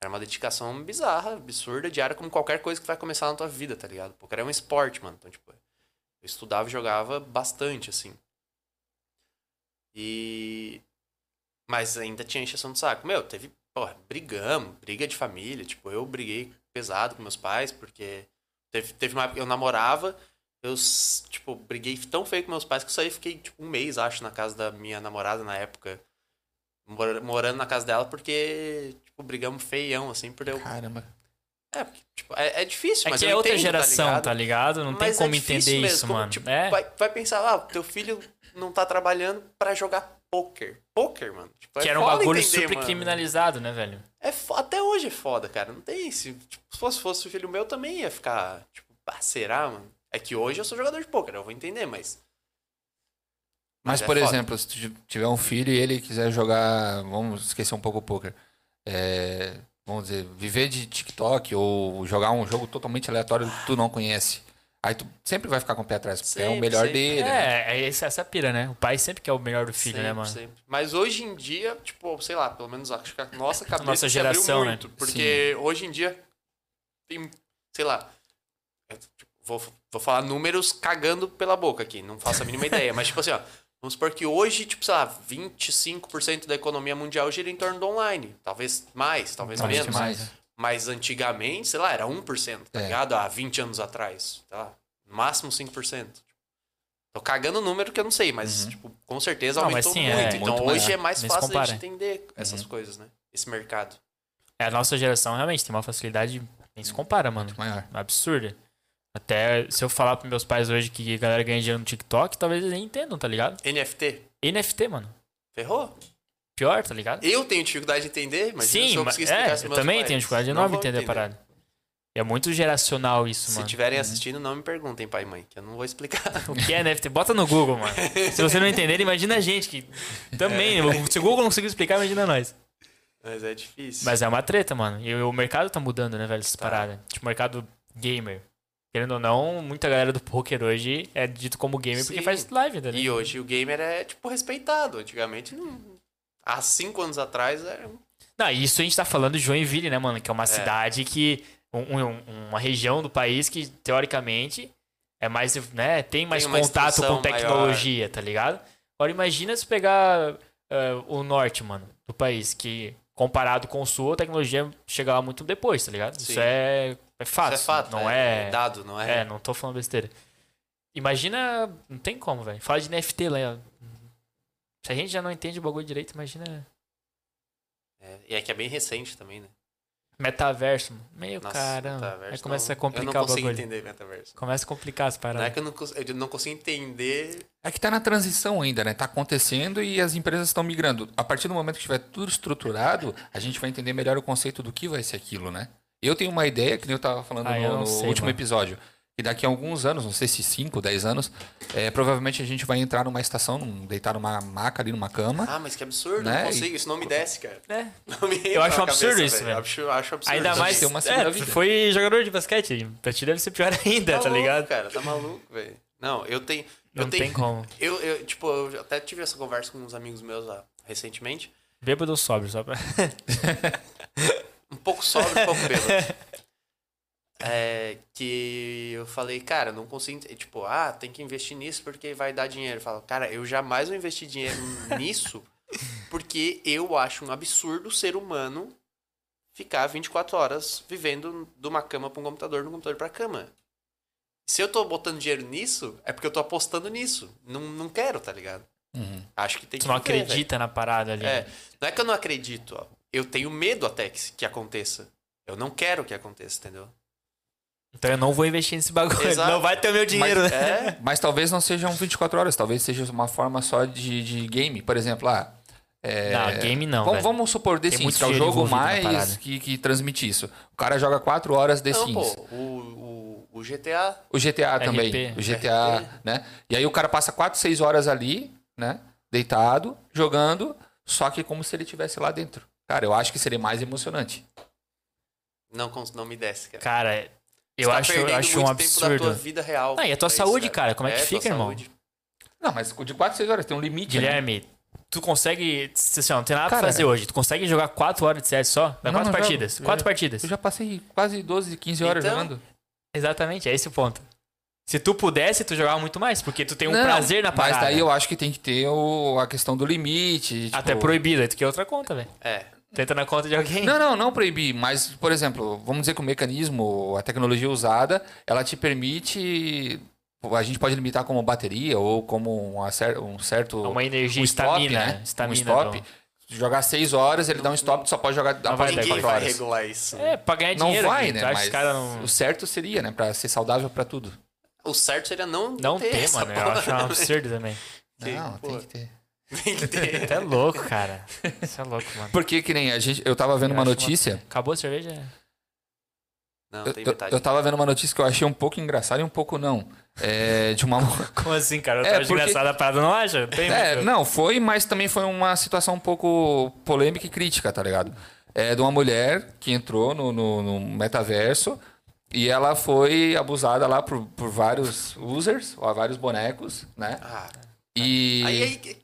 Era uma dedicação bizarra, absurda, diária, como qualquer coisa que vai começar na tua vida, tá ligado? Poker é um esporte, mano. Então, tipo, eu estudava e jogava bastante, assim. E. Mas ainda tinha encheção de saco. Meu, teve. Porra, brigamos, briga de família. Tipo, eu briguei pesado com meus pais, porque. Teve, teve uma época que eu namorava, eu, s- tipo, briguei tão feio com meus pais que eu saí e fiquei, tipo, um mês, acho, na casa da minha namorada na época. mora- Morando na casa dela, porque, tipo, brigamos feião, assim, por eu. Caramba. É, porque, tipo, é, é difícil, É mas que eu é outra entendo, geração, tá ligado? Não Mas tem como é difícil entender mesmo, isso, como, mano. tipo, é. vai, vai pensar, ah, teu filho não tá trabalhando pra jogar poker. Poker, mano. Tipo, é que era um foda bagulho entender, super mano. criminalizado, né, velho? É fo- Até hoje é foda, cara. Não tem esse. Tipo, se fosse, fosse filho meu, também ia ficar. Tipo, ah, será, mano? É que hoje eu sou jogador de poker, eu vou entender, mas. Mas, Mas é por foda. exemplo, se tu ti- tiver um filho e ele quiser jogar, vamos esquecer um pouco o poker, é, vamos dizer, viver de TikTok ou jogar um jogo totalmente aleatório que tu não conhece, aí tu sempre vai ficar com o pé atrás, porque é o Sempre, melhor sempre. dele. né? É, é essa, essa pira, né? O pai sempre quer o melhor do filho, né, sempre, mano? sempre. Mas hoje em dia, tipo, sei lá, pelo menos acho que a <laughs> nossa cabeça Nossa se abriu geração, né? muito. Porque hoje em dia tem, sei lá, é, tipo, vou, vou falar números cagando pela boca aqui, não faço a mínima ideia. Mas, tipo assim, ó, vamos supor que hoje, tipo, sei lá, 25% da economia mundial gira em torno do online. Talvez mais, talvez Talvez menos. mais, né? Mas antigamente, sei lá, era 1%, tá É. ligado? Há 20 anos atrás, tá? lá, No máximo 5%. Tô cagando o número que eu não sei, mas, tipo, com certeza Não, mas aumentou sim, é. muito. Então Muito hoje mais, é mais nem se fácil a gente compara. entender essas coisas, né? Esse mercado. É, a nossa geração realmente tem uma facilidade nem se compara, mano. Maior. Absurda. Até se eu falar pros meus pais hoje que a galera ganha dinheiro no TikTok, talvez eles nem entendam, tá ligado? NFT, NFT, mano. ferrou? Pior, tá ligado? Eu tenho dificuldade de entender, mas se Sim, eu mas conseguir é, explicar eu isso meus também pais, tenho dificuldade não enorme vão em entender a parada. Uhum. E é muito geracional isso, Se mano. estiverem assistindo, não me perguntem, pai e mãe, que eu não vou explicar. <laughs> O que é NFT? Bota no Google, mano. Se você não entender, imagina a gente que <laughs> É. também. né? Se o Google não conseguiu explicar, imagina nós. mas é difícil. Mas é uma treta, mano. E o mercado tá mudando, né, velho? Essas paradas. Tipo, o mercado gamer. Querendo ou não, muita galera do poker hoje é dito como gamer porque Sim. faz live, né? E hoje o gamer é, tipo, respeitado. Antigamente, não... há cinco anos atrás, era um Não, isso a gente tá falando de Joinville, né, mano? Que é uma cidade que. um- um- uma região do país que, teoricamente, é mais, né, tem mais uma contato instrução com tecnologia, tá ligado? Agora imagina se pegar eh, o norte, mano, do país, que comparado com o sul, a tecnologia chega lá muito depois, tá ligado? Isso Sim. é, é fato. Isso é fato, não né? é. dado, não É, é? não tô falando besteira. Imagina. Não tem como, velho. Fala de NFT lá. ó. Se a gente já não entende o bagulho direito, imagina. É, E é que é bem recente também, né? Metaverso. mano. Meu Nossa, caramba. metaverso, Aí começa não. a complicar Eu o não consigo bagulho. entender metaverso. Começa a complicar as Não paradas. é que eu não, cons- eu não consigo entender. É que tá na transição ainda, né? Tá acontecendo e as empresas estão migrando. A partir do momento que tiver tudo estruturado, a gente vai entender melhor o conceito do que vai ser aquilo, né? Eu tenho uma ideia, que nem eu tava falando Ah, eu no, não no sei, último mano. episódio, que daqui a alguns anos, não sei se 5, 10 anos, é, provavelmente a gente vai entrar numa estação, num- deitar numa maca ali, numa cama. Ah, mas que absurdo, Né? não consigo, isso não me desce, cara. <laughs> É. Não me entra Eu na acho um cabeça, absurdo isso, velho. Eu acho, acho absurdo. Ainda isso. Tá mais. ter uma segunda é, tu vida. foi jogador de basquete. Pra ti deve ser pior <laughs> ainda, Tá tá, louco, ligado? cara, tá maluco, velho. Não, eu tenho. Não eu tenho, tem como. Eu, eu, tipo, eu até tive essa conversa com uns amigos meus lá recentemente. Bêbado ou sóbrio, <laughs> só pra. Um pouco sóbrio, um pouco bêbado. É, que eu falei, cara, eu não consigo. ent- Tipo, ah, tem que investir nisso porque vai dar dinheiro. Eu falo, cara, eu jamais vou investir dinheiro <laughs> nisso porque eu acho um absurdo o ser humano ficar 24 horas vivendo de uma cama pra um computador, de um computador pra cama. Se eu tô botando dinheiro nisso, é porque eu tô apostando nisso. Não, não quero, tá ligado? Uhum. Acho que tem Tu que não ver, É, velho. acredita na parada ali. É, não é que eu não acredito, ó. Eu tenho medo até que, que aconteça. Eu não quero que aconteça, <laughs> entendeu? Então eu não vou investir nesse bagulho. Exato. Não vai ter o meu dinheiro, né? É, Mas talvez não sejam 24 horas, talvez seja uma forma só de, de game. Por exemplo, ah, é, Não, game não, Vamos, velho. vamos supor The Tem Sims, muito que é o dinheiro jogo envolvido na parada. mais que, que transmite isso. O cara joga 4 horas É The não, assim, Sims. pô, o, o, o GTA. O GTA RP. também. O GTA, né? E aí o cara passa 4, 6 horas ali, né? Deitado, jogando, só que como se ele estivesse lá dentro. Cara, eu acho que seria mais emocionante. Não, cons- não me desce, cara. Cara, eu Você tá acho, eu perdendo acho um muito Tempo da tua absurdo. vida real. Ah, e a tua pra saúde, cara, como é que tua fica, irmão? saúde. Não, mas de 4, 6 horas tem um limite. né? Guilherme, tu consegue. Assim, ó, não tem nada pra Cara, fazer hoje. Tu consegue jogar 4 horas de CS só? Dá Não, quatro não jogo. partidas. Eu Quatro já- partidas. Eu já passei quase 12, 15 horas Então, jogando. Exatamente, é esse o ponto. Se tu pudesse, tu jogava muito mais, porque tu tem um Não, prazer na parada. Mas daí eu acho que tem que ter o- a questão do limite. tipo- Até proibido, aí tu quer outra conta, velho. É. Tenta na conta de alguém. Não, não, não proibir, mas, por exemplo, vamos dizer que o mecanismo, a tecnologia usada, ela te permite. A gente pode limitar como bateria ou como uma cer- um certo. É uma energia, um stop, estamina. né? Um estamina stop. do- Jogar 6 horas, ele dá um stop, tu só pode jogar a vai partir de dar 4 Ninguém vai horas. regular isso. É, pra ganhar Não dinheiro. vai, Gui. né? Tu acha que Mas os caras não. o certo seria, né? Pra ser saudável pra tudo. O certo seria não, Não ter, tem, essa mano. Eu porra, acho <laughs> um né? absurdo também. Tem, não, pô. tem que ter. Tem que ter. Tu é louco, cara. Isso é louco, mano. Porque que nem a gente. Eu tava vendo Eu uma acho uma- notícia. Acabou a cerveja? Não, Eu, tem eu- metade. eu tava vendo uma notícia que eu achei um pouco engraçada e um pouco não. É, de uma. <laughs> Como assim, cara? Eu É, é, acho porque- engraçada a parada, não acha? <laughs> Tem, É, muito. não, foi, mas também foi uma situação um pouco polêmica e crítica, tá ligado? É de uma mulher que entrou no, no- no metaverso e ela foi abusada lá por, por vários users, ou vários bonecos, né? Ah, E aí, aí,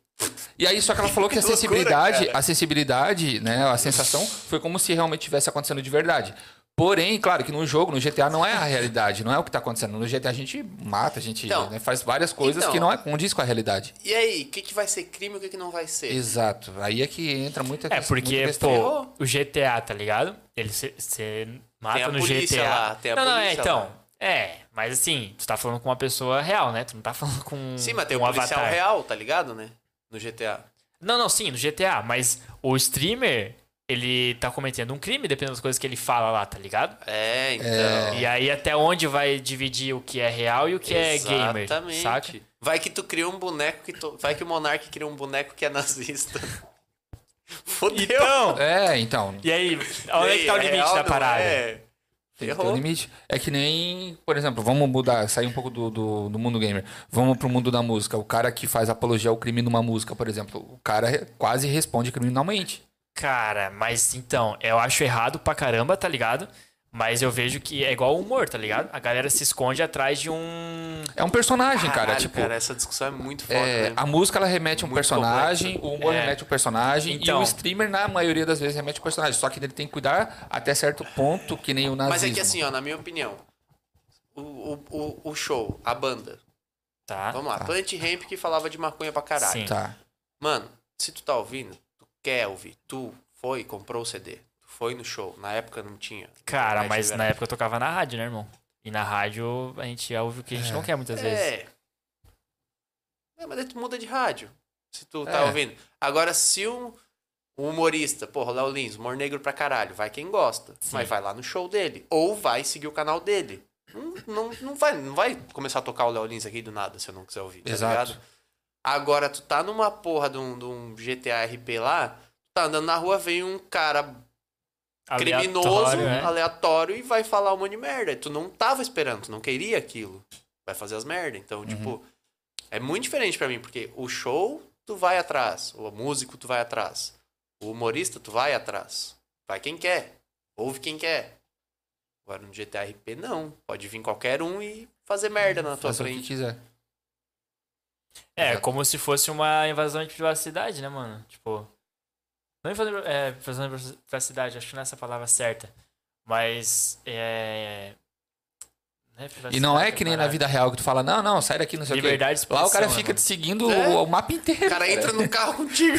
e aí, só que ela falou que a <laughs> Que loucura, sensibilidade, cara. a sensibilidade, né, a sensação foi como se realmente tivesse acontecendo de verdade. Porém, claro que no jogo, no GTA não é a realidade, não é o que tá acontecendo. No GTA a gente mata, a gente Então. né, faz várias coisas Então. que não é condiz com a realidade. e aí, o que, que vai ser crime e o que, que não vai ser? Exato. Aí é que entra muita É, questão- muita porque, questão. pô, o GTA, tá ligado? Ele você Tem mata a no polícia GTA. lá, tem a não, não, é, polícia então. lá. É, mas assim, tu tá falando com uma pessoa real, né? Tu não tá falando com Sim, mas tem um o policial avatar. real, tá ligado, né? No GTA. Não, não, sim, no GTA, mas o streamer, ele tá cometendo um crime dependendo das coisas que ele fala lá, tá ligado? É, então. E aí até onde vai dividir o que é real e o que é gamer, Exatamente. saca? Vai que tu cria um boneco que tu... Vai que o Monark cria um boneco que é nazista. <laughs> Fudeu. <laughs> Então, É, então. e aí, onde é que tá o Ei, é limite real, da não parada? É. Tem que ter Errou. um limite. É que nem, por exemplo, vamos mudar, sair um pouco do, do, do mundo gamer. Vamos pro mundo da música. O cara que faz apologia ao crime numa música, por exemplo, o cara re- quase responde criminalmente. Cara, mas então, eu acho errado pra caramba, tá ligado? Mas eu vejo que é igual o humor, tá ligado? A galera se esconde atrás de um. É um personagem, cara. Caralho, Tipo, cara, essa discussão é muito foda, é, né? a música ela remete a um Muito personagem, o humor É. remete a um personagem, Então. e o streamer, na maioria das vezes, remete a um personagem. Só que ele tem que cuidar até certo ponto, que nem o nazismo. Mas é que assim, ó, na minha opinião, o, o, o, o show, a banda, Tá. vamos lá, Planet Ramp que falava de maconha pra caralho. Sim. Tá. Mano, se tu tá ouvindo, tu quer ouvir, tu foi e comprou o CD, tu foi no show, na época não tinha. Cara, Internet mas na liberada. época eu tocava na rádio, né, irmão? E na rádio a gente ouve o que a gente É. não quer muitas vezes. É. É, mas daí tu muda de rádio. Se tu tá É. ouvindo. Agora, se um, um humorista, porra, o Léo Lins, humor negro pra caralho, vai quem gosta. Sim. Mas vai lá no show dele. Ou vai seguir o canal dele. Não, não, não, vai, não vai começar a tocar o Léo Lins aqui do nada, se eu não quiser ouvir, tá Exato. ligado? Agora, tu tá numa porra de um, de um GTA RP lá, tu tá andando na rua, vem um cara criminoso, Aleatório, né? aleatório, e vai falar um monte de merda. E Tu não tava esperando, tu não queria aquilo. Vai fazer as merda. Então, tipo, é muito diferente pra mim, porque o show tu vai atrás, o músico tu vai atrás, o humorista tu vai atrás. Vai quem quer, ouve quem quer. Agora no GTA RP não, pode vir qualquer um e fazer merda na tua Faça o que frente. quiser. É, como se fosse uma invasão de privacidade, né, mano? Tipo. Não invasão, de- é, invasão de privacidade, acho que não é essa a palavra certa. Mas. É. não é E não é privacidade, que nem na caralho. vida real que tu fala, não, não, sai daqui, não sei Liberdade de o quê. Lá o cara expressão, fica né, te seguindo É. o, o mapa inteiro. O cara entra no carro contigo.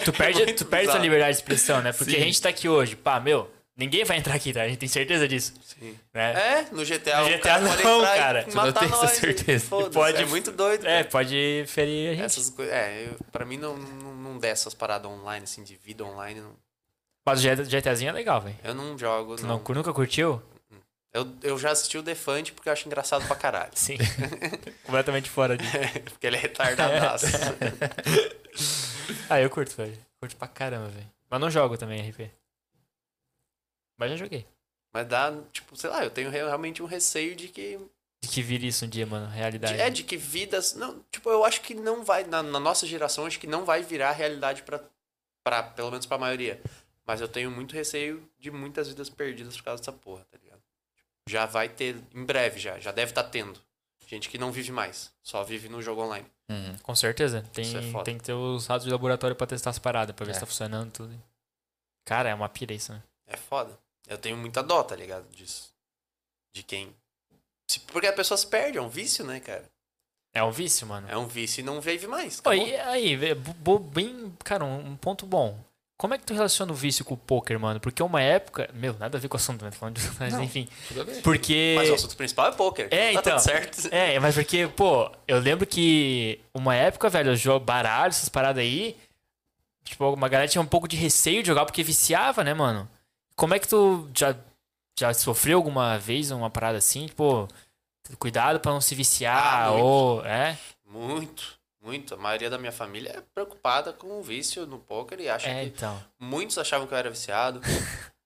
<laughs> tu perde, muito tu perde essa bizarro. liberdade de expressão, né? Porque Sim. a gente tá aqui hoje, pá, meu, ninguém vai entrar aqui, tá? A gente tem certeza disso. Sim. Né? É, no GTA, No o GTA cara pode não, entrar e cara. Tu não matar tem essa nós e certeza. foda-se. Pode- É muito doido. É, pode ferir a gente. Essas coisas. É, eu- pra mim não, não, não dá essas paradas online, assim, de vida online. não- Mas o GTAzinho é legal, velho. Eu não jogo, Tu não. não, nunca curtiu? Eu, eu já assisti o Defante porque eu acho engraçado pra caralho. <laughs> Sim. Completamente fora de. porque ele é <laughs> retardadaço. Ah, eu curto, velho. Curto pra caramba, velho. Mas não jogo também RP. Mas já joguei. Mas dá, tipo, sei lá, eu tenho re- realmente um receio de que. De que vira isso um dia, mano. de- Realidade. é, de que vidas. Não, tipo, eu acho que não vai. Na, na nossa geração, acho que não vai virar realidade pra, pra. Pelo menos pra maioria. Mas eu tenho muito receio de muitas vidas perdidas por causa dessa porra, tá ligado? Já vai ter, em breve já, já deve estar tendo. Gente que não vive mais, só vive no jogo online. Uhum. Com certeza. Tem, Isso é foda. tem que ter os dados de laboratório pra testar as paradas, pra ver É. se tá funcionando tudo. Cara, é uma pira isso, né? É foda. Eu tenho muita dó, tá ligado? Disso. De quem. se- Porque a pessoa se perde, é um vício, né, cara? É um vício, mano. É um vício e não vive mais. Pô, acabou. e é- aí, vê, bo- bo- bem, cara, um, um ponto bom. Como é que tu relaciona o vício com o poker, mano? Porque uma época. Meu, nada a ver com o assunto, né? Tô falando de- Mas Não. enfim. Tudo bem. Porque. Mas o assunto principal é pôquer. É, tá então. tudo certo. É, mas porque, pô, eu lembro que uma época, velho, eu jogo baralho, essas paradas aí. Tipo, uma galera tinha um pouco de receio de jogar porque viciava, né, mano? Como é que tu já, já sofreu alguma vez uma parada assim? Tipo, cuidado pra não se viciar, Ah, muito. ou. É, Muito, muito. A maioria da minha família é preocupada com o vício no pôquer e acha é, que então. muitos achavam que eu era viciado.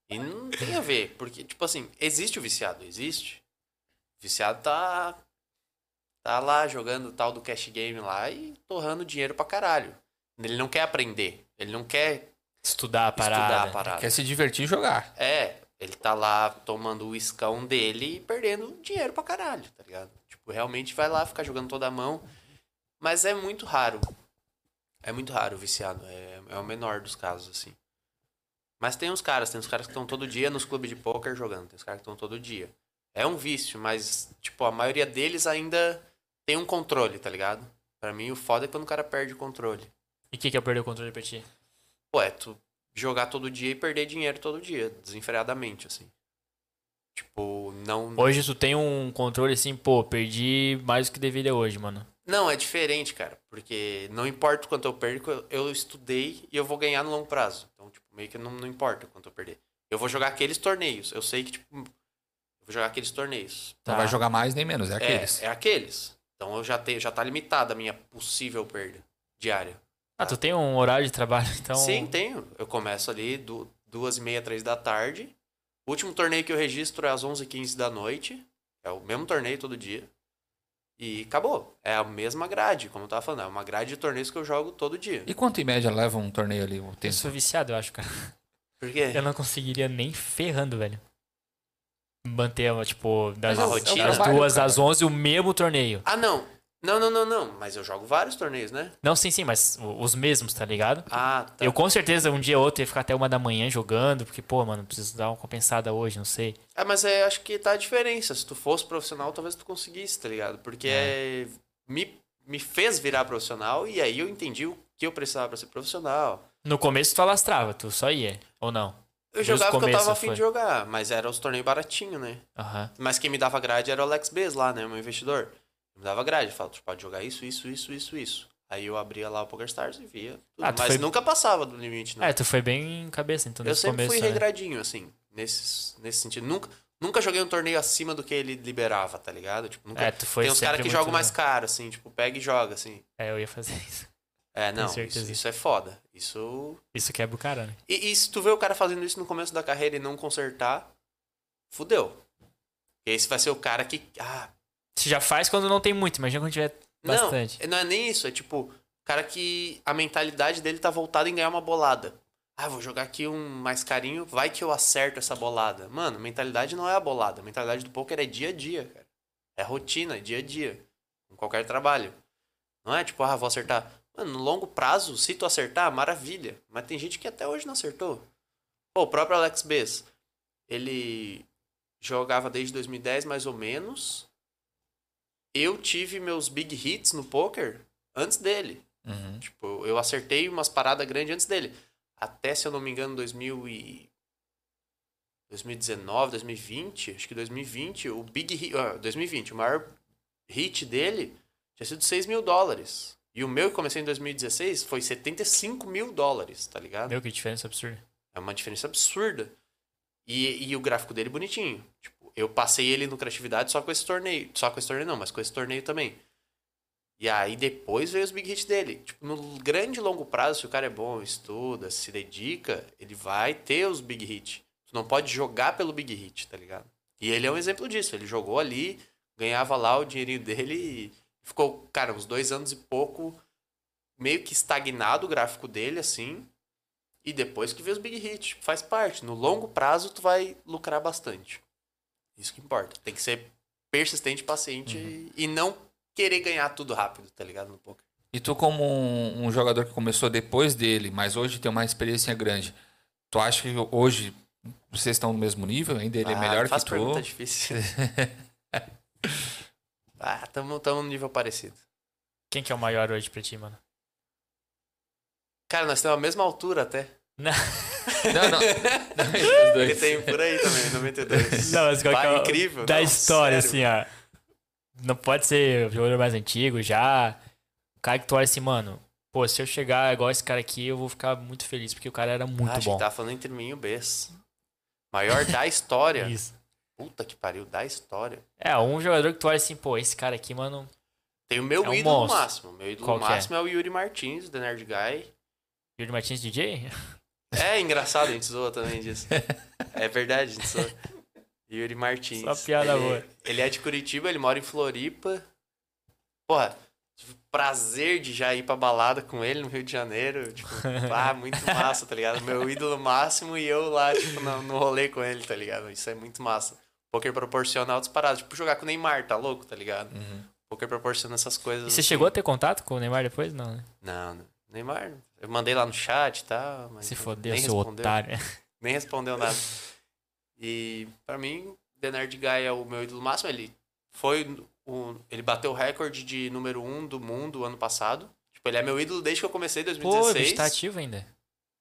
e não tem a ver, porque, tipo assim, existe o viciado, existe. O viciado tá. tá lá jogando o tal do cash game lá e torrando dinheiro pra caralho. Ele não quer aprender, ele não quer Estudar a parada. estudar a parada. Quer se divertir e jogar. É, ele tá lá tomando o iscão dele e perdendo dinheiro pra caralho, tá ligado? Tipo, realmente vai lá ficar jogando toda a mão. Mas é muito raro. É muito raro o viciado. É, é o menor dos casos, assim. Mas tem uns caras, tem uns caras que estão todo dia nos clubes de pôquer jogando. Tem uns caras que estão todo dia. É um vício, mas, tipo, a maioria deles ainda tem um controle, tá ligado? Pra mim, o foda é quando o cara perde o controle. E o que, que é perder o controle pra ti? Pô, é tu jogar todo dia e perder dinheiro todo dia, desenfreadamente, assim. Tipo, não. Hoje tu tem um controle assim, pô, perdi mais do que deveria hoje, mano. Não, é diferente, cara. Porque não importa o quanto eu perco, eu- eu estudei e eu vou ganhar no longo prazo. Então, tipo, meio que não, não importa o quanto eu perder. Eu vou jogar aqueles torneios. Eu sei que, tipo. Eu vou jogar aqueles torneios. Tá. Não Então vai jogar mais nem menos, é aqueles. É, é aqueles. Então eu já, te, já tá limitada a minha possível perda diária. Ah, tu tem um horário de trabalho, <laughs> então. Sim, tenho. Eu começo ali du duas e meia, três da tarde. O último torneio que eu registro é às 11h15 da noite. É o mesmo torneio todo dia. E acabou. É a mesma grade, como eu tava falando. É uma grade de torneios que eu jogo todo dia. E quanto em média leva um torneio ali? O Eu tempo? sou viciado, eu acho, cara. Por quê? Eu não conseguiria nem ferrando, velho. manter, tipo, das, Mas eu- eu das trabalho, duas cara. às 11 o mesmo torneio. Ah, não. Não, não, não, não. Mas eu jogo vários torneios, né? Não, sim, sim, mas o- os mesmos, tá ligado? Ah, tá. Eu com certeza um dia ou outro ia ficar até uma da manhã jogando, porque, pô, mano, preciso dar uma compensada hoje, não sei. Ah, mas é, acho que tá a diferença. Se tu fosse profissional, talvez tu conseguisse, tá ligado? Porque é, me, me fez virar profissional e aí eu entendi o que eu precisava pra ser profissional. No começo tu alastrava, tu só ia, ou não? Eu Desde o jogava porque eu começo, tava afim foi. de jogar, mas era os torneios baratinho, né? Aham. Mas quem me dava grade era o Alex Bez lá, né? Meu investidor. Me dava grade. Falava, tu pode jogar isso, isso, isso, isso, isso. Aí eu abria lá o PokerStars e via. tudo. Ah, tu mas foi- nunca passava do limite, né? É, tu foi bem cabeça, então, Eu nesse sempre começo, fui né? regradinho, assim, nesse, nesse sentido. Nunca, nunca joguei um torneio acima do que ele liberava, tá ligado? Tipo, nunca... É, tu foi Tem uns caras que sempre muito- né? jogam mais caro, assim, tipo, pega e joga, assim. É, eu ia fazer <laughs> isso. É, não, isso, certeza. isso é foda. Isso... Isso quebra o cara, né? E, e se tu vê o cara fazendo isso no começo da carreira e não consertar, fudeu. Esse vai ser o cara que... Ah, Você já faz quando não tem muito, imagina quando tiver não, bastante. não é nem isso. É tipo, o cara que a mentalidade dele tá voltada em ganhar uma bolada. Ah, vou jogar aqui um mais carinho, vai que eu acerto essa bolada. Mano, mentalidade não é a bolada. A mentalidade do poker é dia a dia, cara. É rotina, é dia a dia. Com qualquer trabalho. Não é tipo, ah, vou acertar. Mano, no longo prazo, se tu acertar, maravilha. Mas tem gente que até hoje não acertou. Pô, o próprio Alex Bez, ele jogava desde 2010 mais ou menos. Eu tive meus big hits no poker antes dele. Uhum. Tipo, eu acertei umas paradas grandes antes dele. Até, se eu não me engano, 2000 e- 2019, 2020, acho que 2020, o big hit, ah, 2020, o maior hit dele tinha sido 6 mil dólares. E o meu que comecei em 2016 foi 75 mil dólares, tá ligado? Meu, que diferença absurda. É uma diferença absurda. E, e o gráfico dele é bonitinho. Tipo, eu passei ele no Criatividade só com esse torneio. Só com esse torneio não, mas com esse torneio também. E aí depois veio os big hits dele. Tipo, no grande e longo prazo, se o cara é bom, estuda, se dedica, ele vai ter os big hits. Tu não pode jogar pelo big hit, tá ligado? E ele é um exemplo disso. Ele jogou ali, ganhava lá o dinheirinho dele e ficou, cara, uns dois anos e pouco meio que estagnado o gráfico dele, assim. E depois que vê os big hits, faz parte. No longo prazo, tu vai lucrar bastante. Isso que importa. Tem que ser persistente, paciente Uhum. e e não querer ganhar tudo rápido, tá ligado? No poker. E tu, como um, um jogador que começou depois dele, mas hoje tem uma experiência grande, tu acha que hoje vocês estão no mesmo nível? Ainda ele é Ah, melhor que faz tu? pergunta <laughs> difícil. ah, tamo, tamo num nível parecido. Quem que é o maior hoje pra ti, mano? Cara, nós temos a mesma altura até. Não, não. Os Porque dois. tem por aí também, 92. <laughs> Não, mas qual Pá, que é o- incrível. Da não, história, sério. assim, ó. Não pode ser o jogador mais antigo já. O cara que tu olha assim, mano. Pô, se eu chegar igual esse cara aqui, eu vou ficar muito feliz, porque o cara era muito ah, achei bom. que tava falando entre mim e o Bess. Maior da história. <laughs> Isso. Puta que pariu, da história. É, um jogador que tu olha assim, pô, esse cara aqui, mano. Tem o meu É um ídolo monstro. máximo. Meu ídolo Qual que é? máximo é? o Yuri Martins, do Nerd Guy. Júlio Martins DJ? É engraçado, a gente zoa também <laughs> disso. É verdade, a gente zoa. Yuri Martins. Só piada ele, boa. Ele é de Curitiba, ele mora em Floripa. Porra, tive prazer de já ir pra balada com ele no Rio de Janeiro. <laughs> Tipo, ah, muito massa, tá ligado? Meu ídolo máximo e eu lá, tipo, no, no rolê com ele, tá ligado? Isso é muito massa. Poker proporciona altos paradas. Tipo, jogar com o Neymar, tá louco, tá ligado? Uhum. Poker proporciona essas coisas. E você assim. chegou a ter contato com o Neymar depois? Não, né? Não, não. Neymar, eu mandei lá no chat e tal, mas Se não- fodeu, nem seu respondeu, <laughs> otário. Nem respondeu nada. E pra mim, The Nerd Guy é o meu ídolo máximo. Ele foi o, ele bateu o recorde de número 1 um do mundo ano passado. Tipo, ele é meu ídolo desde que eu comecei em Pô, o bicho 2016. tá ativo ainda.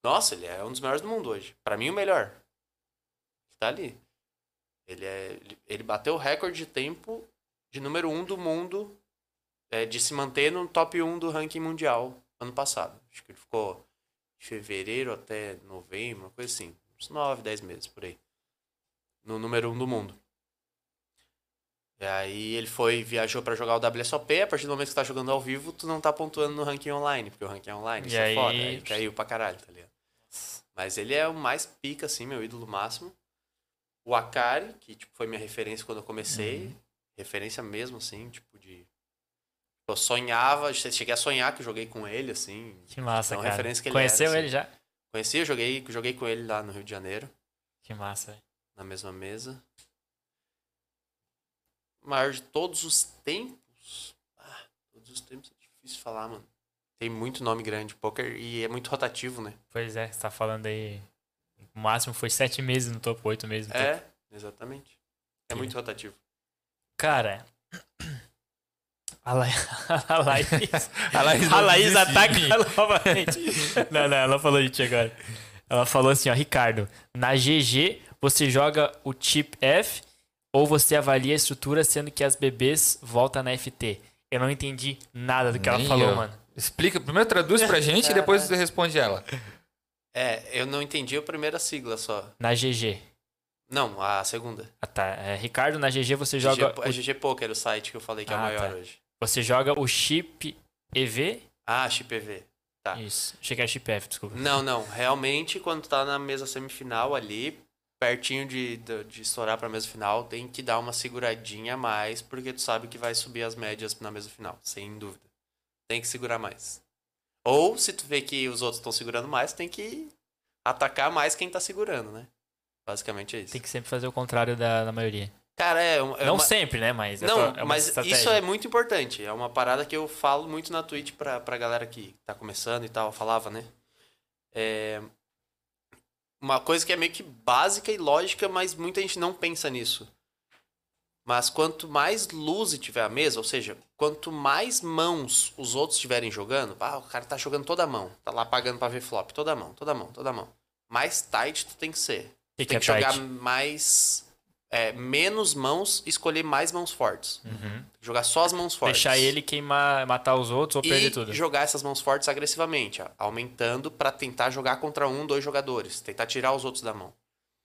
Nossa, ele é um dos melhores do mundo hoje. Pra mim, o melhor. Ele Tá ali. Ele, é, ele- ele bateu o recorde de tempo de número 1 um do mundo é, de se manter no top 1 do ranking mundial ano passado. Acho que ele ficou de fevereiro até novembro, uma coisa assim. Uns 9, 10 meses por aí. No número 1 um do mundo. E aí ele foi, viajou pra jogar o WSOP. A partir do momento que você tá jogando ao vivo, tu não tá pontuando no ranking online, porque o ranking online E isso é aí- foda. Aí caiu pra caralho, tá ligado? Mas ele é o mais pica, assim, meu ídolo máximo. O Akari, que tipo, foi minha referência quando eu comecei. Referência mesmo, assim, tipo, de. Eu sonhava, che- cheguei a sonhar que eu joguei com ele, assim. Que massa, Então, a cara. referência que ele Conheceu era, ele já? Conheci, eu joguei, joguei com ele lá no Rio de Janeiro, Que massa, velho. na mesma mesa. maior de todos os tempos. Ah, todos os tempos é difícil falar, mano. Tem muito nome grande, poker, e é muito rotativo, né? Pois é, você tá falando aí. O máximo foi sete meses no topo, oito meses no topo. É, exatamente. É Sim. muito rotativo. Cara. A, La... <laughs> a <laughs> Laís. A Laís, A Laís desiste. ataca novamente. <laughs> Não, não, ela falou it agora. Ela falou assim, ó, Ricardo, na GG você joga o chip F ou você avalia a estrutura sendo que as bebês voltam na FT? Eu não entendi nada do que ela Nem falou, eu. mano. Explica, primeiro traduz pra gente e depois você responde ela. É, eu não entendi a primeira sigla só. Na GG. Não, a segunda. Ah, tá. É, Ricardo, na GG você joga, GG, é GG Poker, o site que eu falei que é o Ah, maior tá. hoje. o, você joga o chip EV? Ah, ChipV. Tá. Isso. Achei que era chip F, desculpa. Não, não. Realmente, quando tá na mesa semifinal ali, pertinho de, de, de estourar pra mesa final, tem que dar uma seguradinha a mais, porque tu sabe que vai subir as médias na mesa final, sem dúvida. Tem que segurar mais. Ou, se tu vê que os outros estão segurando mais, tem que atacar mais quem tá segurando, né? Basicamente é isso. Tem que sempre fazer o contrário da, da maioria. Cara, é, um- é não uma... sempre, né? Mas é Não, só- é uma mas isso estratégia. é muito importante. É uma parada que eu falo muito na Twitch pra, pra galera que tá começando e tal, eu falava, né? É uma coisa que é meio que básica e lógica, mas muita gente não pensa nisso. Mas quanto mais luz tiver a mesa, ou seja, quanto mais mãos os outros estiverem jogando, ah, o cara tá jogando toda a mão, tá lá pagando pra ver flop, toda a mão, toda a mão, toda a mão. Mais tight tu tem que ser que, que tem é que jogar tight? mais. é, menos mãos, escolher mais mãos fortes. Uhum. Jogar só as mãos fortes. Deixar ele queimar, matar os outros ou perder e tudo. jogar essas mãos fortes agressivamente, ó, aumentando pra tentar jogar contra um, dois jogadores, tentar tirar os outros da mão.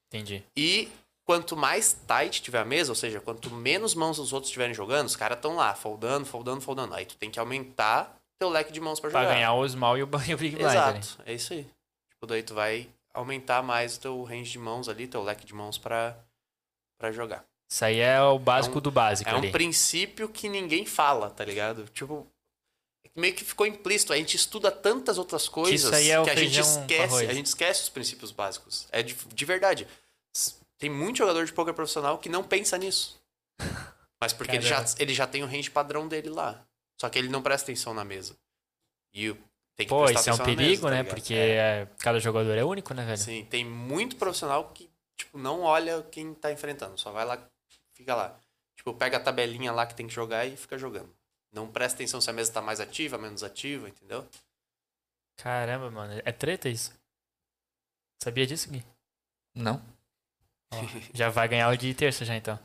Entendi. E quanto mais tight tiver a mesa, ou seja, quanto menos mãos os outros estiverem jogando, os caras estão lá, foldando, foldando, foldando. Aí tu tem que aumentar teu leque de mãos pra jogar. Pra ganhar o Small e o <laughs> e o Big Blind. né? É. Exato, é isso aí. Tipo, daí tu vai aumentar mais o teu range de mãos ali, teu leque de mãos pra, pra jogar. Isso aí é o básico É um- do básico É um ali. princípio que ninguém fala, tá ligado? Tipo, meio que ficou implícito. A gente estuda tantas outras coisas isso aí é o que a gente feijão com esquece. arroz. A gente esquece os princípios básicos. É de, de verdade. S- Tem muito jogador de poker profissional que não pensa <laughs> nisso. Mas porque ele já, Caramba. ele já tem o range padrão dele lá. Só que ele não presta atenção na mesa. E o- tem que Pô, prestar isso é um atenção na perigo, mesa, tá né? ligado? Porque É. é, cada jogador é único, né, velho? Sim, Assim, tem muito profissional que, tipo, não olha quem tá enfrentando, só vai lá, fica lá. Tipo, pega a tabelinha lá que tem que jogar e fica jogando. Não presta atenção se a mesa tá mais ativa, menos ativa, <laughs> entendeu? Caramba, mano. É treta isso? Sabia disso, Gui? Não. <laughs> Ó, já vai ganhar o de terça já, então.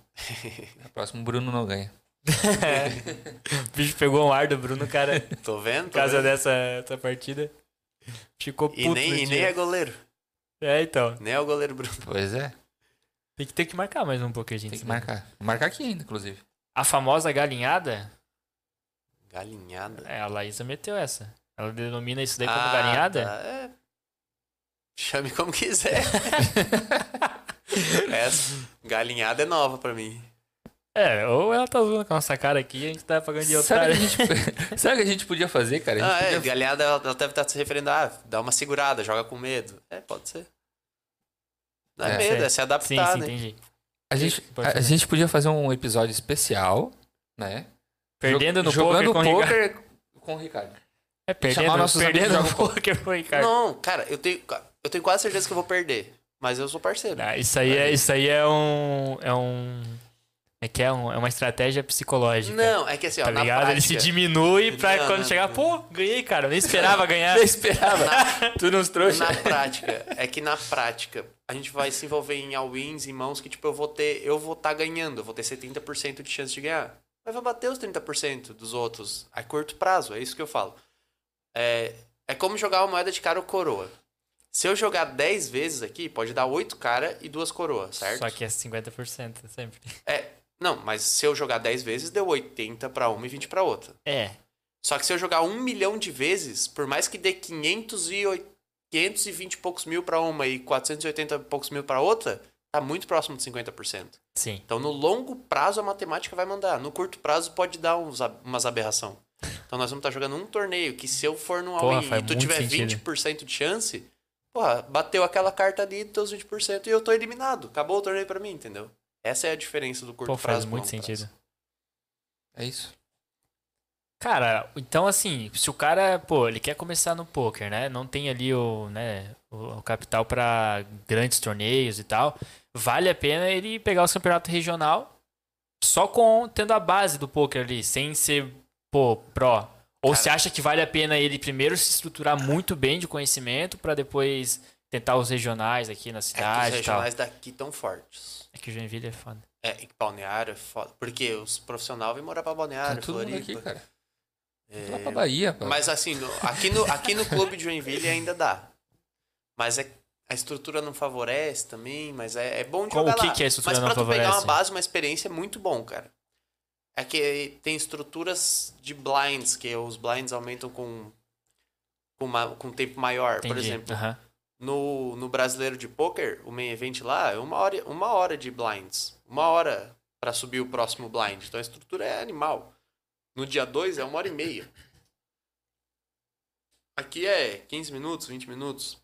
<laughs> Próximo Bruno não ganha. o bicho pegou um ar do Bruno, cara, por Tô vendo? Tô causa vendo. dessa essa partida. Ficou um puto E no nem, e nem dia. é goleiro. É, então. Nem é o goleiro Bruno. Pois é, Tem que ter que marcar mais um pokerzinho. tem que também. marcar. Vou marcar aqui ainda, inclusive. A famosa galinhada Galinhada. É, a Laísa meteu essa. Ela denomina isso daí como Ah, galinhada? tá, É. Chame como <laughs> quiser. <laughs> Essa galinhada é nova pra mim. É, ou ela tá zoando com a nossa cara aqui e a gente tá pagando de Sabe o otário. que, a gente- <laughs> sabe o que a gente podia fazer, cara? A Ah, gente é, podia- galinhada ela ela deve estar se referindo a ah, dá uma segurada, joga com medo. É, pode ser. Não é, É, medo, sei. é se <laughs> Sim, adaptar, sim, né? entendi. a gente, Ah, é. Pode a- a fazer. gente podia fazer um episódio especial, né? Perdendo no Jogando poker com o Ricardo. com o Ricardo. É, perdendo, chamar nossos perdendo amigos no poker com o Ricardo. Não, cara, eu tenho, eu tenho quase certeza que eu vou perder. Mas eu sou parceiro. Ah, isso, aí é, isso aí é um... É um... É que é, um, é uma estratégia psicológica. Não, é que assim, ó, Tá na ligado? Ele se prática... diminui pra Não, quando não, chegar, não. pô, ganhei, cara. Eu nem esperava ganhar. Eu <laughs> esperava. tu nos trouxe. Na prática, é que na prática, a gente vai se envolver em all-ins, em mãos que, tipo, eu vou ter, eu vou estar ganhando, eu vou ter 70% de chance de ganhar. Mas vai bater os 30% dos outros a curto prazo, é isso que eu falo. É, é como jogar uma moeda de cara ou coroa. Se eu jogar 10 vezes aqui, pode dar 8 cara e duas coroas, certo? Só que é 50% sempre. É, não, mas se eu jogar 10 vezes, deu 80 pra uma e 20 pra outra. É. Só que se eu jogar um milhão de vezes, por mais que dê 500 e oit- 520 e poucos mil pra uma e 480 e poucos mil pra outra, tá muito próximo de 50%. Sim. Então, no longo prazo, a matemática vai mandar. No curto prazo, pode dar uns, ab- umas aberração. Então, nós vamos estar jogando um torneio que se eu for no Porra, all-in faz e tu muito tiver sentido. 20% de chance, porra, bateu aquela carta ali dos teus 20% e eu tô eliminado. Acabou o torneio pra mim, entendeu? Essa é a diferença do curto Pô, prazo faz pro muito longo prazo. sentido. É isso. Cara, então assim, se o cara, pô, ele quer começar no poker, né? Não tem ali o, né, o o capital pra grandes torneios e tal. Vale a pena ele pegar os campeonatos regional só com tendo a base do poker ali, sem ser, pô, pró. Ou você acha que vale a pena ele primeiro se estruturar muito bem de conhecimento pra depois tentar os regionais aqui na É que os cidade e tal? regionais daqui tão fortes. É que o Joinville é foda. É, e Balneário é foda. Porque os profissionais vêm morar pra Tá Balneário, todo mundo Floripa. aqui, cara. É, Lá pra Bahia, pô. Mas assim, no- aqui, no, aqui no clube de Joinville ainda dá. Mas é, a estrutura não favorece também, mas é, é bom de Como- jogar o que lá. que é a estrutura mas não pra tu pegar uma favorece? base, uma experiência, é muito bom, cara. É que tem estruturas de blinds, que é, os blinds aumentam com, com, uma- com um tempo maior, Entendi. por exemplo. Aham. No, no brasileiro de poker, o main event lá é uma hora, uma hora de blinds. Uma hora pra subir o próximo blind. Então a estrutura é animal. No dia 2 é uma hora e meia. Aqui é 15 minutos, 20 minutos.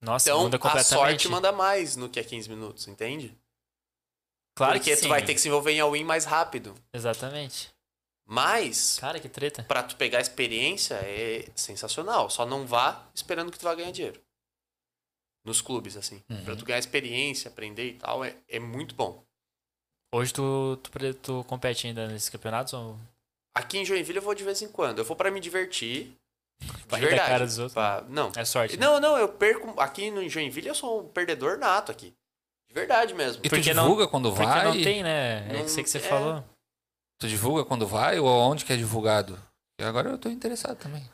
Nossa, Então muda a é completamente. sorte manda mais no que é 15 minutos, entende? Claro Porque que sim. tu vai ter que se envolver em all-in mais rápido. Exatamente. Mas, Cara, que treta. pra tu pegar a experiência, é sensacional. Só não vá esperando que tu vai ganhar dinheiro. Nos clubes, assim. Uhum. Pra tu ganhar experiência, aprender e tal, é, é muito bom. Hoje tu, tu, pre- tu compete ainda nesses campeonatos? Ou... Aqui em Joinville eu vou de vez em quando. Eu vou pra me divertir. Pra de rir da verdade. cara dos outros. Pra- Não. É sorte. né? Não, não, eu perco. Aqui no em Joinville eu sou um perdedor nato aqui. De verdade mesmo. E tu Porque não- divulga quando Porque vai? não tem, né? É Não- que sei que você é. falou. Tu divulga quando vai ou onde que é divulgado? E agora eu tô interessado também.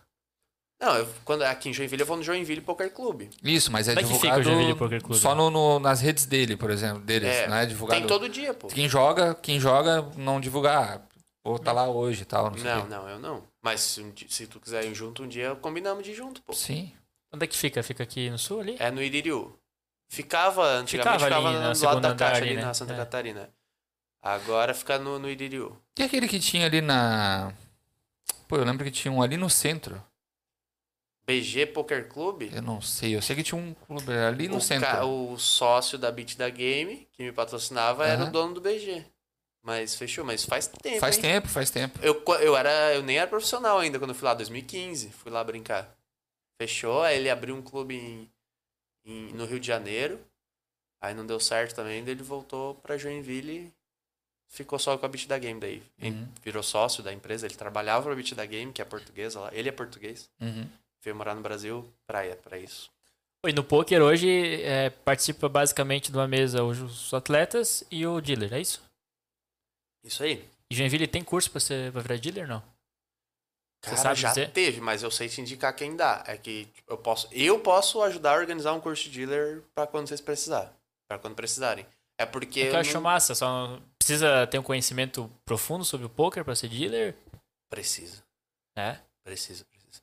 Não, eu, quando é aqui em Joinville eu vou no Joinville Poker Clube. Isso, mas é Como é que fica divulgado o Joinville Poker Club? só no, no- nas redes dele, por exemplo, deles, É, não é divulgado. Tem todo dia, pô. Quem joga, quem joga não divulgar. Pô, tá lá hoje e é tal, não sei. o Não, quê. não, eu não. Mas se, um di- se tu quiser ir junto um dia, combinamos de ir junto, pô. Sim. Onde é que fica? Fica aqui no sul ali? É no Iririú. Ficava, antigamente Ficava ali ficava, na do lado segunda da caixa andar ali, ali, né? na Santa É. Catarina. Agora fica no, no Iririú. E aquele que tinha ali na. Pô, eu lembro que tinha um ali no centro. BG Poker Clube. Eu não sei, eu sei que tinha um clube ali no o, centro. ca- o sócio da Beat da Game, que me patrocinava, era Aham. o dono do BG. Mas fechou, mas faz tempo. Faz hein? tempo, faz tempo. Eu, co- eu, era, eu nem era profissional ainda quando eu fui lá, 2015. Fui lá brincar. Fechou, aí ele abriu um clube em, em- no Rio de Janeiro. Aí não deu certo também, daí ele voltou pra Joinville e ficou só com a Beat da Game daí. Ele Uhum. Virou sócio da empresa, ele trabalhava pra Beat da Game, que é portuguesa lá. Ele é português, Uhum. veio morar no Brasil, praia, pra isso. E no poker hoje é, participa basicamente de uma mesa hoje os atletas e o dealer, é isso? Isso aí. E Joinville tem curso pra, ser, pra virar dealer, não? Você Cara, sabe já dizer? teve, mas eu sei te indicar quem dá. É que tipo, eu posso, eu posso ajudar a organizar um curso de dealer pra quando vocês precisar, Pra quando precisarem. É porque Eu eu acho não massa, só precisa ter um conhecimento profundo sobre o poker pra ser dealer, precisa, né? precisa, precisa.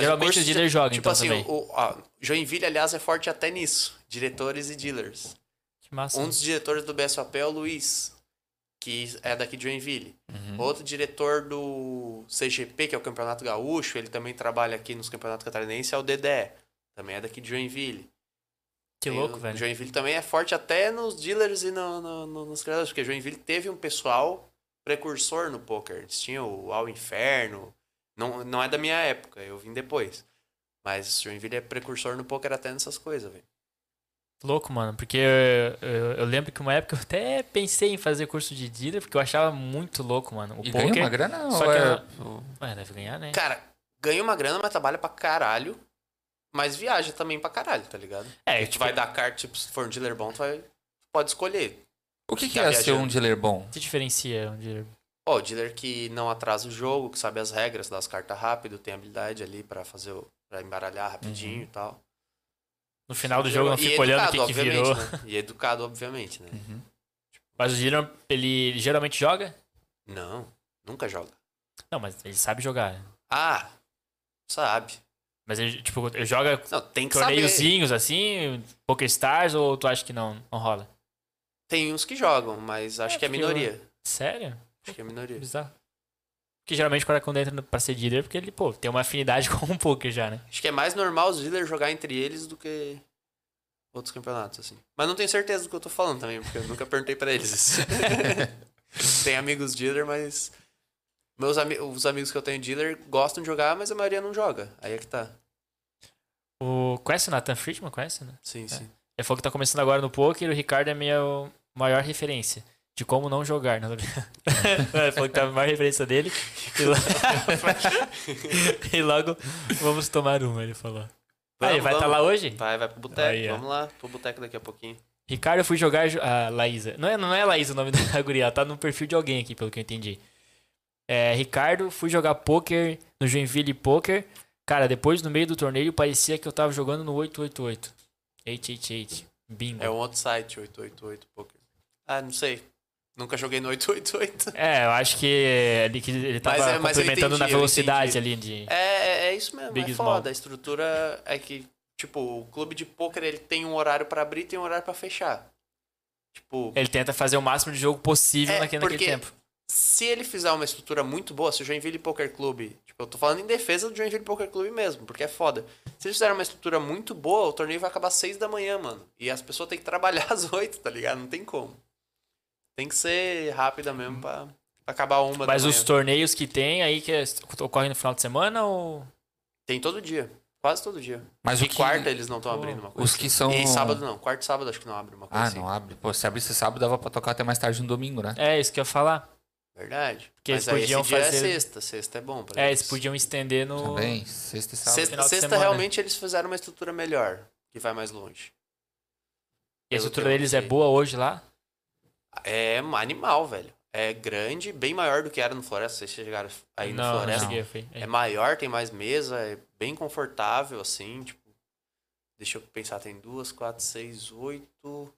Geralmente curso o dealer joga, tipo então, assim, também. o- ó, Joinville aliás é forte até nisso, diretores e dealers. Que massa. Um dos diretores do BSOP é o Luiz, que é daqui de Joinville. Uhum. Outro diretor do CGP, que é o Campeonato Gaúcho, ele também trabalha aqui nos Campeonatos Catarinenses, é o Dedé. Também é daqui de Joinville. que Tem louco, o- velho. Joinville também é forte até nos dealers e no- no- no- nos criadores, porque Joinville teve um pessoal precursor no poker. Eles tinham o Ao Inferno. Não, não é da minha época, eu vim depois. Mas Joinville é precursor no poker até nessas coisas, velho. Louco, mano, porque eu, eu- eu lembro que uma época eu até pensei em fazer curso de dealer, porque eu achava muito louco, mano. O E ganha uma poker. grana só ou que é- ela- Ué, deve ganhar, né? Cara, ganha uma grana, mas trabalha pra caralho. Mas viaja também pra caralho, tá ligado? É, Porque tu tipo, vai dar carta, tipo, se for um dealer bom, tu vai, tu pode escolher. O que, que Tá é ser viajando. um dealer bom? se diferencia um dealer. Ó, o dealer que não atrasa o jogo, que sabe as regras, dá as cartas rápido, tem habilidade ali pra fazer o. pra embaralhar rapidinho e tal. No final do jogo eu não E fico olhando Uhum. o educado, que, que obviamente, virou. né? E educado, obviamente, né? Mas o dealer, ele geralmente joga? Não, nunca joga. Não, mas ele sabe jogar. Ah, sabe. Mas ele, tipo, ele joga Não, tem que saber. torneiozinhos assim, Poker Stars, ou tu acha que não, não rola? Tem uns que jogam, mas acho É, que é porque minoria. Sério? Acho que é minoria. Bizarro. Porque geralmente o cara quando entra no- pra ser dealer, é porque ele, pô, tem uma afinidade <laughs> com o poker já, né? Acho que é mais normal os dealers jogar entre eles do que outros campeonatos, assim. Mas não tenho certeza do que eu tô <laughs> <laughs> falando também, porque eu nunca perguntei pra eles isso. tem amigos dealer, mas Meus ami os amigos que eu tenho dealer gostam de jogar, mas a maioria não joga. Aí é que tá. O, conhece o Nathan Friedman? Conhece, né? Sim, sim. Ele falou que tá começando agora no poker, o Ricardo é a minha maior referência de como não jogar, né? <laughs> Ele falou que tá a maior referência dele. E, lo- <laughs> E logo vamos tomar uma, ele falou. Ah, ele Vamos, vai estar vamos. lá hoje? Vai, vai pro boteco. Aí, é. ó. Vamos lá pro boteco daqui a pouquinho. Ricardo, eu fui jogar jo- a Laísa. Não é, não é Laísa o nome da <laughs> guria, ela tá no perfil de alguém aqui, pelo que eu entendi. É, Ricardo, fui jogar poker no Joinville Poker. Cara, depois no meio do torneio parecia que eu tava jogando no 888. 888. Bingo. É um outro site, 888 Poker. Ah, não sei. Nunca joguei no 888. É, eu acho que ele, que ele tava Mas é- mas eu complementando na entendi, eu velocidade entendi. ali de. É, é, é isso mesmo, Big é Small. foda. A estrutura é que, tipo, o clube de pôquer ele tem um horário pra abrir e tem um horário pra fechar. Tipo, Ele tenta fazer o máximo de jogo possível É, naque- naquele, porque- tempo. se ele fizer uma estrutura muito boa, se o Joinville Poker Club, tipo, eu tô falando em defesa do Joinville Poker Club mesmo, porque é foda. Se eles fizerem uma estrutura muito boa, o torneio vai acabar às 6 da manhã, mano. E as pessoas têm que trabalhar <laughs> às 8, tá ligado? Não tem como. Tem que ser rápida mesmo pra, pra acabar uma Mas da os manhã. torneios que tem aí, que é- ocorrem no final de semana ou. Tem todo dia. Quase todo dia. Mas De o que- quarta eles não estão abrindo uma coisa. Os que são. E sábado não. Quarta e sábado acho que não abre uma coisa Ah, assim. não abre. Pô, se abrisse sábado, dava pra tocar até mais tarde no domingo, né? É, isso que eu ia falar. Verdade. Porque Mas eles aí podiam esse dia é fazer- sexta. Sexta é bom pra É, eles podiam estender no. Também, sexta e sábado. É, Sexta, final de sexta semana. realmente eles fizeram uma estrutura melhor. Que vai mais longe. E a estrutura Eu- eu deles é sei. boa hoje lá? É animal, velho. É grande, bem maior do que era no Floresta. Vocês chegaram aí não, no Floresta. não cheguei, eu fui. É. É maior, tem mais mesa, é bem confortável, assim, tipo. Deixa eu pensar, tem duas, quatro, seis, oito,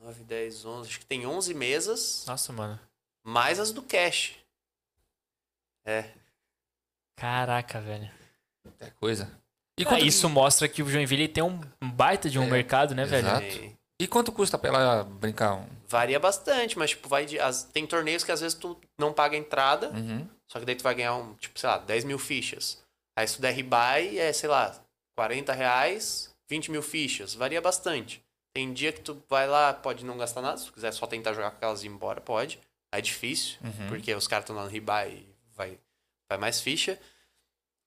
nove, dez, onze. Acho que tem onze mesas, Nossa, mano. mais as do cash. É. Caraca, velho. É coisa. E E quanto, isso mostra que o Joinville tem um baita de um É, mercado, né, velho? exato. tem- e quanto custa pra ela brincar? um- Varia bastante, mas tipo, vai de. as- tem torneios que às vezes tu não paga entrada, Uhum. Só que daí tu vai ganhar, um, tipo, sei lá, 10 mil fichas. Aí se tu der rebuy, é, sei lá, 40 reais, 20 mil fichas. Varia bastante. Tem dia que tu vai lá, pode não gastar nada. Se tu quiser só tentar jogar com aquelas e ir embora, pode. É difícil, Uhum. porque os caras estão lá no rebuy e vai, vai mais ficha.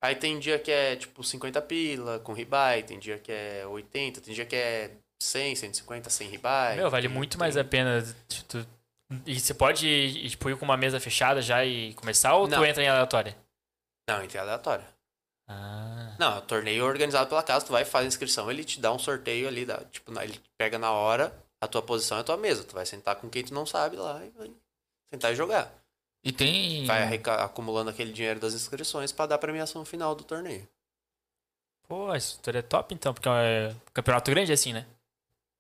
Aí tem dia que é, tipo, 50 pila com rebuy. Tem dia que é 80. Tem dia que é 100, 150 sem rebuy. Meu, vale tem- muito tem- mais a pena. tu- tu- E você pode ir, tipo, ir com uma mesa fechada já e começar ou tu Não. entra em aleatória? Não, entre aleatório. Ah. Não, é um torneio organizado pela casa, tu vai faz a inscrição, ele te dá um sorteio ali, dá, tipo, na- ele pega na hora a tua posição e a tua mesa. Tu vai sentar com quem tu não sabe lá e vai sentar e jogar. E tem. Vai arreca- acumulando aquele dinheiro das inscrições pra dar a premiação final do torneio. Pô, a estrutura é top então, porque é um campeonato grande é assim, né?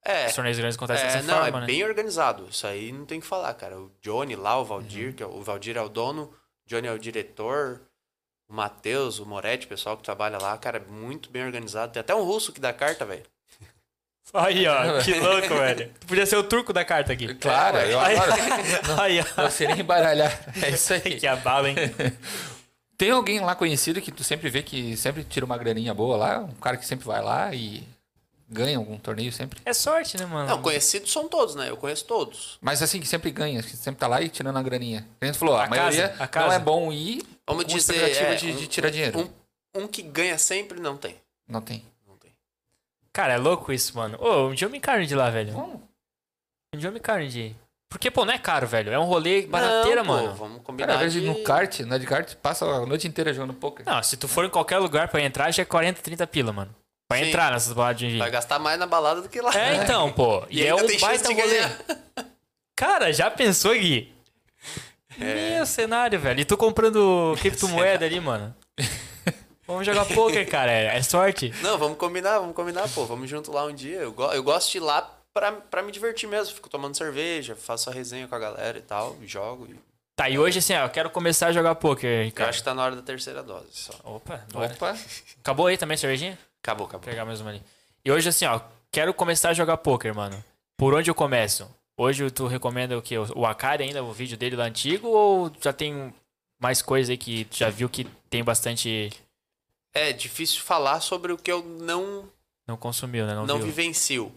É, Os torneios grandes acontecem é dessa não, forma, é né? bem organizado. Isso aí não tem o que falar, cara. O Johnny lá, o Valdir, Uhum. que é, o o Valdir é o dono, o Johnny é o diretor, o Matheus, o Moretti, o pessoal que trabalha lá, cara, é muito bem organizado. Tem até um russo que dá carta, velho. Aí, ó, <laughs> que louco, velho. Tu podia ser o turco da carta aqui. Claro, É, eu Aí, adoro. <laughs> aí, Não sei nem <laughs> embaralhar. É isso aí. ó. Que abala, hein? Tem alguém lá conhecido que tu sempre vê que sempre tira uma graninha boa lá? Um cara que sempre vai lá e ganha algum torneio sempre? É sorte, né, mano? Não, conhecidos são todos, né? Eu conheço todos. Mas assim, que sempre ganha, que sempre tá lá e tirando a graninha. A gente falou, a, A maioria casa, a não casa. é bom ir Vamos com dizer, expectativa é, de, um- de tirar dinheiro. Um, um que ganha sempre não tem. Não tem. Não tem. Cara, é louco isso, mano. Ô, um dia eu me encarno de lá, velho. Bom, Um dia eu me encarno de ir. Porque, pô, não é caro, velho. É um rolê barateira, Não, pô, mano. Vamos combinar. cara, às vezes de- no kart, na de kart, passa a noite inteira jogando poker. Não, se tu for em qualquer lugar pra entrar, já é 40, 30 pila, mano. Pra Sim. entrar nessas baladas de Vai Joinville. gastar mais na balada do que lá. É, então, pô. <laughs> E, E, é ainda um tem chance baita de rolê. ganhar. Cara, já pensou, Gui? Meu cenário, velho. E tu comprando criptomoeda ali, mano. Vamos jogar poker, cara. É, é sorte. Não, vamos combinar, vamos combinar, pô. Vamos junto lá um dia. Eu, go- eu gosto de ir lá pra, pra me divertir mesmo. Fico tomando cerveja, faço a resenha com a galera e tal, e jogo. e- Tá, e hoje assim, ó, eu quero começar a jogar poker, Eu Ricardo. acho que tá na hora da terceira dose só. Opa, é. bora. Opa, Acabou aí também, a cervejinha? Acabou, Vou acabou. pegar mais uma ali. E hoje assim, ó, quero começar a jogar poker, mano. Por onde eu começo? Hoje tu recomenda o que? O Akari ainda, o vídeo dele lá antigo? Ou já tem mais coisa aí que tu já viu que tem bastante... É difícil falar sobre o que eu não Não consumiu, né? Não, não viu. vivencio.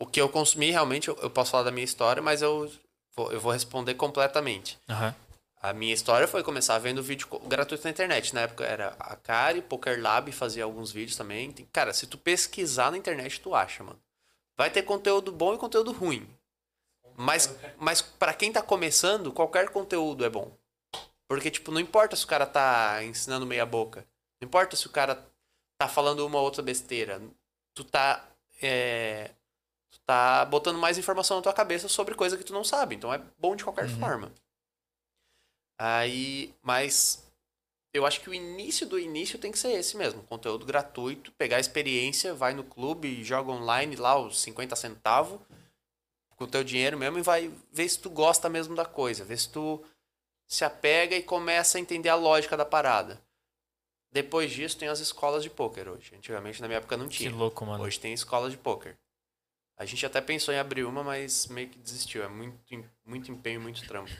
O que eu consumi, realmente, eu, eu posso falar da minha história, mas eu vou, eu vou responder completamente. Aham. A minha história foi começar vendo vídeo co- gratuito na internet. Na época era a Kari, Poker Lab fazia alguns vídeos também. Tem- Cara, se tu pesquisar na internet, tu acha, mano. Vai ter conteúdo bom e conteúdo ruim. Mas, mas para quem tá começando, qualquer conteúdo é bom. Porque, tipo, não importa se o cara tá ensinando meia boca. Não importa se o cara tá falando uma ou outra besteira. Tu tá. é, tu tá botando mais informação na tua cabeça sobre coisa que tu não sabe. Então é bom de qualquer Uhum. forma. Aí. Mas. Eu acho que o início do início tem que ser esse mesmo. Conteúdo gratuito, pegar a experiência, vai no clube, joga online lá os 50 centavos, com o teu dinheiro mesmo, e vai ver se tu gosta mesmo da coisa, ver se tu se apega e começa a entender a lógica da parada. Depois disso, tem as escolas de pôquer hoje. Antigamente, na minha época, não Que tinha. louco, mano. Hoje tem escola de pôquer. A gente até pensou em abrir uma, mas meio que desistiu. É muito, em- muito empenho, muito trampo.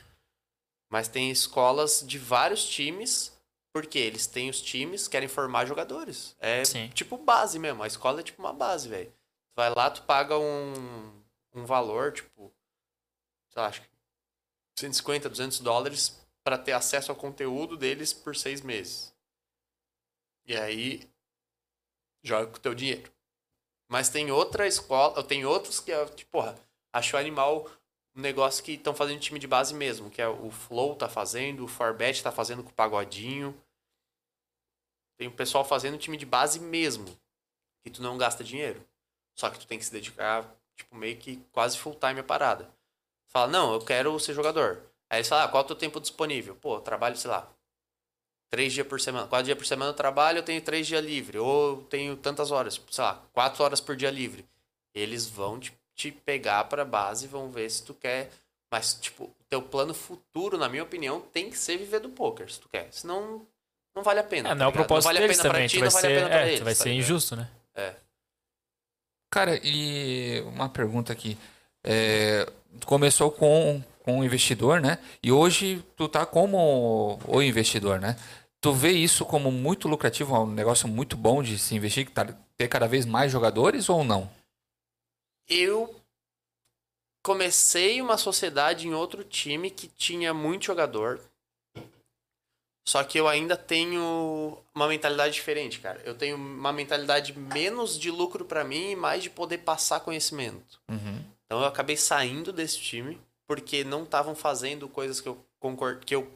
Mas tem escolas de vários times, porque eles têm os times, querem formar jogadores. É Sim. tipo base mesmo. A escola é tipo uma base, velho. Tu vai lá, tu paga um, um valor, tipo, sei lá, acho que 150, 200 dólares pra ter acesso ao conteúdo deles por seis meses. E aí, joga com o teu dinheiro. Mas tem outra escola, tem outros que é, tipo, porra, acho animal um negócio que estão fazendo time de base mesmo, que é o Flow tá fazendo, o Forbet tá fazendo com o Pagodinho. Tem o pessoal fazendo time de base mesmo, que tu não gasta dinheiro. Só que tu tem que se dedicar, tipo, meio que quase full time a parada. Fala, não, eu quero ser jogador. Aí eles falam, ah, qual é o teu tempo disponível? Pô, eu trabalho, sei lá, três dias por semana. Quatro dias por semana eu trabalho, eu tenho três dias livre. Ou eu tenho tantas horas, tipo, sei lá, quatro horas por dia livre. Eles vão te, te pegar pra base, vão ver se tu quer. Mas, tipo, o teu plano futuro, na minha opinião, tem que ser viver do poker, se tu quer. Senão, não vale a pena. É, tá não é o ligado? propósito vale a deles pena pra também. ti, tu vai não vale a ser, pena pra é, eles. tu vai tá ser ligado? injusto, né? Cara, e uma pergunta aqui. É, tu começou com, com um investidor, né? E hoje tu tá como o investidor, né? Tu vê isso como muito lucrativo, um negócio muito bom de se investir, que tá- ter cada vez mais jogadores ou não? eu comecei uma sociedade em outro time que tinha muito jogador. Só que eu ainda tenho uma mentalidade diferente, cara. Eu tenho uma mentalidade menos de lucro pra mim e mais de poder passar conhecimento. Uhum. Então eu acabei saindo desse time porque não estavam fazendo coisas que eu concor- que eu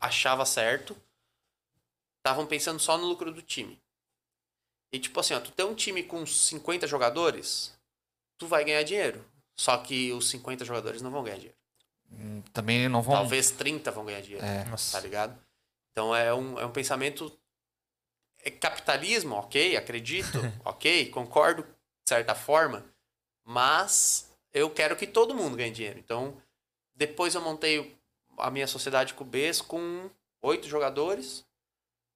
achava certo. Estavam pensando só no lucro do time. E tipo assim, ó, tu tem um time com 50 jogadores, tu vai ganhar dinheiro. Só que os 50 jogadores não vão ganhar dinheiro. Hum, Também não vão. Talvez 30 vão ganhar dinheiro, É, tá Nossa. ligado? Então é um, é um pensamento. É capitalismo, ok, acredito, ok, concordo de certa forma, mas eu quero que todo mundo ganhe dinheiro. Então, depois eu montei a minha sociedade com o Bes com oito jogadores.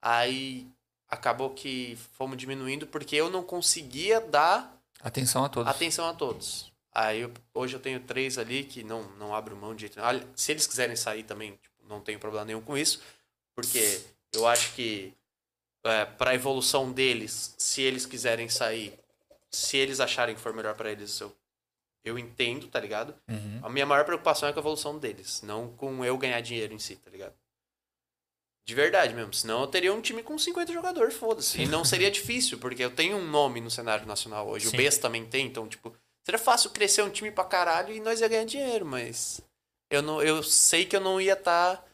Aí acabou que fomos diminuindo porque eu não conseguia dar atenção a todos. Atenção a todos. Aí eu- hoje eu tenho três ali que não, não abro mão de jeito nenhum. Ali- Se eles quiserem sair também, tipo, não tenho problema nenhum com isso, porque eu acho que é, para a evolução deles, se eles quiserem sair, se eles acharem que for melhor para eles, eu, eu entendo, tá ligado? Uhum. A minha maior preocupação é com a evolução deles, não com eu ganhar dinheiro em si, tá ligado? De verdade mesmo. Senão eu teria um time com 50 jogadores, foda-se. E não seria difícil, porque eu tenho um nome no cenário nacional hoje. Sim. O Bes também tem, então, tipo, seria fácil crescer um time pra caralho e nós ia ganhar dinheiro, mas. Eu, não, eu sei que eu não ia tá estar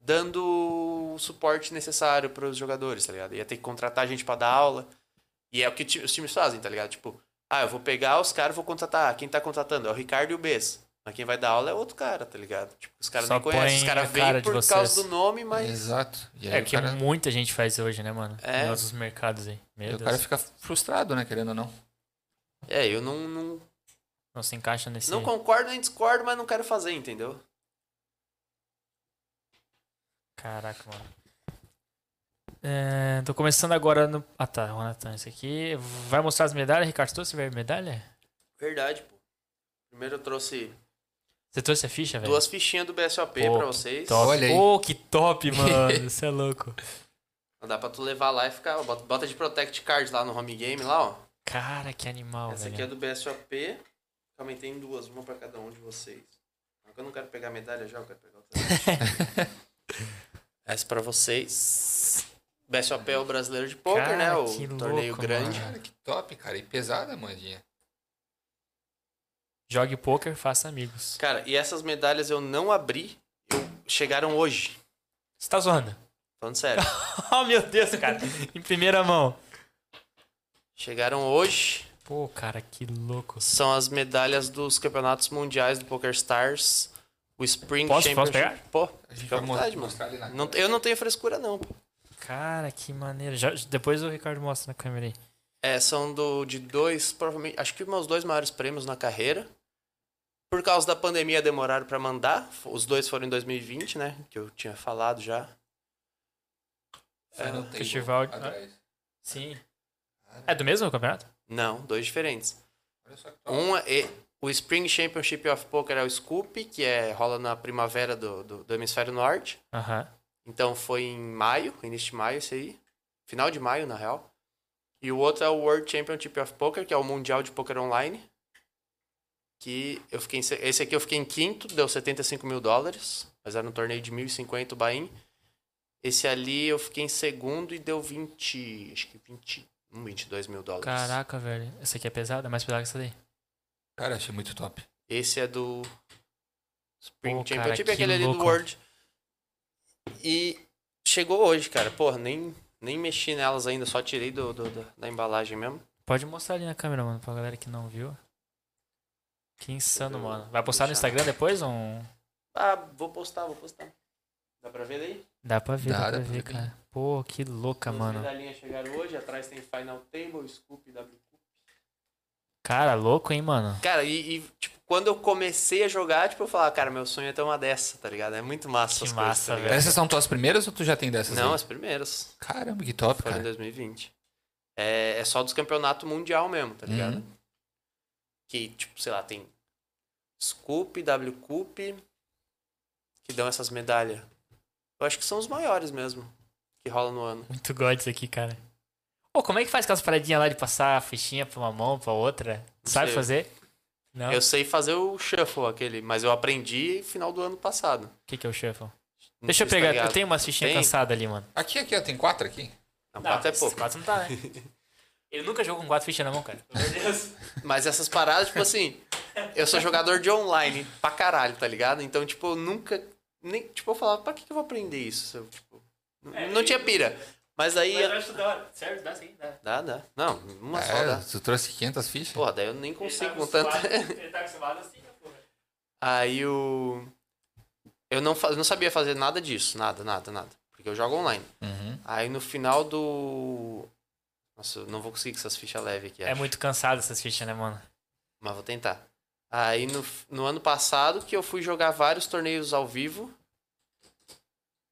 dando o suporte necessário pros jogadores, tá ligado? Ia ter que contratar gente pra dar aula. E é o que ti- os times fazem, tá ligado? Tipo, ah, eu vou pegar os caras e vou contratar. Quem tá contratando é o Ricardo e o Bes. Mas quem vai dar aula é outro cara, tá ligado? Tipo, os caras Só não conhecem, os põe a caras cara vêm de por vocês. causa do nome, mas. Exato. E aí É o o que cara, muita gente faz hoje, né, mano? É. Em outros mercados aí. Meu e o Deus. cara assim. fica frustrado, né? Querendo ou não. É, eu não, não, Não se encaixa nesse. não concordo nem discordo, mas não quero fazer, entendeu? Caraca, mano. É, tô começando agora no. Ah tá, Jonathan, esse aqui. Vai mostrar as medalhas, Ricardo? Você trouxe velho, medalha? Verdade, pô. Primeiro eu trouxe Você trouxe a ficha, velho? duas fichinhas do BSOP É. Pô, pra vocês. Top. Olha aí. Ô, <laughs> que top, mano. Você é louco. Dá pra tu levar lá e ficar. ó, Bota, bota de Protect Card lá no home game, lá, ó. Cara, que animal, Essa aqui é velho. do BSOP. Também tem duas, uma pra cada um de vocês. Só que Eu não quero pegar medalha já, eu quero pegar outra <laughs> Essa é pra vocês. BSOP é o brasileiro de poker, Cara, né? O que louco, torneio mano. grande. Cara, que top, cara. E pesada, mandinha. Jogue poker, faça amigos. Cara, e essas medalhas eu não abri. Eu- chegaram hoje. Você tá zoando? <laughs> Falando sério. Oh, meu Deus, cara. em primeira mão. chegaram hoje. Pô, cara, que louco. São as medalhas dos campeonatos mundiais do Poker Stars. O Spring Posso- posso Championship. Pô, A gente fica à vai mo- vontade, mano. mostrar ali na Não- eu não tenho frescura, não. pô. Cara, que maneiro. Já- depois o Ricardo mostra na câmera aí. É, são do, de dois, provavelmente, acho que meus dois maiores prêmios na carreira. Por causa da pandemia demoraram pra mandar. F- Os dois foram em 2020, né? Que eu tinha falado já. É, Final table festival- né? atrás. Sim. É do mesmo campeonato? Não, dois diferentes. Olha só que top. Um é o Spring Championship of Poker é o Scoop, que é, rola na primavera do, do, do hemisfério norte. Aham. Então foi em maio, início de maio esse aí. Final de maio, na real. E o outro é o World Championship of Poker, que é o Mundial de Poker Online. Que eu fiquei em se- Esse aqui eu fiquei em quinto, deu 75 mil dólares. Mas era um torneio de 1.050 o Bahia. Esse ali eu fiquei em segundo e deu 20. Acho que 21, 22 mil dólares. Caraca, velho. Essa aqui é pesada, é mais pesada que essa daí. Cara, achei muito top. Esse é do Spring Pô, cara, Championship que e é aquele ali louco. do World. E chegou hoje, cara. Porra, nem, nem mexi nelas ainda, só tirei do, do- do- da embalagem mesmo. Pode mostrar ali na câmera, mano, pra galera que não viu. Que insano, Eu vou mano. Vai postar no deixar. Instagram depois? Um... Ah, vou postar, vou postar. Dá pra ver daí? Dá pra ver, dá, Dá, pra dá pra ver. ver, cara. Pô, que louca, As mano. medalhinhas chegaram hoje, atrás tem Final Table, Scoop, W. Cara, louco, hein, mano. Cara, e, e, tipo, quando eu comecei a jogar, tipo, eu falava, cara, meu sonho é ter uma dessa, tá ligado? É muito massa Que essas massa, coisas, tá ligado? É. Essas são tuas primeiras ou tu já tem dessas? Não, assim, aí? as primeiras. Caramba, que top, Foi em cara. 2020. É, é só dos campeonatos mundial mesmo, tá ligado? Uhum. Que, tipo, sei lá, tem Scoop, W Cup, que dão essas medalhas. Eu acho que são os maiores mesmo, que rola no ano. Muito god isso aqui, cara. Pô, como é que faz aquelas paradinhas lá de passar a fichinha pra uma mão, pra outra? Sabe sei. fazer? Não? O Eu sei fazer o shuffle aquele, mas eu aprendi no final do ano passado. que, que é o shuffle? Não Deixa sei eu se tá pegar, eu ligado. tenho umas fichinhas Tem? cansadas ali, mano. Aqui, aqui, ó, tem quatro aqui. Não, quatro é esses pouco. quatro não tá, né? <laughs> Ele nunca jogou com quatro fichinhas na mão, cara. Mas essas paradas, tipo assim, eu sou jogador de online pra caralho, tá ligado? Então, tipo, eu nunca. Nem, tipo, eu falava, pra que, que eu vou aprender isso? se eu, tipo, n- É, não e- é tinha pira. Mas aí. acho da hora. Sério, dá sim, dá. Dá, dá. Não, uma só É, dá. tu trouxe 500 fichas? Porra, daí eu nem consigo com tanto. Ele tá acostumado assim, porra. <laughs> aí o. Eu não, fa- não sabia fazer nada disso, nada, nada, nada. Porque eu jogo online. Uhum. Aí no final do. Nossa, eu não vou conseguir com essas fichas leves aqui. É acho. muito cansado essas fichas, né, mano? Mas vou tentar. Aí no, no ano passado que eu fui jogar vários torneios ao vivo.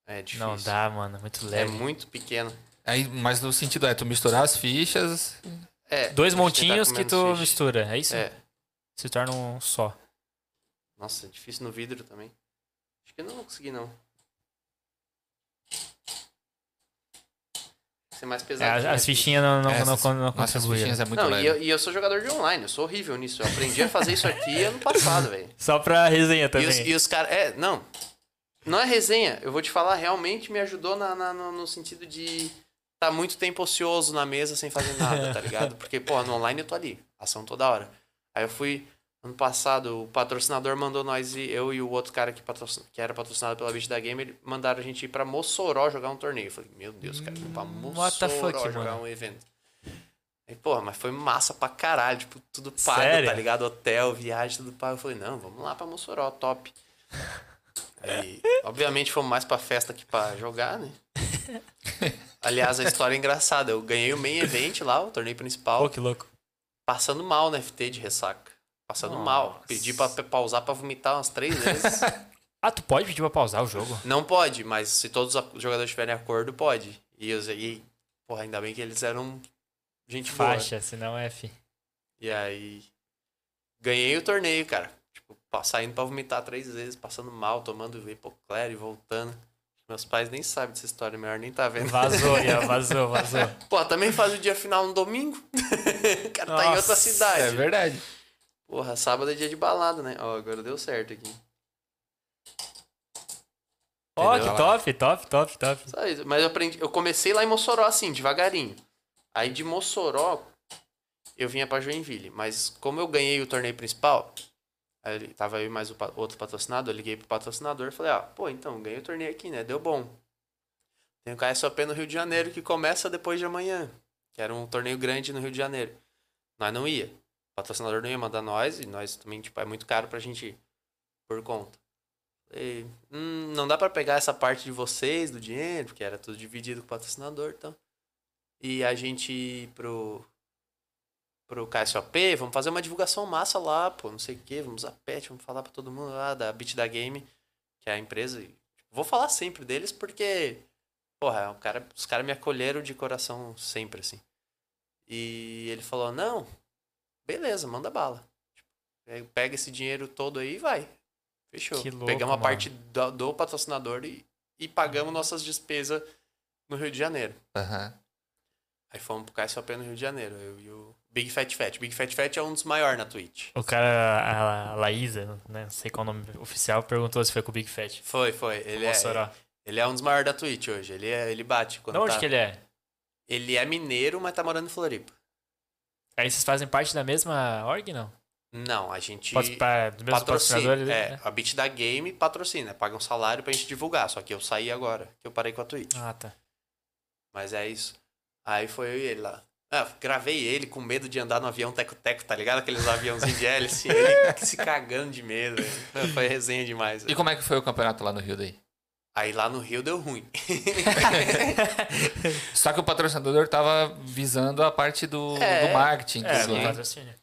É difícil. Não dá, mano. Muito É leve. muito pequeno. Aí, mas no sentido é tu misturar as fichas. É, Dois vou montinhos tentar que com tu menos ficha. mistura, é isso? É. Se torna um só. Nossa, é difícil no vidro também. Acho que eu não vou conseguir, não. Tem que Ser mais É, pesado. as, né? as fichinhas não, não, É, essas, não, não nossa, as contribuem. né? fichinhas é muito Não, e leve. eu, e eu sou jogador de online, eu sou horrível nisso. Eu aprendi a fazer isso aqui ano passado, velho. Só pra resenha E também. os, e os caras. É, não. Não é resenha. Eu vou te falar, realmente me ajudou na, na- no, no sentido de tá muito tempo ocioso na mesa sem fazer nada, tá ligado? Porque, pô, no online eu tô ali. Ação toda hora. Aí eu fui. Ano passado, o patrocinador mandou nós e eu e o outro cara que, patrocin... que era patrocinado pela Beach da Gamer mandaram a gente ir pra Mossoró jogar um torneio. Eu falei, meu Deus, cara, vou pra Hum, what the Mossoró fuck, jogar mano? um evento. Aí, pô, mas foi massa pra caralho, tipo, tudo pago, Sério? tá ligado? Hotel, viagem, tudo pago. Eu falei, não, vamos lá pra Mossoró, <laughs> top. Aí, obviamente, fomos mais pra festa que pra jogar, <laughs> né? Aliás, a história é engraçada. Eu ganhei o main event lá, o torneio Pô, principal, que louco. passando mal na FT de ressaca. Passando Nossa. mal. Pedi pra pra pausar pra vomitar umas três <laughs> vezes. Ah, tu pode pedir pra pausar o jogo? Não pode, mas se todos os jogadores tiverem acordo, pode. E eu e, porra, ainda bem que eles eram gente boa. Faixa, senão é F. E aí. Ganhei o torneio, cara. Tipo, pa- saindo pra vomitar três vezes, passando mal, tomando hipoclére e voltando. Meus pais nem sabem dessa história, melhor nem tá vendo. Vazou, Ian, vazou, vazou. <laughs> Pô, também faz o dia final no domingo. <laughs> o cara tá em Nossa, outra cidade. É verdade. Porra, sábado é dia de balada, né? Ó, agora deu certo aqui. Ó, Entendeu? que top, top, top, top. Só isso. Mas eu aprendi. Eu comecei lá em Mossoró, assim, devagarinho. Aí de Mossoró, eu vinha pra Joinville. Mas como eu ganhei o torneio principal, aí ele- tava eu e mais o pa- outro patrocinador, eu liguei pro patrocinador e falei, ah, pô, então, ganhei o torneio aqui, né? Deu bom. Tem o KSOP no Rio de Janeiro que começa depois de amanhã. Que era um torneio grande no Rio de Janeiro. Nós não ia. O patrocinador não ia mandar nós, e nós também, tipo, é muito caro pra gente ir. Por conta. Falei, hum, não dá pra pegar essa parte de vocês, do dinheiro, porque era tudo dividido com o patrocinador, então. E a gente ir pro pro KSOP, vamos fazer uma divulgação massa lá, pô, não sei o quê, vamos a pet, vamos falar pra todo mundo lá da Beat da Game, que é a empresa. e, tipo, vou falar sempre deles porque porra, o cara, os caras me acolheram de coração sempre assim. E ele falou: "Não, beleza, manda bala. Tipo, pega esse dinheiro todo aí e vai. Fechou. Que louco, Pegamos a mano. parte do, do patrocinador e, e pagamos nossas despesas no Rio de Janeiro. Aham. Aí fomos pro KSOP no Rio de Janeiro, eu e o Big Fat Fat. Big Fat Fat é um dos maiores na Twitch. O cara, a- a Laísa, né? Não sei qual é o nome oficial, perguntou se foi com o Big Fat. Foi, foi. Ele é, Mossoró. ele é um dos maiores da Twitch hoje. Ele, é, ele bate quando De onde tá. que ele é? Ele é mineiro, mas tá morando em Floripa. Aí vocês fazem parte da mesma org, não? Não, a gente Pode para dos mesmos patrocina. patrocinadores? É, né? a Bit da Game patrocina, paga um salário pra gente divulgar. Só que eu saí agora, que eu parei com a Twitch. Ah, tá. Mas é isso. Aí foi eu e ele lá. Ah, gravei ele com medo de andar no avião teco-teco, tá ligado? Aqueles aviãozinhos de hélice, ele <laughs> se cagando de medo. velho. Foi resenha demais. E velho. como é que foi o campeonato lá no Rio daí? Aí lá no Rio deu <laughs> ruim. Só que o patrocinador tava visando a parte do, É. do marketing. tudo, É, do sim. né? patrocínio.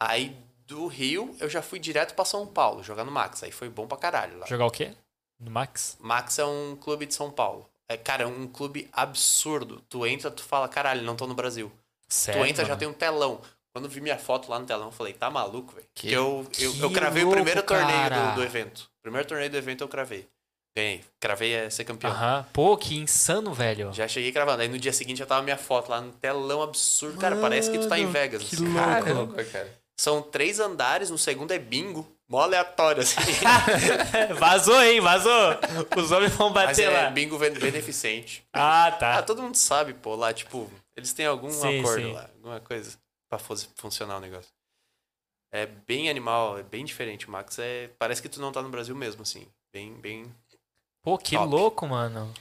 Aí do Rio eu já fui direto pra São Paulo jogar no Max. Aí foi bom pra caralho lá. Jogar o quê? No Max? Max é um clube de São Paulo. É, cara, é um clube absurdo. Tu entra, tu fala, caralho, não tô no Brasil. Sério, tu entra, já mano? tem um telão. Quando eu vi minha foto lá no telão, eu falei, tá maluco, velho? Que- Que eu, eu, eu que cravei louco, o primeiro torneio cara. do, do evento. Primeiro torneio do evento eu cravei. Ganhei. Cravei é ser campeão. Aham. Pô, que insano, velho. Já cheguei cravando. Aí no dia seguinte já tava minha foto lá no telão absurdo. Cara, parece que tu tá em Mano, Vegas. que assim. louco. Caramba, cara. São três andares, no segundo é bingo. Mó aleatório, <laughs> assim. <laughs> vazou, hein? Vazou. Os homens vão Mas bater é lá. bingo ben- beneficente. Ah, Ah, tá. todo mundo sabe, pô, lá, tipo, eles têm algum Sim, acordo sim. lá, alguma coisa pra fu- funcionar o negócio. É bem animal, é bem diferente, Max. É, parece que tu não tá no Brasil mesmo, assim. Bem, bem. Pô, que top. louco, mano.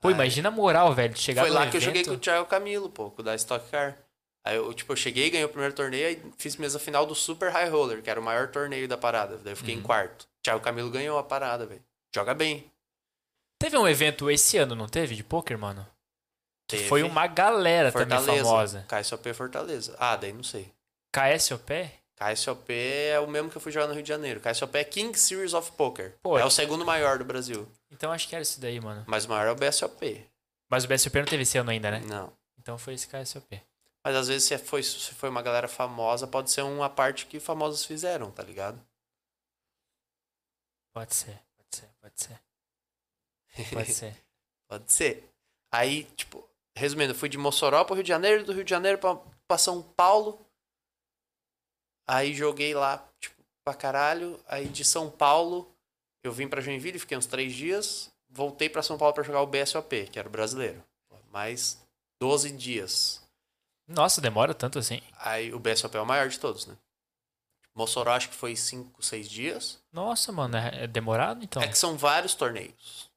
Pô, Ah, imagina a moral, velho, de chegar Foi no lá evento. que eu joguei com o Thiago Camilo, pô, com o da Stock Car. Aí eu, tipo, eu cheguei, ganhei o primeiro torneio, aí fiz mesa final do Super High Roller, que era o maior torneio da parada. Daí eu fiquei Uhum. em quarto. Thiago Camilo ganhou a parada, velho. Joga bem. Teve um evento esse ano, não teve? De poker, mano? Que Teve. foi um uma galera É também Fortaleza. famosa. KSOP Fortaleza. Ah, daí não sei. KSOP? KSOP é o mesmo que eu fui jogar no Rio de Janeiro. KSOP é King Series of Poker. Pô, é é- o segundo maior do Brasil. Então acho que era isso daí, mano. Mas o maior é o BSOP. Mas o BSOP não teve esse ano ainda, né? Não. Então foi esse KSOP. Mas às vezes se é- foi, se foi uma galera famosa, pode ser uma parte que famosos fizeram, tá ligado? Pode ser, pode ser, pode <laughs> ser. Pode ser. Pode ser. Aí, tipo, resumindo, eu fui de Mossoró pro Rio de Janeiro, do Rio de Janeiro pra, pra São Paulo. Aí joguei lá, tipo, pra caralho. Aí de São Paulo, eu vim pra Joinville, fiquei uns três dias. Voltei pra São Paulo pra jogar o BSOP, que era o brasileiro. Mais 12 dias. Nossa, demora tanto assim? Aí o BSOP é o maior de todos, né? Mossoró acho que foi 5, 6 dias. Nossa, mano, é é demorado então? É que são vários torneios.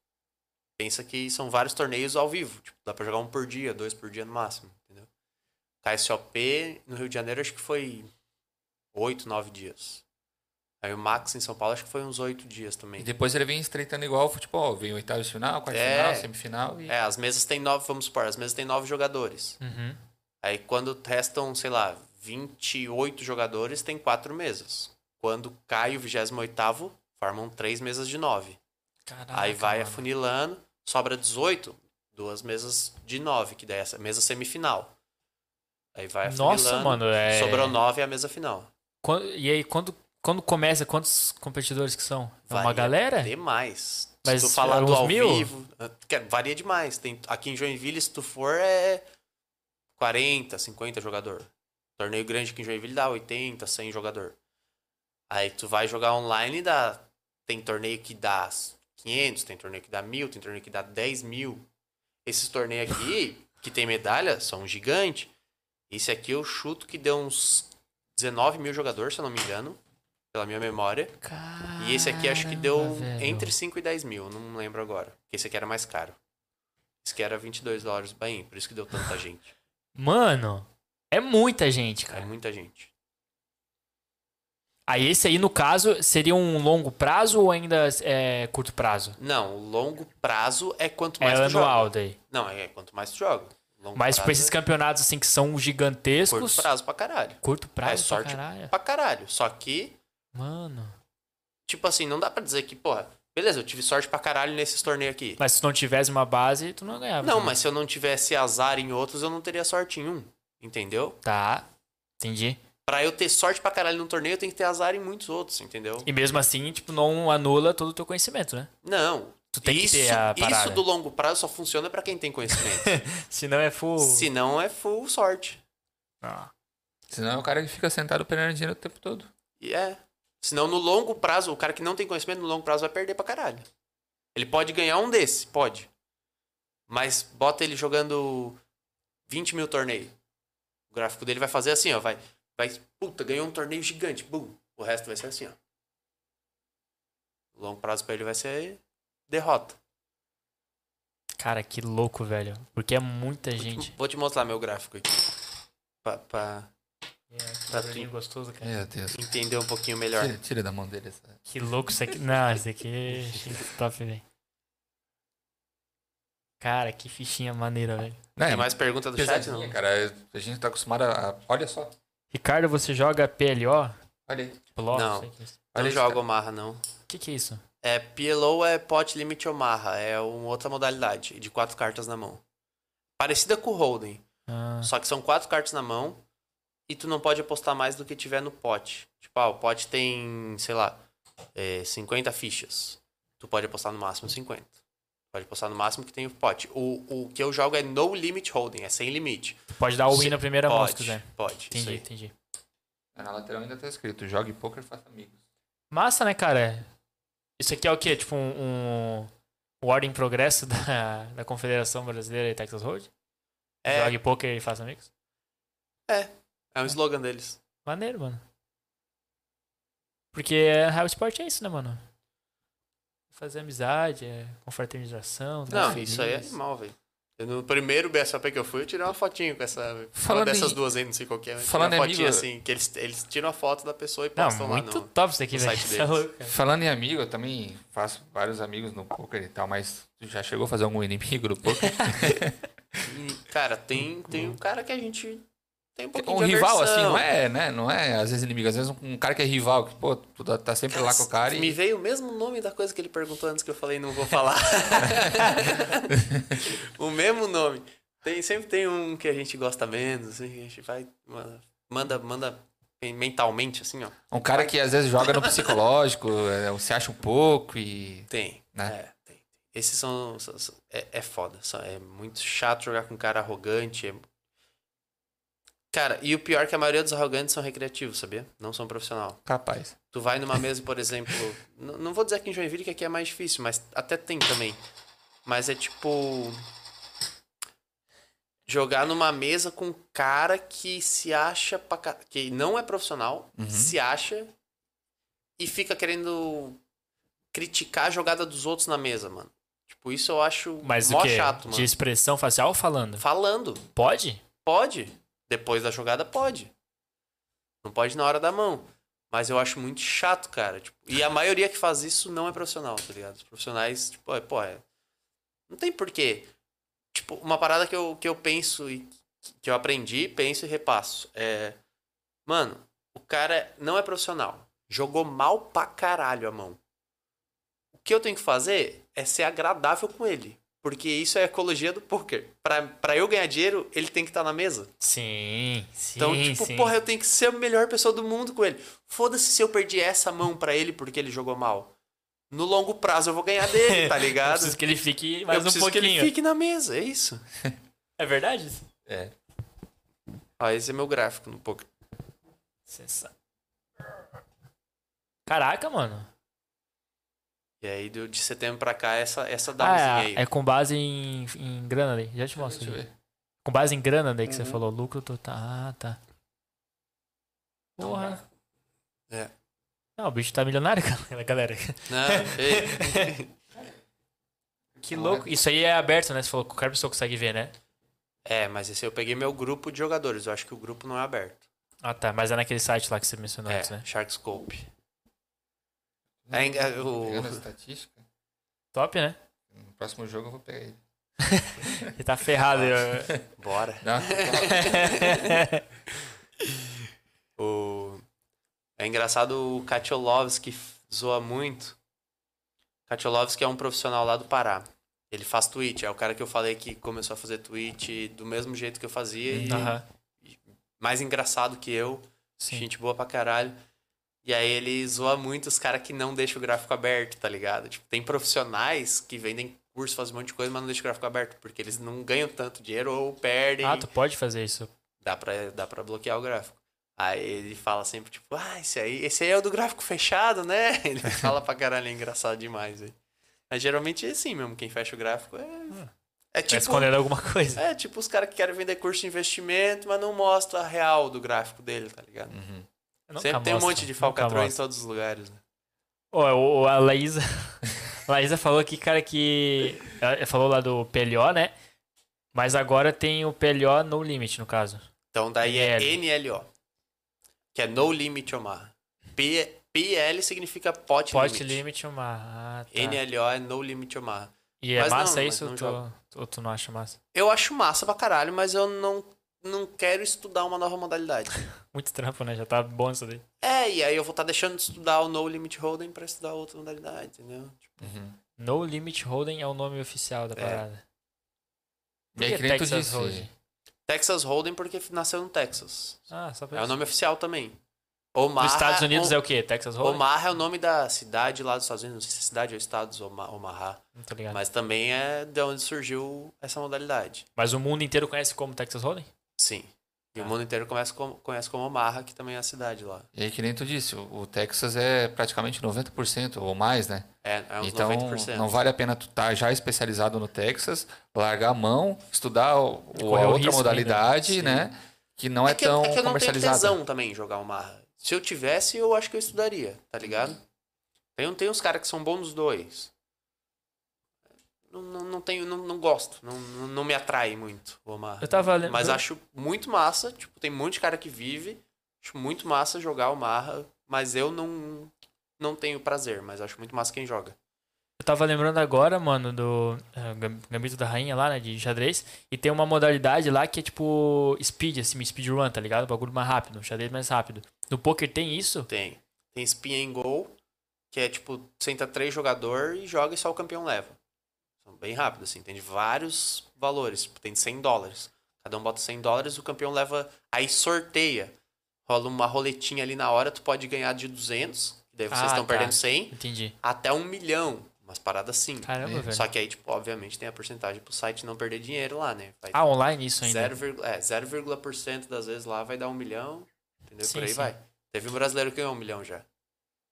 Pensa que são vários torneios ao vivo. Tipo, dá pra jogar um por dia, dois por dia no máximo, entendeu? KSOP no Rio de Janeiro acho que foi oito, nove dias. Aí o Max em São Paulo acho que foi uns oito dias E também. depois ele vem estreitando igual o futebol. Vem oitavo de final, quarto de É. final, semifinal. E... É, as mesas tem nove, vamos supor, as mesas tem nove jogadores. Uhum. Aí quando restam, sei lá, 28 jogadores, tem quatro mesas. Quando cai o 28 formam três mesas de nove. Caraca, aí vai mano. afunilando, sobra 18, duas mesas de 9, que daí é essa mesa semifinal. Aí vai afunilando, Nossa, mano, é. sobrou 9 é a mesa final. Quan- E aí, quando, quando começa, quantos competidores que são? É uma Varia galera? Demais. Mas se tu falar do alguns ao mil? vivo, ah, cara, varia demais. Tem, aqui em Joinville, se tu for, é 40, 50 jogador. Torneio grande aqui em Joinville dá 80, 100 jogador. Aí tu vai jogar online, dá, tem torneio que dá 500, tem torneio que dá mil, tem torneio que dá 10 mil. Esses torneios aqui, que tem medalha, são um gigante. Esse aqui eu chuto que deu uns 19 mil jogadores, se eu não me engano, pela minha memória. E esse aqui Ah, acho que deu Caramba, velho. entre 5 e 10 mil, não lembro agora. Porque esse aqui era mais caro. Esse aqui era 22 dólares o Bahia, por isso que deu tanta gente. Mano, é muita gente, É <laughs> cara. muita gente. Aí Ah, esse aí, no caso, seria um longo prazo ou ainda é curto prazo? Não, o longo prazo é quanto É mais tu anual joga. daí. Não, é quanto mais tu joga. Longo Mas prazo pra esses é campeonatos assim que são gigantescos. curto prazo pra caralho. Curto prazo É, sorte. pra caralho. Pra caralho. Só que, Mano. tipo assim, não dá pra dizer que, porra, beleza, eu tive sorte pra caralho nesses torneios aqui. Mas se tu não tivesse uma base, tu não ganhava. né? Não, também. mas se eu não tivesse azar em outros, eu não teria sorte em um. Entendeu? Tá. Entendi. Pra eu ter sorte pra caralho num torneio, eu tenho que ter azar em muitos outros, entendeu? E mesmo assim, tipo, não anula todo o teu conhecimento, né? Não. Tu tem que isso, ter a parada. isso do longo prazo só funciona pra quem tem conhecimento. <laughs> Se não é full. Se não, é full sorte. Ah. Senão é o cara que fica sentado perdendo dinheiro o tempo todo. E é. Senão, no longo prazo, o cara que não tem conhecimento no longo prazo vai perder pra caralho. Ele pode ganhar um desse, pode. Mas bota ele jogando 20 mil torneios. O gráfico dele vai fazer assim, ó. Vai, vai puta, ganhou um torneio gigante, bum. O resto vai ser assim, ó. O longo prazo pra ele vai ser derrota. Cara, que louco, velho. Porque é muita Vou te- gente. Vou te mostrar meu gráfico aqui. Pra, pra Tá barulhinho É, gostoso, cara. Meu Deus. entender um pouquinho melhor. Tira, tira da mão dele essa. Que louco isso aqui. Não, isso aqui é top, velho. Cara, que fichinha maneira, velho. Não, Tem mais pergunta do chat, não? É, pesadinha, cara. A gente tá acostumado a. Olha só. Ricardo, você joga PLO? Olha aí. PLO? Não. sei o que é isso. Olha Não isso, Então joga cara. Omaha, não. O que, que é isso? É, PLO é Pot Limit Omaha, é uma outra modalidade, de quatro cartas na mão. Parecida com o Holding, Ah, só que são quatro cartas na mão e tu não pode apostar mais do que tiver no pote. Tipo, ah, o pote tem, sei lá, é, 50 fichas. Tu pode apostar no máximo 50. Pode apostar no máximo que tem o pote. O, o que eu jogo é No Limit Holding, é sem limite. tu pode dar o win se- na primeira mão se Pode, quiser. pode. isso Entendi, aí. entendi. Na lateral ainda tá escrito: jogue poker, faça amigos. Massa, né, cara? Isso aqui é o quê? Tipo um, um War em Progresso <laughs> da, da Confederação Brasileira e Texas Road? É, Jogue poker e faça amigos? é um slogan deles. Maneiro, mano. Porque é, real esporte é isso, né, mano? Fazer amizade, é confraternização. tá Não, feliz. isso aí é animal, velho. Eu, No primeiro BSOP que eu fui, eu tirei uma fotinho com essa. Falando uma dessas em- duas aí, não sei qual que é. mas Falando uma em fotinha amigo- assim, que eles, eles tiram a foto da pessoa e Não, postam lá muito no. top isso aqui, no velho. site <laughs> Isso é deles. louco, cara. Falando em amigo, eu também faço vários amigos no poker e tal, mas tu já chegou a fazer algum inimigo no <laughs> Um poker? Um E, cara, tem, tem um cara que a gente tem um pouquinho Hum. um de rival, aversão. assim, não é, né? Não é, às vezes, inimigo. Às vezes, um cara que é rival, que, pô, tu tá- tá sempre lá com o cara Me e. veio o mesmo nome da coisa que ele perguntou antes que eu falei, não <laughs> vou falar. o mesmo nome. Tem, sempre tem um que a gente gosta menos, assim, a gente vai. Manda, manda, manda mentalmente, assim, ó. Um cara que às vezes joga no psicológico, <laughs> é, se acha um pouco e. Tem. né? É, tem. Esses são. são- são- é, é foda. são- é muito chato jogar com um cara arrogante. é- Cara, e o pior é que a maioria dos arrogantes são recreativos, sabia? Não são profissional. Capaz. Tu vai numa mesa, por exemplo. n- não vou dizer que em Joinville que aqui é mais difícil, mas até tem também. Mas é tipo. Jogar numa mesa com um cara que se acha. pra ca- que não é profissional, Uhum. se acha e fica querendo criticar a jogada dos outros na mesa, mano. Tipo, isso eu acho Mas o mó quê? chato, mano. De expressão facial ou falando? Falando. Pode? Pode. Depois da jogada, pode. Não pode na hora da mão. Mas eu acho muito chato, cara. Tipo, e a maioria que faz isso não é profissional, tá ligado? Os profissionais, tipo, é, pô, é, não tem porquê. Tipo, uma parada que eu, que eu penso e que eu aprendi, penso e repasso. É. Mano, o cara não é profissional. Jogou mal pra caralho a mão. O que eu tenho que fazer é ser agradável com ele. Porque isso é a ecologia do poker. Pra, pra eu ganhar dinheiro, ele tem que estar na mesa. Sim, sim. Então, tipo, sim. porra, eu tenho que ser a melhor pessoa do mundo com ele. Foda-se se eu perdi essa mão pra ele porque ele jogou mal. No longo prazo eu vou ganhar dele, <laughs> tá Eu ligado? preciso que ele fique Eu mais um preciso que pouquinho. ele fique na mesa, é isso. É verdade? isso? É. Ó, esse é meu gráfico no poker. Sensa- Caraca, mano. E aí, do- de setembro pra cá, essa, essa Ah, datazinha é, é um aí. com base em, em grana daí. Já te mostro. Deixa eu gente. ver. Com base em grana daí que você Uhum. falou. Lucro total. Ah, tá. Não Porra. É. Não, o bicho tá milionário, <laughs> cara, galera. Não, <laughs> ei. Que Não é. louco. Isso aí é aberto, né? Você falou que qualquer pessoa consegue ver, né? é, mas esse eu peguei meu grupo de jogadores. Eu acho que o grupo não é aberto. Ah, tá. Mas é naquele site lá que você mencionou é, antes, né? Sharkscope. É, é, o- Pegando a estatística. Top, né? No próximo jogo eu vou pegar ele. Ele <laughs> tá ferrado. eu- <laughs> Bora. <laughs> Não, O... É engraçado o Kacholovski f- zoa muito. Kacholovski é um profissional lá do Pará. Ele faz tweet, é o cara que eu falei que começou a fazer tweet do mesmo jeito que eu fazia e Aham. mais engraçado que eu, Sim. gente boa pra caralho. E aí ele zoa muito os caras que não deixam o gráfico aberto, tá ligado? Tipo, tem profissionais que vendem curso, fazem um monte de coisa, mas não deixam o gráfico aberto, porque eles não ganham tanto dinheiro ou perdem Ah, tu pode fazer isso. dá pra, dá pra bloquear o gráfico. Aí ele fala sempre, tipo, ah, esse aí, esse aí é o do gráfico fechado, né? <laughs> Ele fala pra caralho, é engraçado demais, velho. Mas geralmente é assim mesmo, quem fecha o gráfico é. É Tá tipo, escondendo alguma coisa. é tipo os caras que querem vender curso de investimento, mas não mostra a real do gráfico dele, tá ligado? Uhum. Nunca sempre tem um mostra, monte de nunca falcatrua em mostra. todos os lugares, né? Ô, o- o- a Laísa. <laughs> Laísa falou que, cara, que. Ela falou lá do PLO, né? Mas agora tem o PLO no limite, no caso. Então daí é NL. NLO, que é No Limit Omar. P, PL significa pot, Pot limit. limit uma. Ah, tá. NLO é No Limit Omar. E é Mas não, massa mas isso? não ou joga. tu, ou tu não acha massa? Eu acho massa pra caralho, mas eu não, não quero estudar uma nova modalidade. <laughs> Muito trampo, né? Já tá bom isso daí. É, e aí eu vou estar deixando de estudar o No Limit Holding pra estudar outra modalidade, entendeu? Tipo, Uhum. No Limit Holding é o nome oficial da É. parada. Por E aí, que que nem tu Texas disse, Hold'em? Texas Holding porque nasceu no Texas. Ah, só pra É o nome oficial também. Omaha, Dos Estados Unidos o, é o quê? Texas Hold'em? Omaha é o nome da cidade lá dos Estados Unidos. Não sei se é cidade ou estados, Oma- Omaha. Não tô ligado. Mas... Mas também é de onde surgiu essa modalidade. o mundo inteiro conhece como Texas Hold'em? Sim. E o Tá. mundo inteiro conhece como, conhece como Omaha, que também é a cidade lá. E aí, que nem tu disse, o o Texas é praticamente 90% ou mais, né? É, é uns Então, 90%. não vale a pena tu estar já especializado no Texas, largar a mão, estudar o, o- Correr a o outra risco modalidade, ainda, sim. né? Que não é, que, tão é que eu não tenho comercializada. tesão também em jogar o Marra. Se eu tivesse, eu acho que eu estudaria, tá ligado? Tem, um, tem uns caras que são bons nos dois. Não, não, não tenho, não, não gosto. Não, não não me atrai muito o Marra. Eu tava lendo. Mas acho muito massa. Tipo, tem muito cara que vive. Acho muito massa jogar o Marra. Mas eu não, não tenho prazer. Mas acho muito massa quem joga. Eu tava lembrando agora, mano, do eh, Gam- Gambito da Rainha lá, né, de xadrez, e tem uma modalidade lá que é tipo speed, assim, speedrun, tá ligado? O bagulho mais rápido, um xadrez mais rápido. No poker tem isso? Tem. Tem Spin and Go, que é tipo, senta três jogador e joga e só o campeão leva. São bem rápido, assim. Tem de vários valores. Tipo, Tem de 100 dólares. Cada um bota 100 dólares, o campeão leva. Aí sorteia. Rola uma roletinha ali na hora, tu pode ganhar de 200, que daí vocês Ah, estão tá. perdendo 100, Entendi. até 1 milhão. Umas paradas assim. Caramba, É. velho. Só que aí, tipo, obviamente tem a porcentagem pro site não perder dinheiro lá, né? Vai Ah, online isso ainda. 0,1% é, 0,1% das vezes lá vai dar um milhão, entendeu? Sim, Por aí sim. vai. Teve um brasileiro que ganhou um milhão já.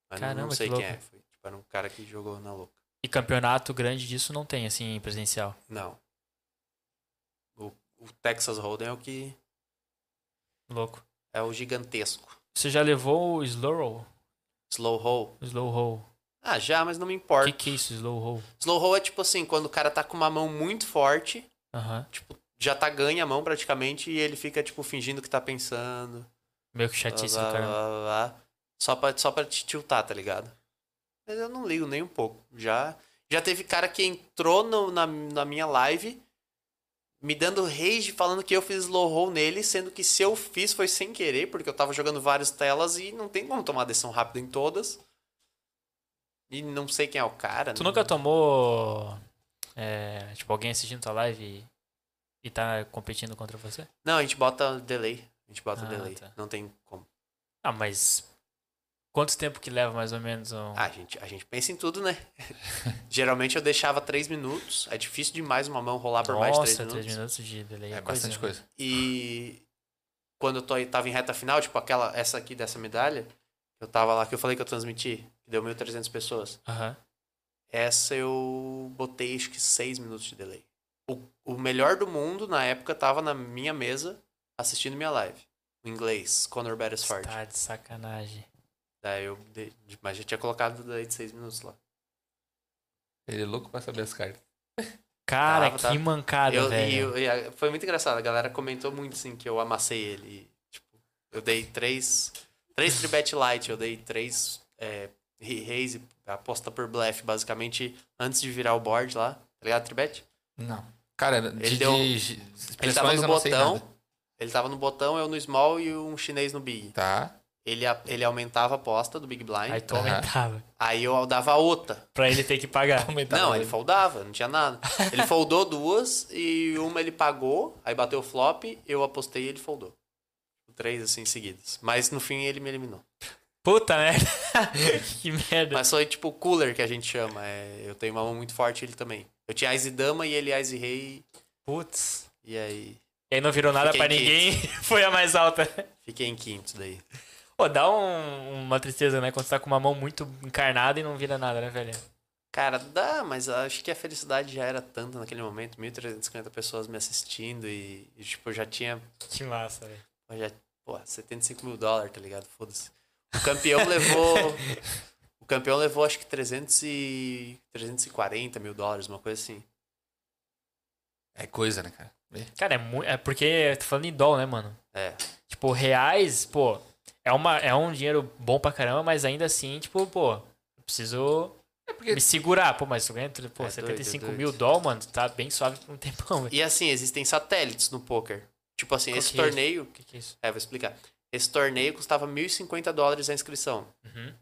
Mas não- Caramba, não sei que quem é. louco. Foi, tipo, era um cara que jogou na louca. E campeonato grande disso não tem, assim, presencial. Não. O, o Texas Hold'em é o que Louco. é o gigantesco. Você já levou o slow roll? Slow roll. Slow roll. Ah, já, mas não me O importa. que, que é isso, slow roll? Slow roll é tipo assim, quando o cara tá com uma mão muito forte, Aham. já tá ganha a mão praticamente e ele fica, tipo, fingindo que tá pensando. Meio que chatice do blá, blá, cara. blá, blá, blá. Só pra, só pra te tiltar, tá ligado? Mas eu não ligo nem um pouco. Já, já teve cara que entrou no- na, na minha live me dando rage falando que eu fiz slow roll nele, sendo que se eu fiz foi sem querer, porque eu tava jogando várias telas e não tem como tomar decisão rápida em todas. E não sei quem é o cara. Tu não- nunca tomou, é, tipo, alguém assistindo tua live e, e tá competindo contra você? Não, a gente bota delay. A gente bota Ah, delay. tá. Não tem como. Ah, mas quanto tempo que leva mais ou menos um... Ah, a gente, a gente pensa em tudo, né? <laughs> Geralmente eu deixava 3 minutos. É difícil demais uma mão rolar por mais de 3 Nossa, minutos. três minutos de delay. É bastante coisa. E quando eu tô, aí- tava em reta final, tipo aquela, essa aqui dessa medalha, eu tava lá que eu falei que eu transmiti, que deu 1.300 pessoas. Aham. Essa eu botei acho que 6 minutos de delay. O, o melhor do mundo, na época, tava na minha mesa assistindo minha live. O inglês, Conor Beresford. Tá de sacanagem. Daí eu. dei- Mas já tinha colocado daí de 6 minutos lá. Ele é louco pra saber as cartas. Cara, Tava, que tava. mancada, Eu, e, velho. eu- e a- foi muito engraçado. A galera comentou muito, assim, que eu amassei ele. E, tipo, eu dei três... Três tribet light. Eu dei três é, re- raise, aposta por bluff, basicamente, antes de virar o board lá. Tá ligado, tribet? Não. Cara, de, Ele deu- de- de Ele tava expressões no eu não sei nada. botão. Ele tava no botão, eu no small e um chinês no big. Tá. Ele, a- ele aumentava a aposta do big blind. Aí Aí, tu Aham. aumentava. eu dava outra. Pra ele ter <laughs> que pagar. Não, ele foldava, não tinha nada. Ele foldou duas e uma ele pagou, aí bateu o flop, eu apostei e ele foldou. Três assim seguidas. Mas no fim ele me eliminou. Puta merda. <laughs> que merda. Mas foi tipo o cooler que a gente chama. é, eu tenho uma mão muito forte ele também. Eu tinha Ice Dama e ele Ice Rei. Putz. E aí E aí não virou nada Fiquei pra ninguém. <laughs> Foi a mais alta. fiquei em quinto daí. Pô, dá um- uma tristeza, né? Quando você tá com uma mão muito encarnada e não vira nada, né, velho? Cara, dá, mas acho que a felicidade já era tanta naquele momento. 1.350 pessoas me assistindo e, e tipo, eu já tinha Que massa, velho. Mas já, pô, 75 mil dólares, tá ligado? Foda-se. O campeão levou. o campeão levou acho que 300 e, 340 mil dólares, uma coisa assim. É coisa, né, cara? Vê. Cara, é, mu- é porque eu tô falando em dólar, né, mano? É. Tipo, reais, pô, é, uma, é um dinheiro bom pra caramba, mas ainda assim, tipo, pô, eu preciso É porque me segurar. Pô, mas tu ganha, tu- pô, É doido, 75 doido. mil dólares, mano, tu tá bem suave por um tempão, velho. E assim, existem satélites no poker. Tipo assim, Qual esse que é isso? torneio. O <laughs> que que é isso? É, vou explicar. Esse torneio custava 1.050 dólares a inscrição. Uhum.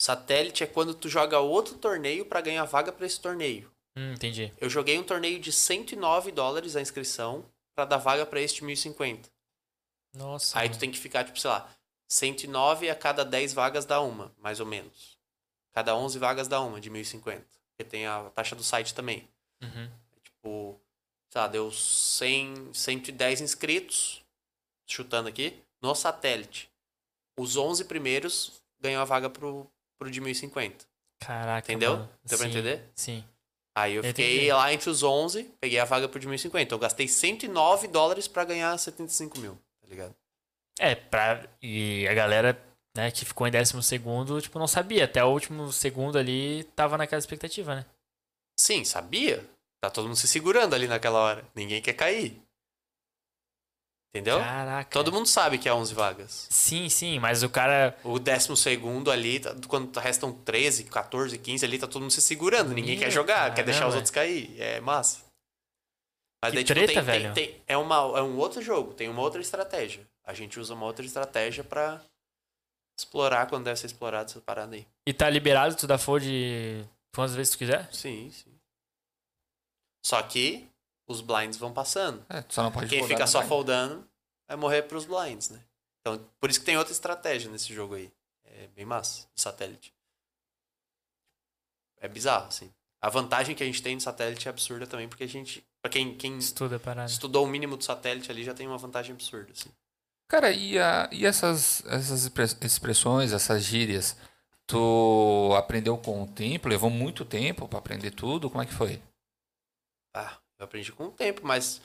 Satélite é quando tu joga outro torneio pra ganhar vaga pra esse torneio. Hum, entendi. Eu joguei um torneio de 109 dólares a inscrição pra dar vaga pra este 1.050. Nossa. Aí tu mano. tem que ficar, tipo, sei lá, 109 a cada 10 vagas dá uma, mais ou menos. Cada 11 vagas dá uma, de 1.050. Porque tem a taxa do site também. Uhum. Tipo, sei lá, deu 100, 110 inscritos, chutando aqui, no satélite. Os 11 primeiros ganham a vaga pro, pro de 1.050. Caraca. Entendeu? mano. Deu pra Sim, entender? Sim. Aí eu Eu fiquei entendi. lá entre os 11, peguei a vaga pro de 1.050. Eu gastei 109 dólares pra ganhar 75 mil, tá ligado? É, pra. E a galera, né, que ficou em décimo segundo, tipo, não sabia. Até o último segundo ali tava naquela expectativa, né? Sim, sabia. Tá todo mundo se segurando ali naquela hora. Ninguém quer cair. Entendeu? Caraca. Todo mundo sabe que é 11 vagas. Sim, sim, mas o cara. O décimo segundo ali, tá- quando restam 13, 14, 15 ali, tá todo mundo se segurando. Ninguém Ih, quer jogar, quer deixar os caramba. outros cair. É massa. Mas Que daí, tipo, treta, tem- tem, velho. tem- é, uma, é um outro jogo, tem uma outra estratégia. A gente usa uma outra estratégia pra explorar quando deve ser explorado essa parada aí. E tá liberado, tu dá fold quantas vezes tu quiser? Sim, sim. Só que os blinds vão passando. é, tu só não pode Quem rodar fica no só bar. foldando vai morrer pros blinds, né? Então, por isso que tem outra estratégia nesse jogo aí. É bem massa, de satélite. É bizarro, assim. A vantagem que a gente tem no satélite é absurda também, porque a gente. Pra quem, quem Estuda a parada. estudou o mínimo do satélite ali já tem uma vantagem absurda, assim. Cara, e, a- e essas, essas expre- expressões, essas gírias, tu aprendeu com o tempo? Levou muito tempo pra aprender tudo? Como é que foi? Ah, eu aprendi com o tempo, mas.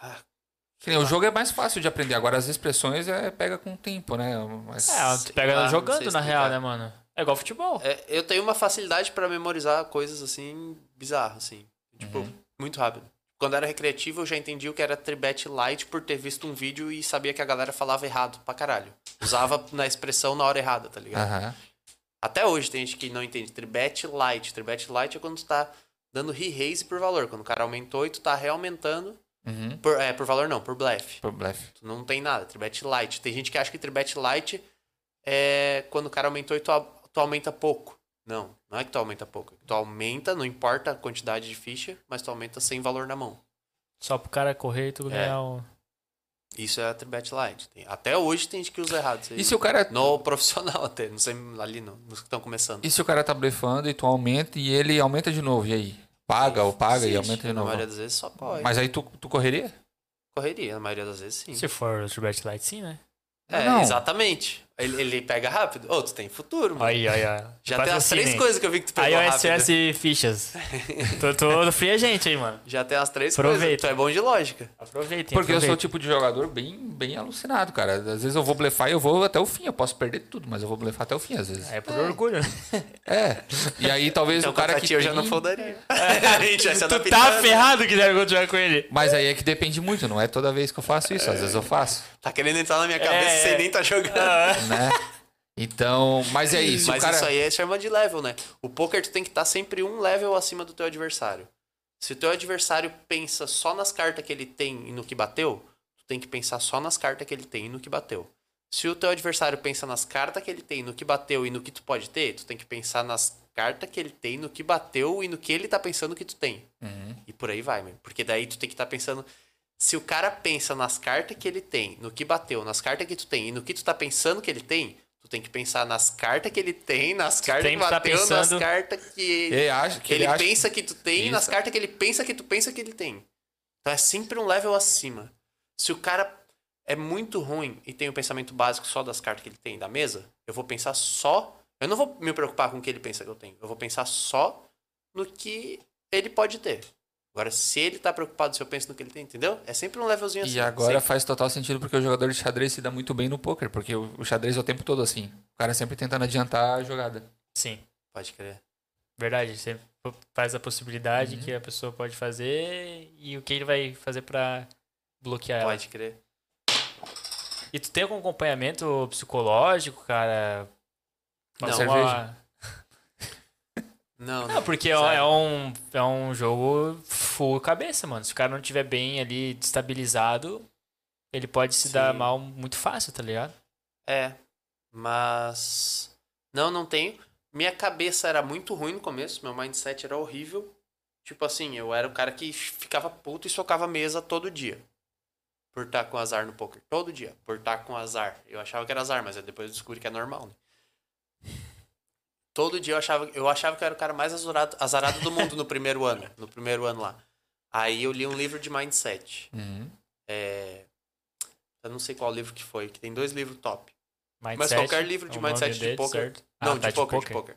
Ah, Que nem, o jogo é mais fácil de aprender. Agora, as expressões é, pega com o tempo, né? Mas, É, tu sei pega lá, Ah, não jogando sei na real, explicar. né, mano? É igual futebol. é, eu tenho uma facilidade pra memorizar coisas assim, bizarro, assim. Tipo, Uhum. muito rápido. Quando era recreativo, eu já entendi o que era tribet light por ter visto um vídeo e sabia que a galera falava errado pra caralho. Usava <laughs> na expressão na hora errada, tá ligado? Aham. Até hoje tem gente que não entende. Tribet light. Tribet light é quando tu tá dando re-raise por valor. Quando o cara aumentou e tu tá reaumentando. Uhum. Por, é, por valor não, por blefe. Pro blefe. Tu não tem nada. Tribet light. Tem gente que acha que tribet light é quando o cara aumentou e tu, a- tu aumenta pouco. Não, não é que tu aumenta pouco. Tu aumenta, não importa a quantidade de ficha, mas tu aumenta sem valor na mão. Só pro cara correr e É. tu ganhar o. Isso é a Tribet Light. Tem- até hoje tem gente que usa errado. Isso aí. E se o cara... No profissional <laughs> até, não sei ali no, nos que estão começando. E se o cara tá blefando e tu aumenta e ele aumenta de novo? E aí? Paga ou paga e Existe. aumenta de tipo, Na novo? maioria das vezes só corre. Mas aí tu, tu correria? Correria, na maioria das vezes sim. Se for o Tribet Light, sim, né? É, Não. exatamente. Ele, ele pega rápido? Ô, tu tem futuro, mano. Aí, aí, aí. Já tem assim, as né? três coisas que eu vi que tu Aí, pegou rápido. é OSS e <laughs> fichas. tô, tô fria gente aí, mano. Já tem as três coisas. Aproveita. Tu é bom de lógica. Aproveitem, Porque eu sou o aproveitem. tipo de jogador bem, bem alucinado, cara. Às vezes eu vou blefar e eu vou até o fim. Eu posso perder tudo, mas eu vou blefar até o fim, às tipo- vezes. É por orgulho. É. E aí talvez Então, o cara contra que. ti, eu já tem- não foldaria. <laughs> A gente vai se É. <laughs> Tu tá adaptando. ferrado, Guilherme, quando jogar com ele. Mas aí é que depende muito, não é toda vez que eu faço isso, às vezes eu faço, Tá querendo entrar na minha cabeça É. sem nem tá jogando. né? Então, mas é isso, o Mas cara. isso aí é chama de level, né? O poker tu tem que estar sempre um level acima do teu adversário. Se o teu adversário pensa só nas cartas que ele tem e no que bateu, tu tem que pensar só nas cartas que ele tem e no que bateu. Se o teu adversário pensa nas cartas que ele tem, no que bateu e no que tu pode ter, tu tem que pensar nas cartas que ele tem, no que bateu e no que ele tá pensando que tu tem. Uhum. E por aí vai, meu. Porque daí tu tem que estar pensando. Se o cara pensa nas cartas que ele tem, no que bateu, nas cartas que tu tem e no que tu tá pensando que ele tem, tu tem que pensar nas cartas que ele tem, nas cartas que tem que tá bateu, nas pensando- cartas que Ele acha que ele, ele, acha- pensa que tu tem e nas Isso. cartas que ele pensa que tu pensa que ele tem. Então é sempre um level acima. Se o cara é muito ruim e tem o pensamento básico só das cartas que ele tem da mesa, eu vou pensar só. Eu não vou me preocupar com o que ele pensa que eu tenho. Eu vou pensar só no que ele pode ter. Agora, se ele tá preocupado se eu penso no que ele tem, entendeu? É sempre um levelzinho assim. E agora sempre. faz total sentido porque o jogador de xadrez se dá muito bem no poker, porque o o xadrez é o tempo todo assim. O cara sempre tentando adiantar a jogada. Sim, Pode crer. verdade. Você po- faz a possibilidade Uhum. que a pessoa pode fazer e o que ele vai fazer pra É. bloquear ela. Pode crer. E tu tem algum acompanhamento psicológico, cara? Com Alguma- cerveja. Não, Não, porque é, Sabe? é um, é um jogo full cabeça, mano. Se o cara não tiver bem ali destabilizado, ele pode se dar Sim. mal muito fácil, tá ligado? É, mas. Não, não tenho. Minha cabeça era muito ruim no começo, meu mindset era horrível. Tipo assim, eu era o cara que ficava puto e socava a mesa todo dia. Por estar com azar no poker. Todo dia. Por estar com azar. Eu achava que era azar, mas aí depois eu descobri que é normal, né? Todo dia eu achava, eu achava que eu era o cara mais azarado, azarado do mundo no primeiro ano. No primeiro ano lá. Aí eu li um livro de mindset. Uhum. É, Eu não sei qual livro que foi, que tem dois livros top. Mindset, qualquer livro de é o nome mindset de dele, poker. certo? não, Ah, tá, de, poker, de poker.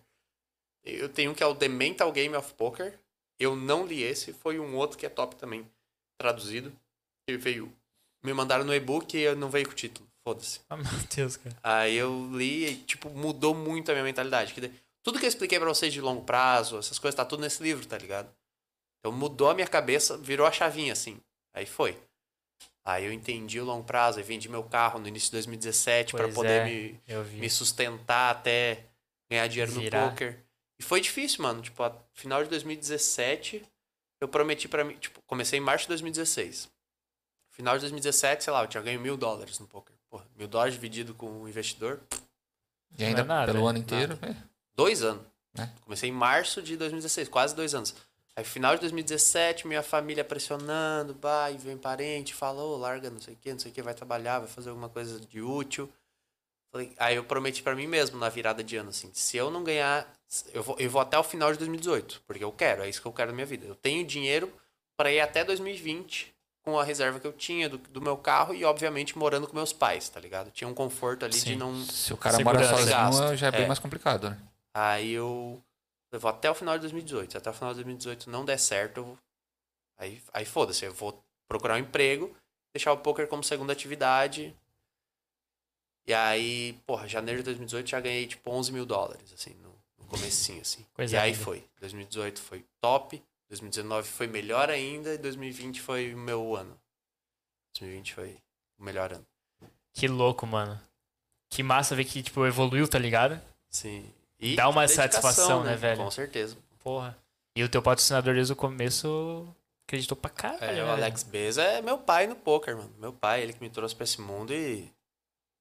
Eu tenho um que é o The Mental Game of Poker. Eu não li esse, foi um outro que é top também, traduzido. Que veio. Me mandaram no e-book e eu não veio com o título. Foda-se. Ah, meu Deus, cara. Aí eu li e, tipo, mudou muito a minha mentalidade. Que de- Tudo que eu expliquei pra vocês de longo prazo, essas coisas, tá tudo nesse livro, tá ligado? Então mudou a minha cabeça, virou a chavinha, assim. Aí foi. Aí eu entendi o longo prazo, aí vendi meu carro no início de 2017 Tipo, pra Pois poder é. me Eu vi. me sustentar até ganhar dinheiro Virar. no poker. E foi difícil, mano. Tipo, a final de 2017, eu prometi pra mim. Tipo, comecei em março de 2016. Final de 2017, sei lá, eu tinha ganho mil dólares no poker. Porra, mil dólares dividido com um investidor. E ainda é nada, pelo é ano inteiro. é. Dois anos. É. Comecei em março de 2016, quase dois anos. Aí, final de 2017, minha família pressionando, vai, vem parente, falou, larga, não sei o que, não sei o que, vai trabalhar, vai fazer alguma coisa de útil. Falei- Aí eu prometi pra mim mesmo, na virada de ano, assim, se eu não ganhar, eu vou, eu vou até o final de 2018, porque eu quero, é isso que eu quero na minha vida. Eu tenho dinheiro pra ir até 2020 com a reserva que eu tinha do, do meu carro e, obviamente, morando com meus pais, tá ligado? Tinha um conforto ali de Sim. não, Se o cara Segurança. mora sozinho, Gasto, já é bem é. mais complicado, né? Aí eu, eu vou até o final de 2018. Se até o final de 2018 não der certo, eu vou- aí, aí foda-se, eu vou procurar um emprego, deixar o poker como segunda atividade. E aí, porra, janeiro de 2018 já ganhei tipo 11 mil dólares, assim, no, no comecinho, assim. Coisa e aí linda. foi. 2018 foi top, 2019 foi melhor ainda, e 2020 foi o meu ano. 2020 foi o melhor ano. Que louco, mano. Que massa ver que, tipo, evoluiu, tá ligado? Sim. E Dá uma dedicação, satisfação, né, velho? Com certeza. Porra. E o teu patrocinador desde o começo acreditou pra caralho. É, o né? Alex Beza é meu pai no poker, mano. Meu pai, ele que me trouxe pra esse mundo e.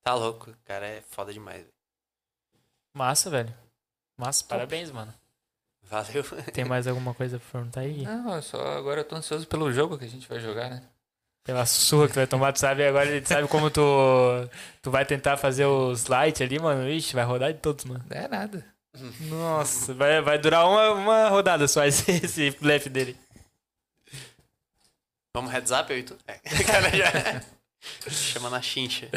Tá louco, o cara é foda demais. velho. Massa, velho. Massa, parabéns, mano. Valeu. <laughs> Tem mais alguma coisa pra perguntar aí? Não, eu só agora eu tô ansioso pelo jogo que a gente vai jogar, né? Pela surra que tu vai tomar, tu sabe agora, ele sabe como tu, tu vai tentar fazer o slide ali, mano. Ixi, vai rodar de todos, mano. Não é <laughs> nada. Nossa, vai, vai durar uma, uma rodada só <laughs> esse, esse blefe dele. <laughs> é. Vamos heads up, eu e tu? É. O cara já. Chama na chincha.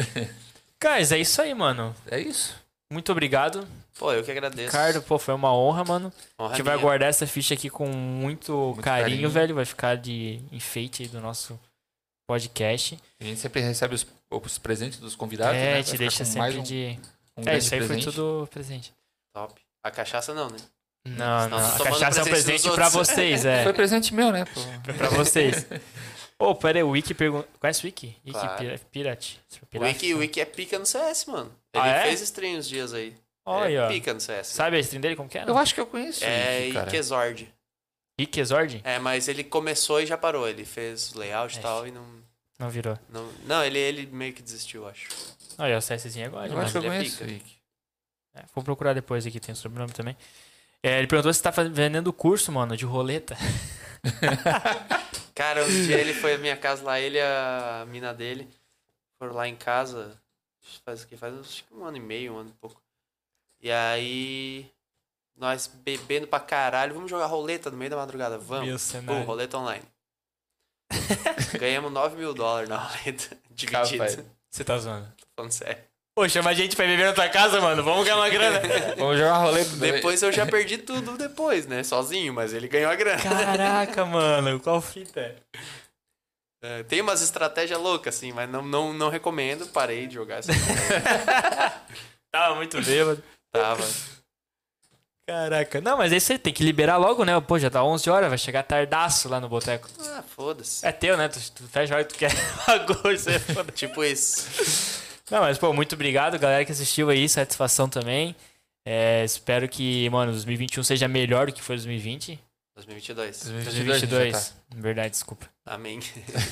Guys, é isso aí, mano. É isso. Muito obrigado. Pô, eu que agradeço. Ricardo, pô, foi uma honra, mano. A Honra gente vai minha. guardar essa ficha aqui com muito, carinho, carinho. velho. Vai ficar de enfeite aí do nosso podcast. A gente sempre recebe os, os presentes dos convidados. né? é, Vai te ficar deixa com sempre um- de. um é, grande isso aí presente. foi tudo presente. Top. A cachaça não, né? Não, não. Nós tá A tomamos cachaça é um presente presente dos pra outros. vocês, é. <laughs> Foi presente meu, né? pô? <laughs> pra vocês. Ô, pera aí, o Wiki pergunta. Conhece o Wiki? Wiki Claro. pira- Pirate. O Pirate. Wiki, o Wiki é pica no CS, mano. Ele Ah, é? fez stream os dias aí. Ele Olha, é ó. pica no CS. Sabe a stream dele como que era? Eu acho que eu conheço. É isso, cara. Ikezord. Wiki Exord? É, mas ele começou e já parou. Ele fez layout e É. tal e não. Não virou. Não, não ele, ele meio que desistiu, acho. Olha, o CSzinho agora. Eu acho que eu Ele é conheço. pica. Rick. né? É, vou procurar depois aqui, tem o sobrenome também. É, ele perguntou se tá faz- vendendo curso, mano, de roleta. Cara, um dia ele foi à minha casa lá, ele e a mina dele foram lá em casa. Faz que faz acho que um ano e meio, um ano e pouco. E aí. Nós bebendo pra caralho, vamos jogar roleta no meio da madrugada, vamos. Pô, cenário. roleta online. <laughs> Ganhamos 9 mil dólares na roleta, <laughs> dividido. Rapaz. Tô Você tá zoando. Falando sério. Pô, chama a gente pra beber na tua casa, mano. Vamos ganhar uma <laughs> grana. Vamos jogar rolê Depois eu já perdi tudo depois, né? Sozinho, mas ele ganhou a grana. Caraca, mano, <laughs> qual fita? É, Tem umas estratégias loucas, assim, mas não, não, não recomendo. Parei de jogar essa Tava muito bêbado. tava. Caraca. Não, mas é isso aí, tem que liberar logo, né? Pô, já tá 11 horas, vai chegar tardaço lá no boteco. Ah, foda-se. É teu, né? Tu, tu fecha a hora que tu quer. <laughs> Agora você é foda. Tipo isso. Não, mas, pô, muito obrigado, galera que assistiu aí, satisfação também. É, espero que, mano, 2021 seja melhor do que foi 2020. 2022. 2022, 2022. Verdade, desculpa. Amém.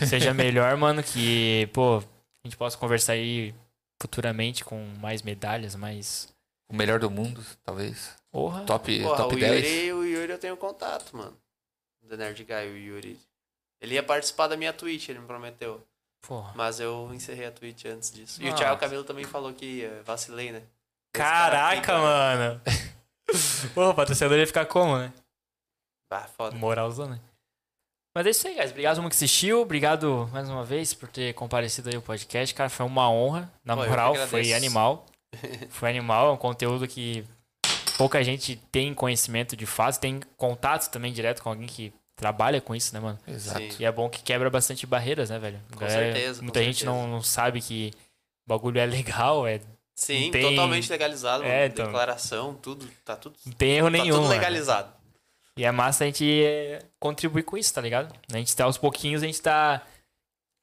Seja melhor, <laughs> mano, que, pô, a gente possa conversar aí futuramente com mais medalhas, mais. O melhor do mundo, talvez. Porra. Top, Porra, é top o 10. Yuri, o Yuri eu tenho contato, mano. Do Nerd Guy, o Yuri. Ele ia participar da minha Twitch, ele me prometeu. Porra. Mas eu encerrei a Twitch antes disso. E o Nossa. Thiago Camilo também falou que ia. vacilei, né? Esse cara Caraca, fica- mano. <laughs> Porra, o patrocinador ia ficar como, né? Ah, foda. Moralzona. Mas é isso aí, guys. Obrigado todo mundo que assistiu. Obrigado mais uma vez por ter comparecido aí o podcast. Cara, foi uma honra. Na Pô, eu que moral, agradeço. <laughs> foi animal. Foi animal. É um conteúdo que pouca gente tem conhecimento de fato. Tem contato também direto com alguém que trabalha com isso, né, mano? Exato. Sim. E é bom que quebra bastante barreiras, né, velho? Com Galera, certeza, com Muita gente certeza. não, não sabe que o bagulho é legal, é... Sim, Tem- totalmente legalizado. É, mano. então. Declaração, tudo. Tá tudo, não tem erro tá nenhum. né? tudo mano. legalizado. E é massa a gente é, contribuir com isso, tá ligado? A gente tá aos pouquinhos, a gente tá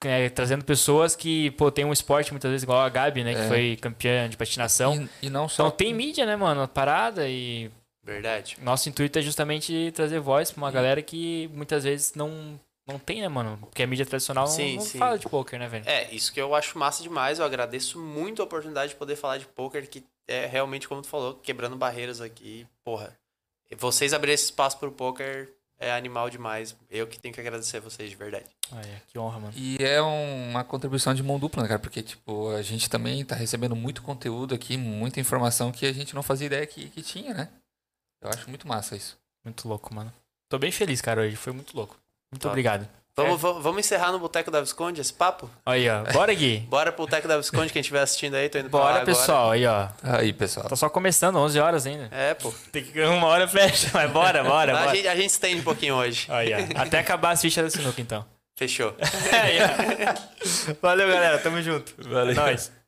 é, trazendo pessoas que, pô, tem um esporte muitas vezes igual a Gabi, né? Que É. foi campeã de patinação. e, e não só. Então tem mídia, né, mano? A parada e Verdade. nosso intuito é justamente trazer voz pra uma galera que muitas vezes não, não tem, né, mano? Porque a mídia tradicional não- Sim, não, sim. fala de poker, né, velho? É, isso que eu acho massa demais. Eu agradeço muito a oportunidade de poder falar de poker, que é realmente, como tu falou, quebrando barreiras aqui. Porra, vocês abrirem esse espaço pro poker é animal demais. Eu que tenho que agradecer a vocês, de verdade. Olha, que honra, mano. E é um- uma contribuição de mão dupla, né, cara? Porque, tipo, a gente também tá recebendo muito conteúdo aqui, muita informação que a gente não fazia ideia que, que tinha, né? Eu acho muito massa isso. Muito louco, mano. Tô bem feliz, cara, hoje. Foi muito louco. Muito Top. obrigado. Vamos, vamos, vamos encerrar no Boteco da Visconde esse papo? Aí, ó. <laughs> Bora, Gui. Bora pro Boteco da Visconde, quem estiver assistindo aí, tô indo pra lá Bora, agora. pessoal. Aí, ó. Aí, pessoal. Tá só começando, 11 horas ainda. É, pô. Tem que ganhar uma hora fecha, mas bora, bora, a, bora. gente, a gente estende um pouquinho hoje. Aí, ó. Até acabar as fichas da sinuca, então. Fechou. é. <laughs> Aí, ó. Valeu, galera. Tamo junto. Valeu. É nóis.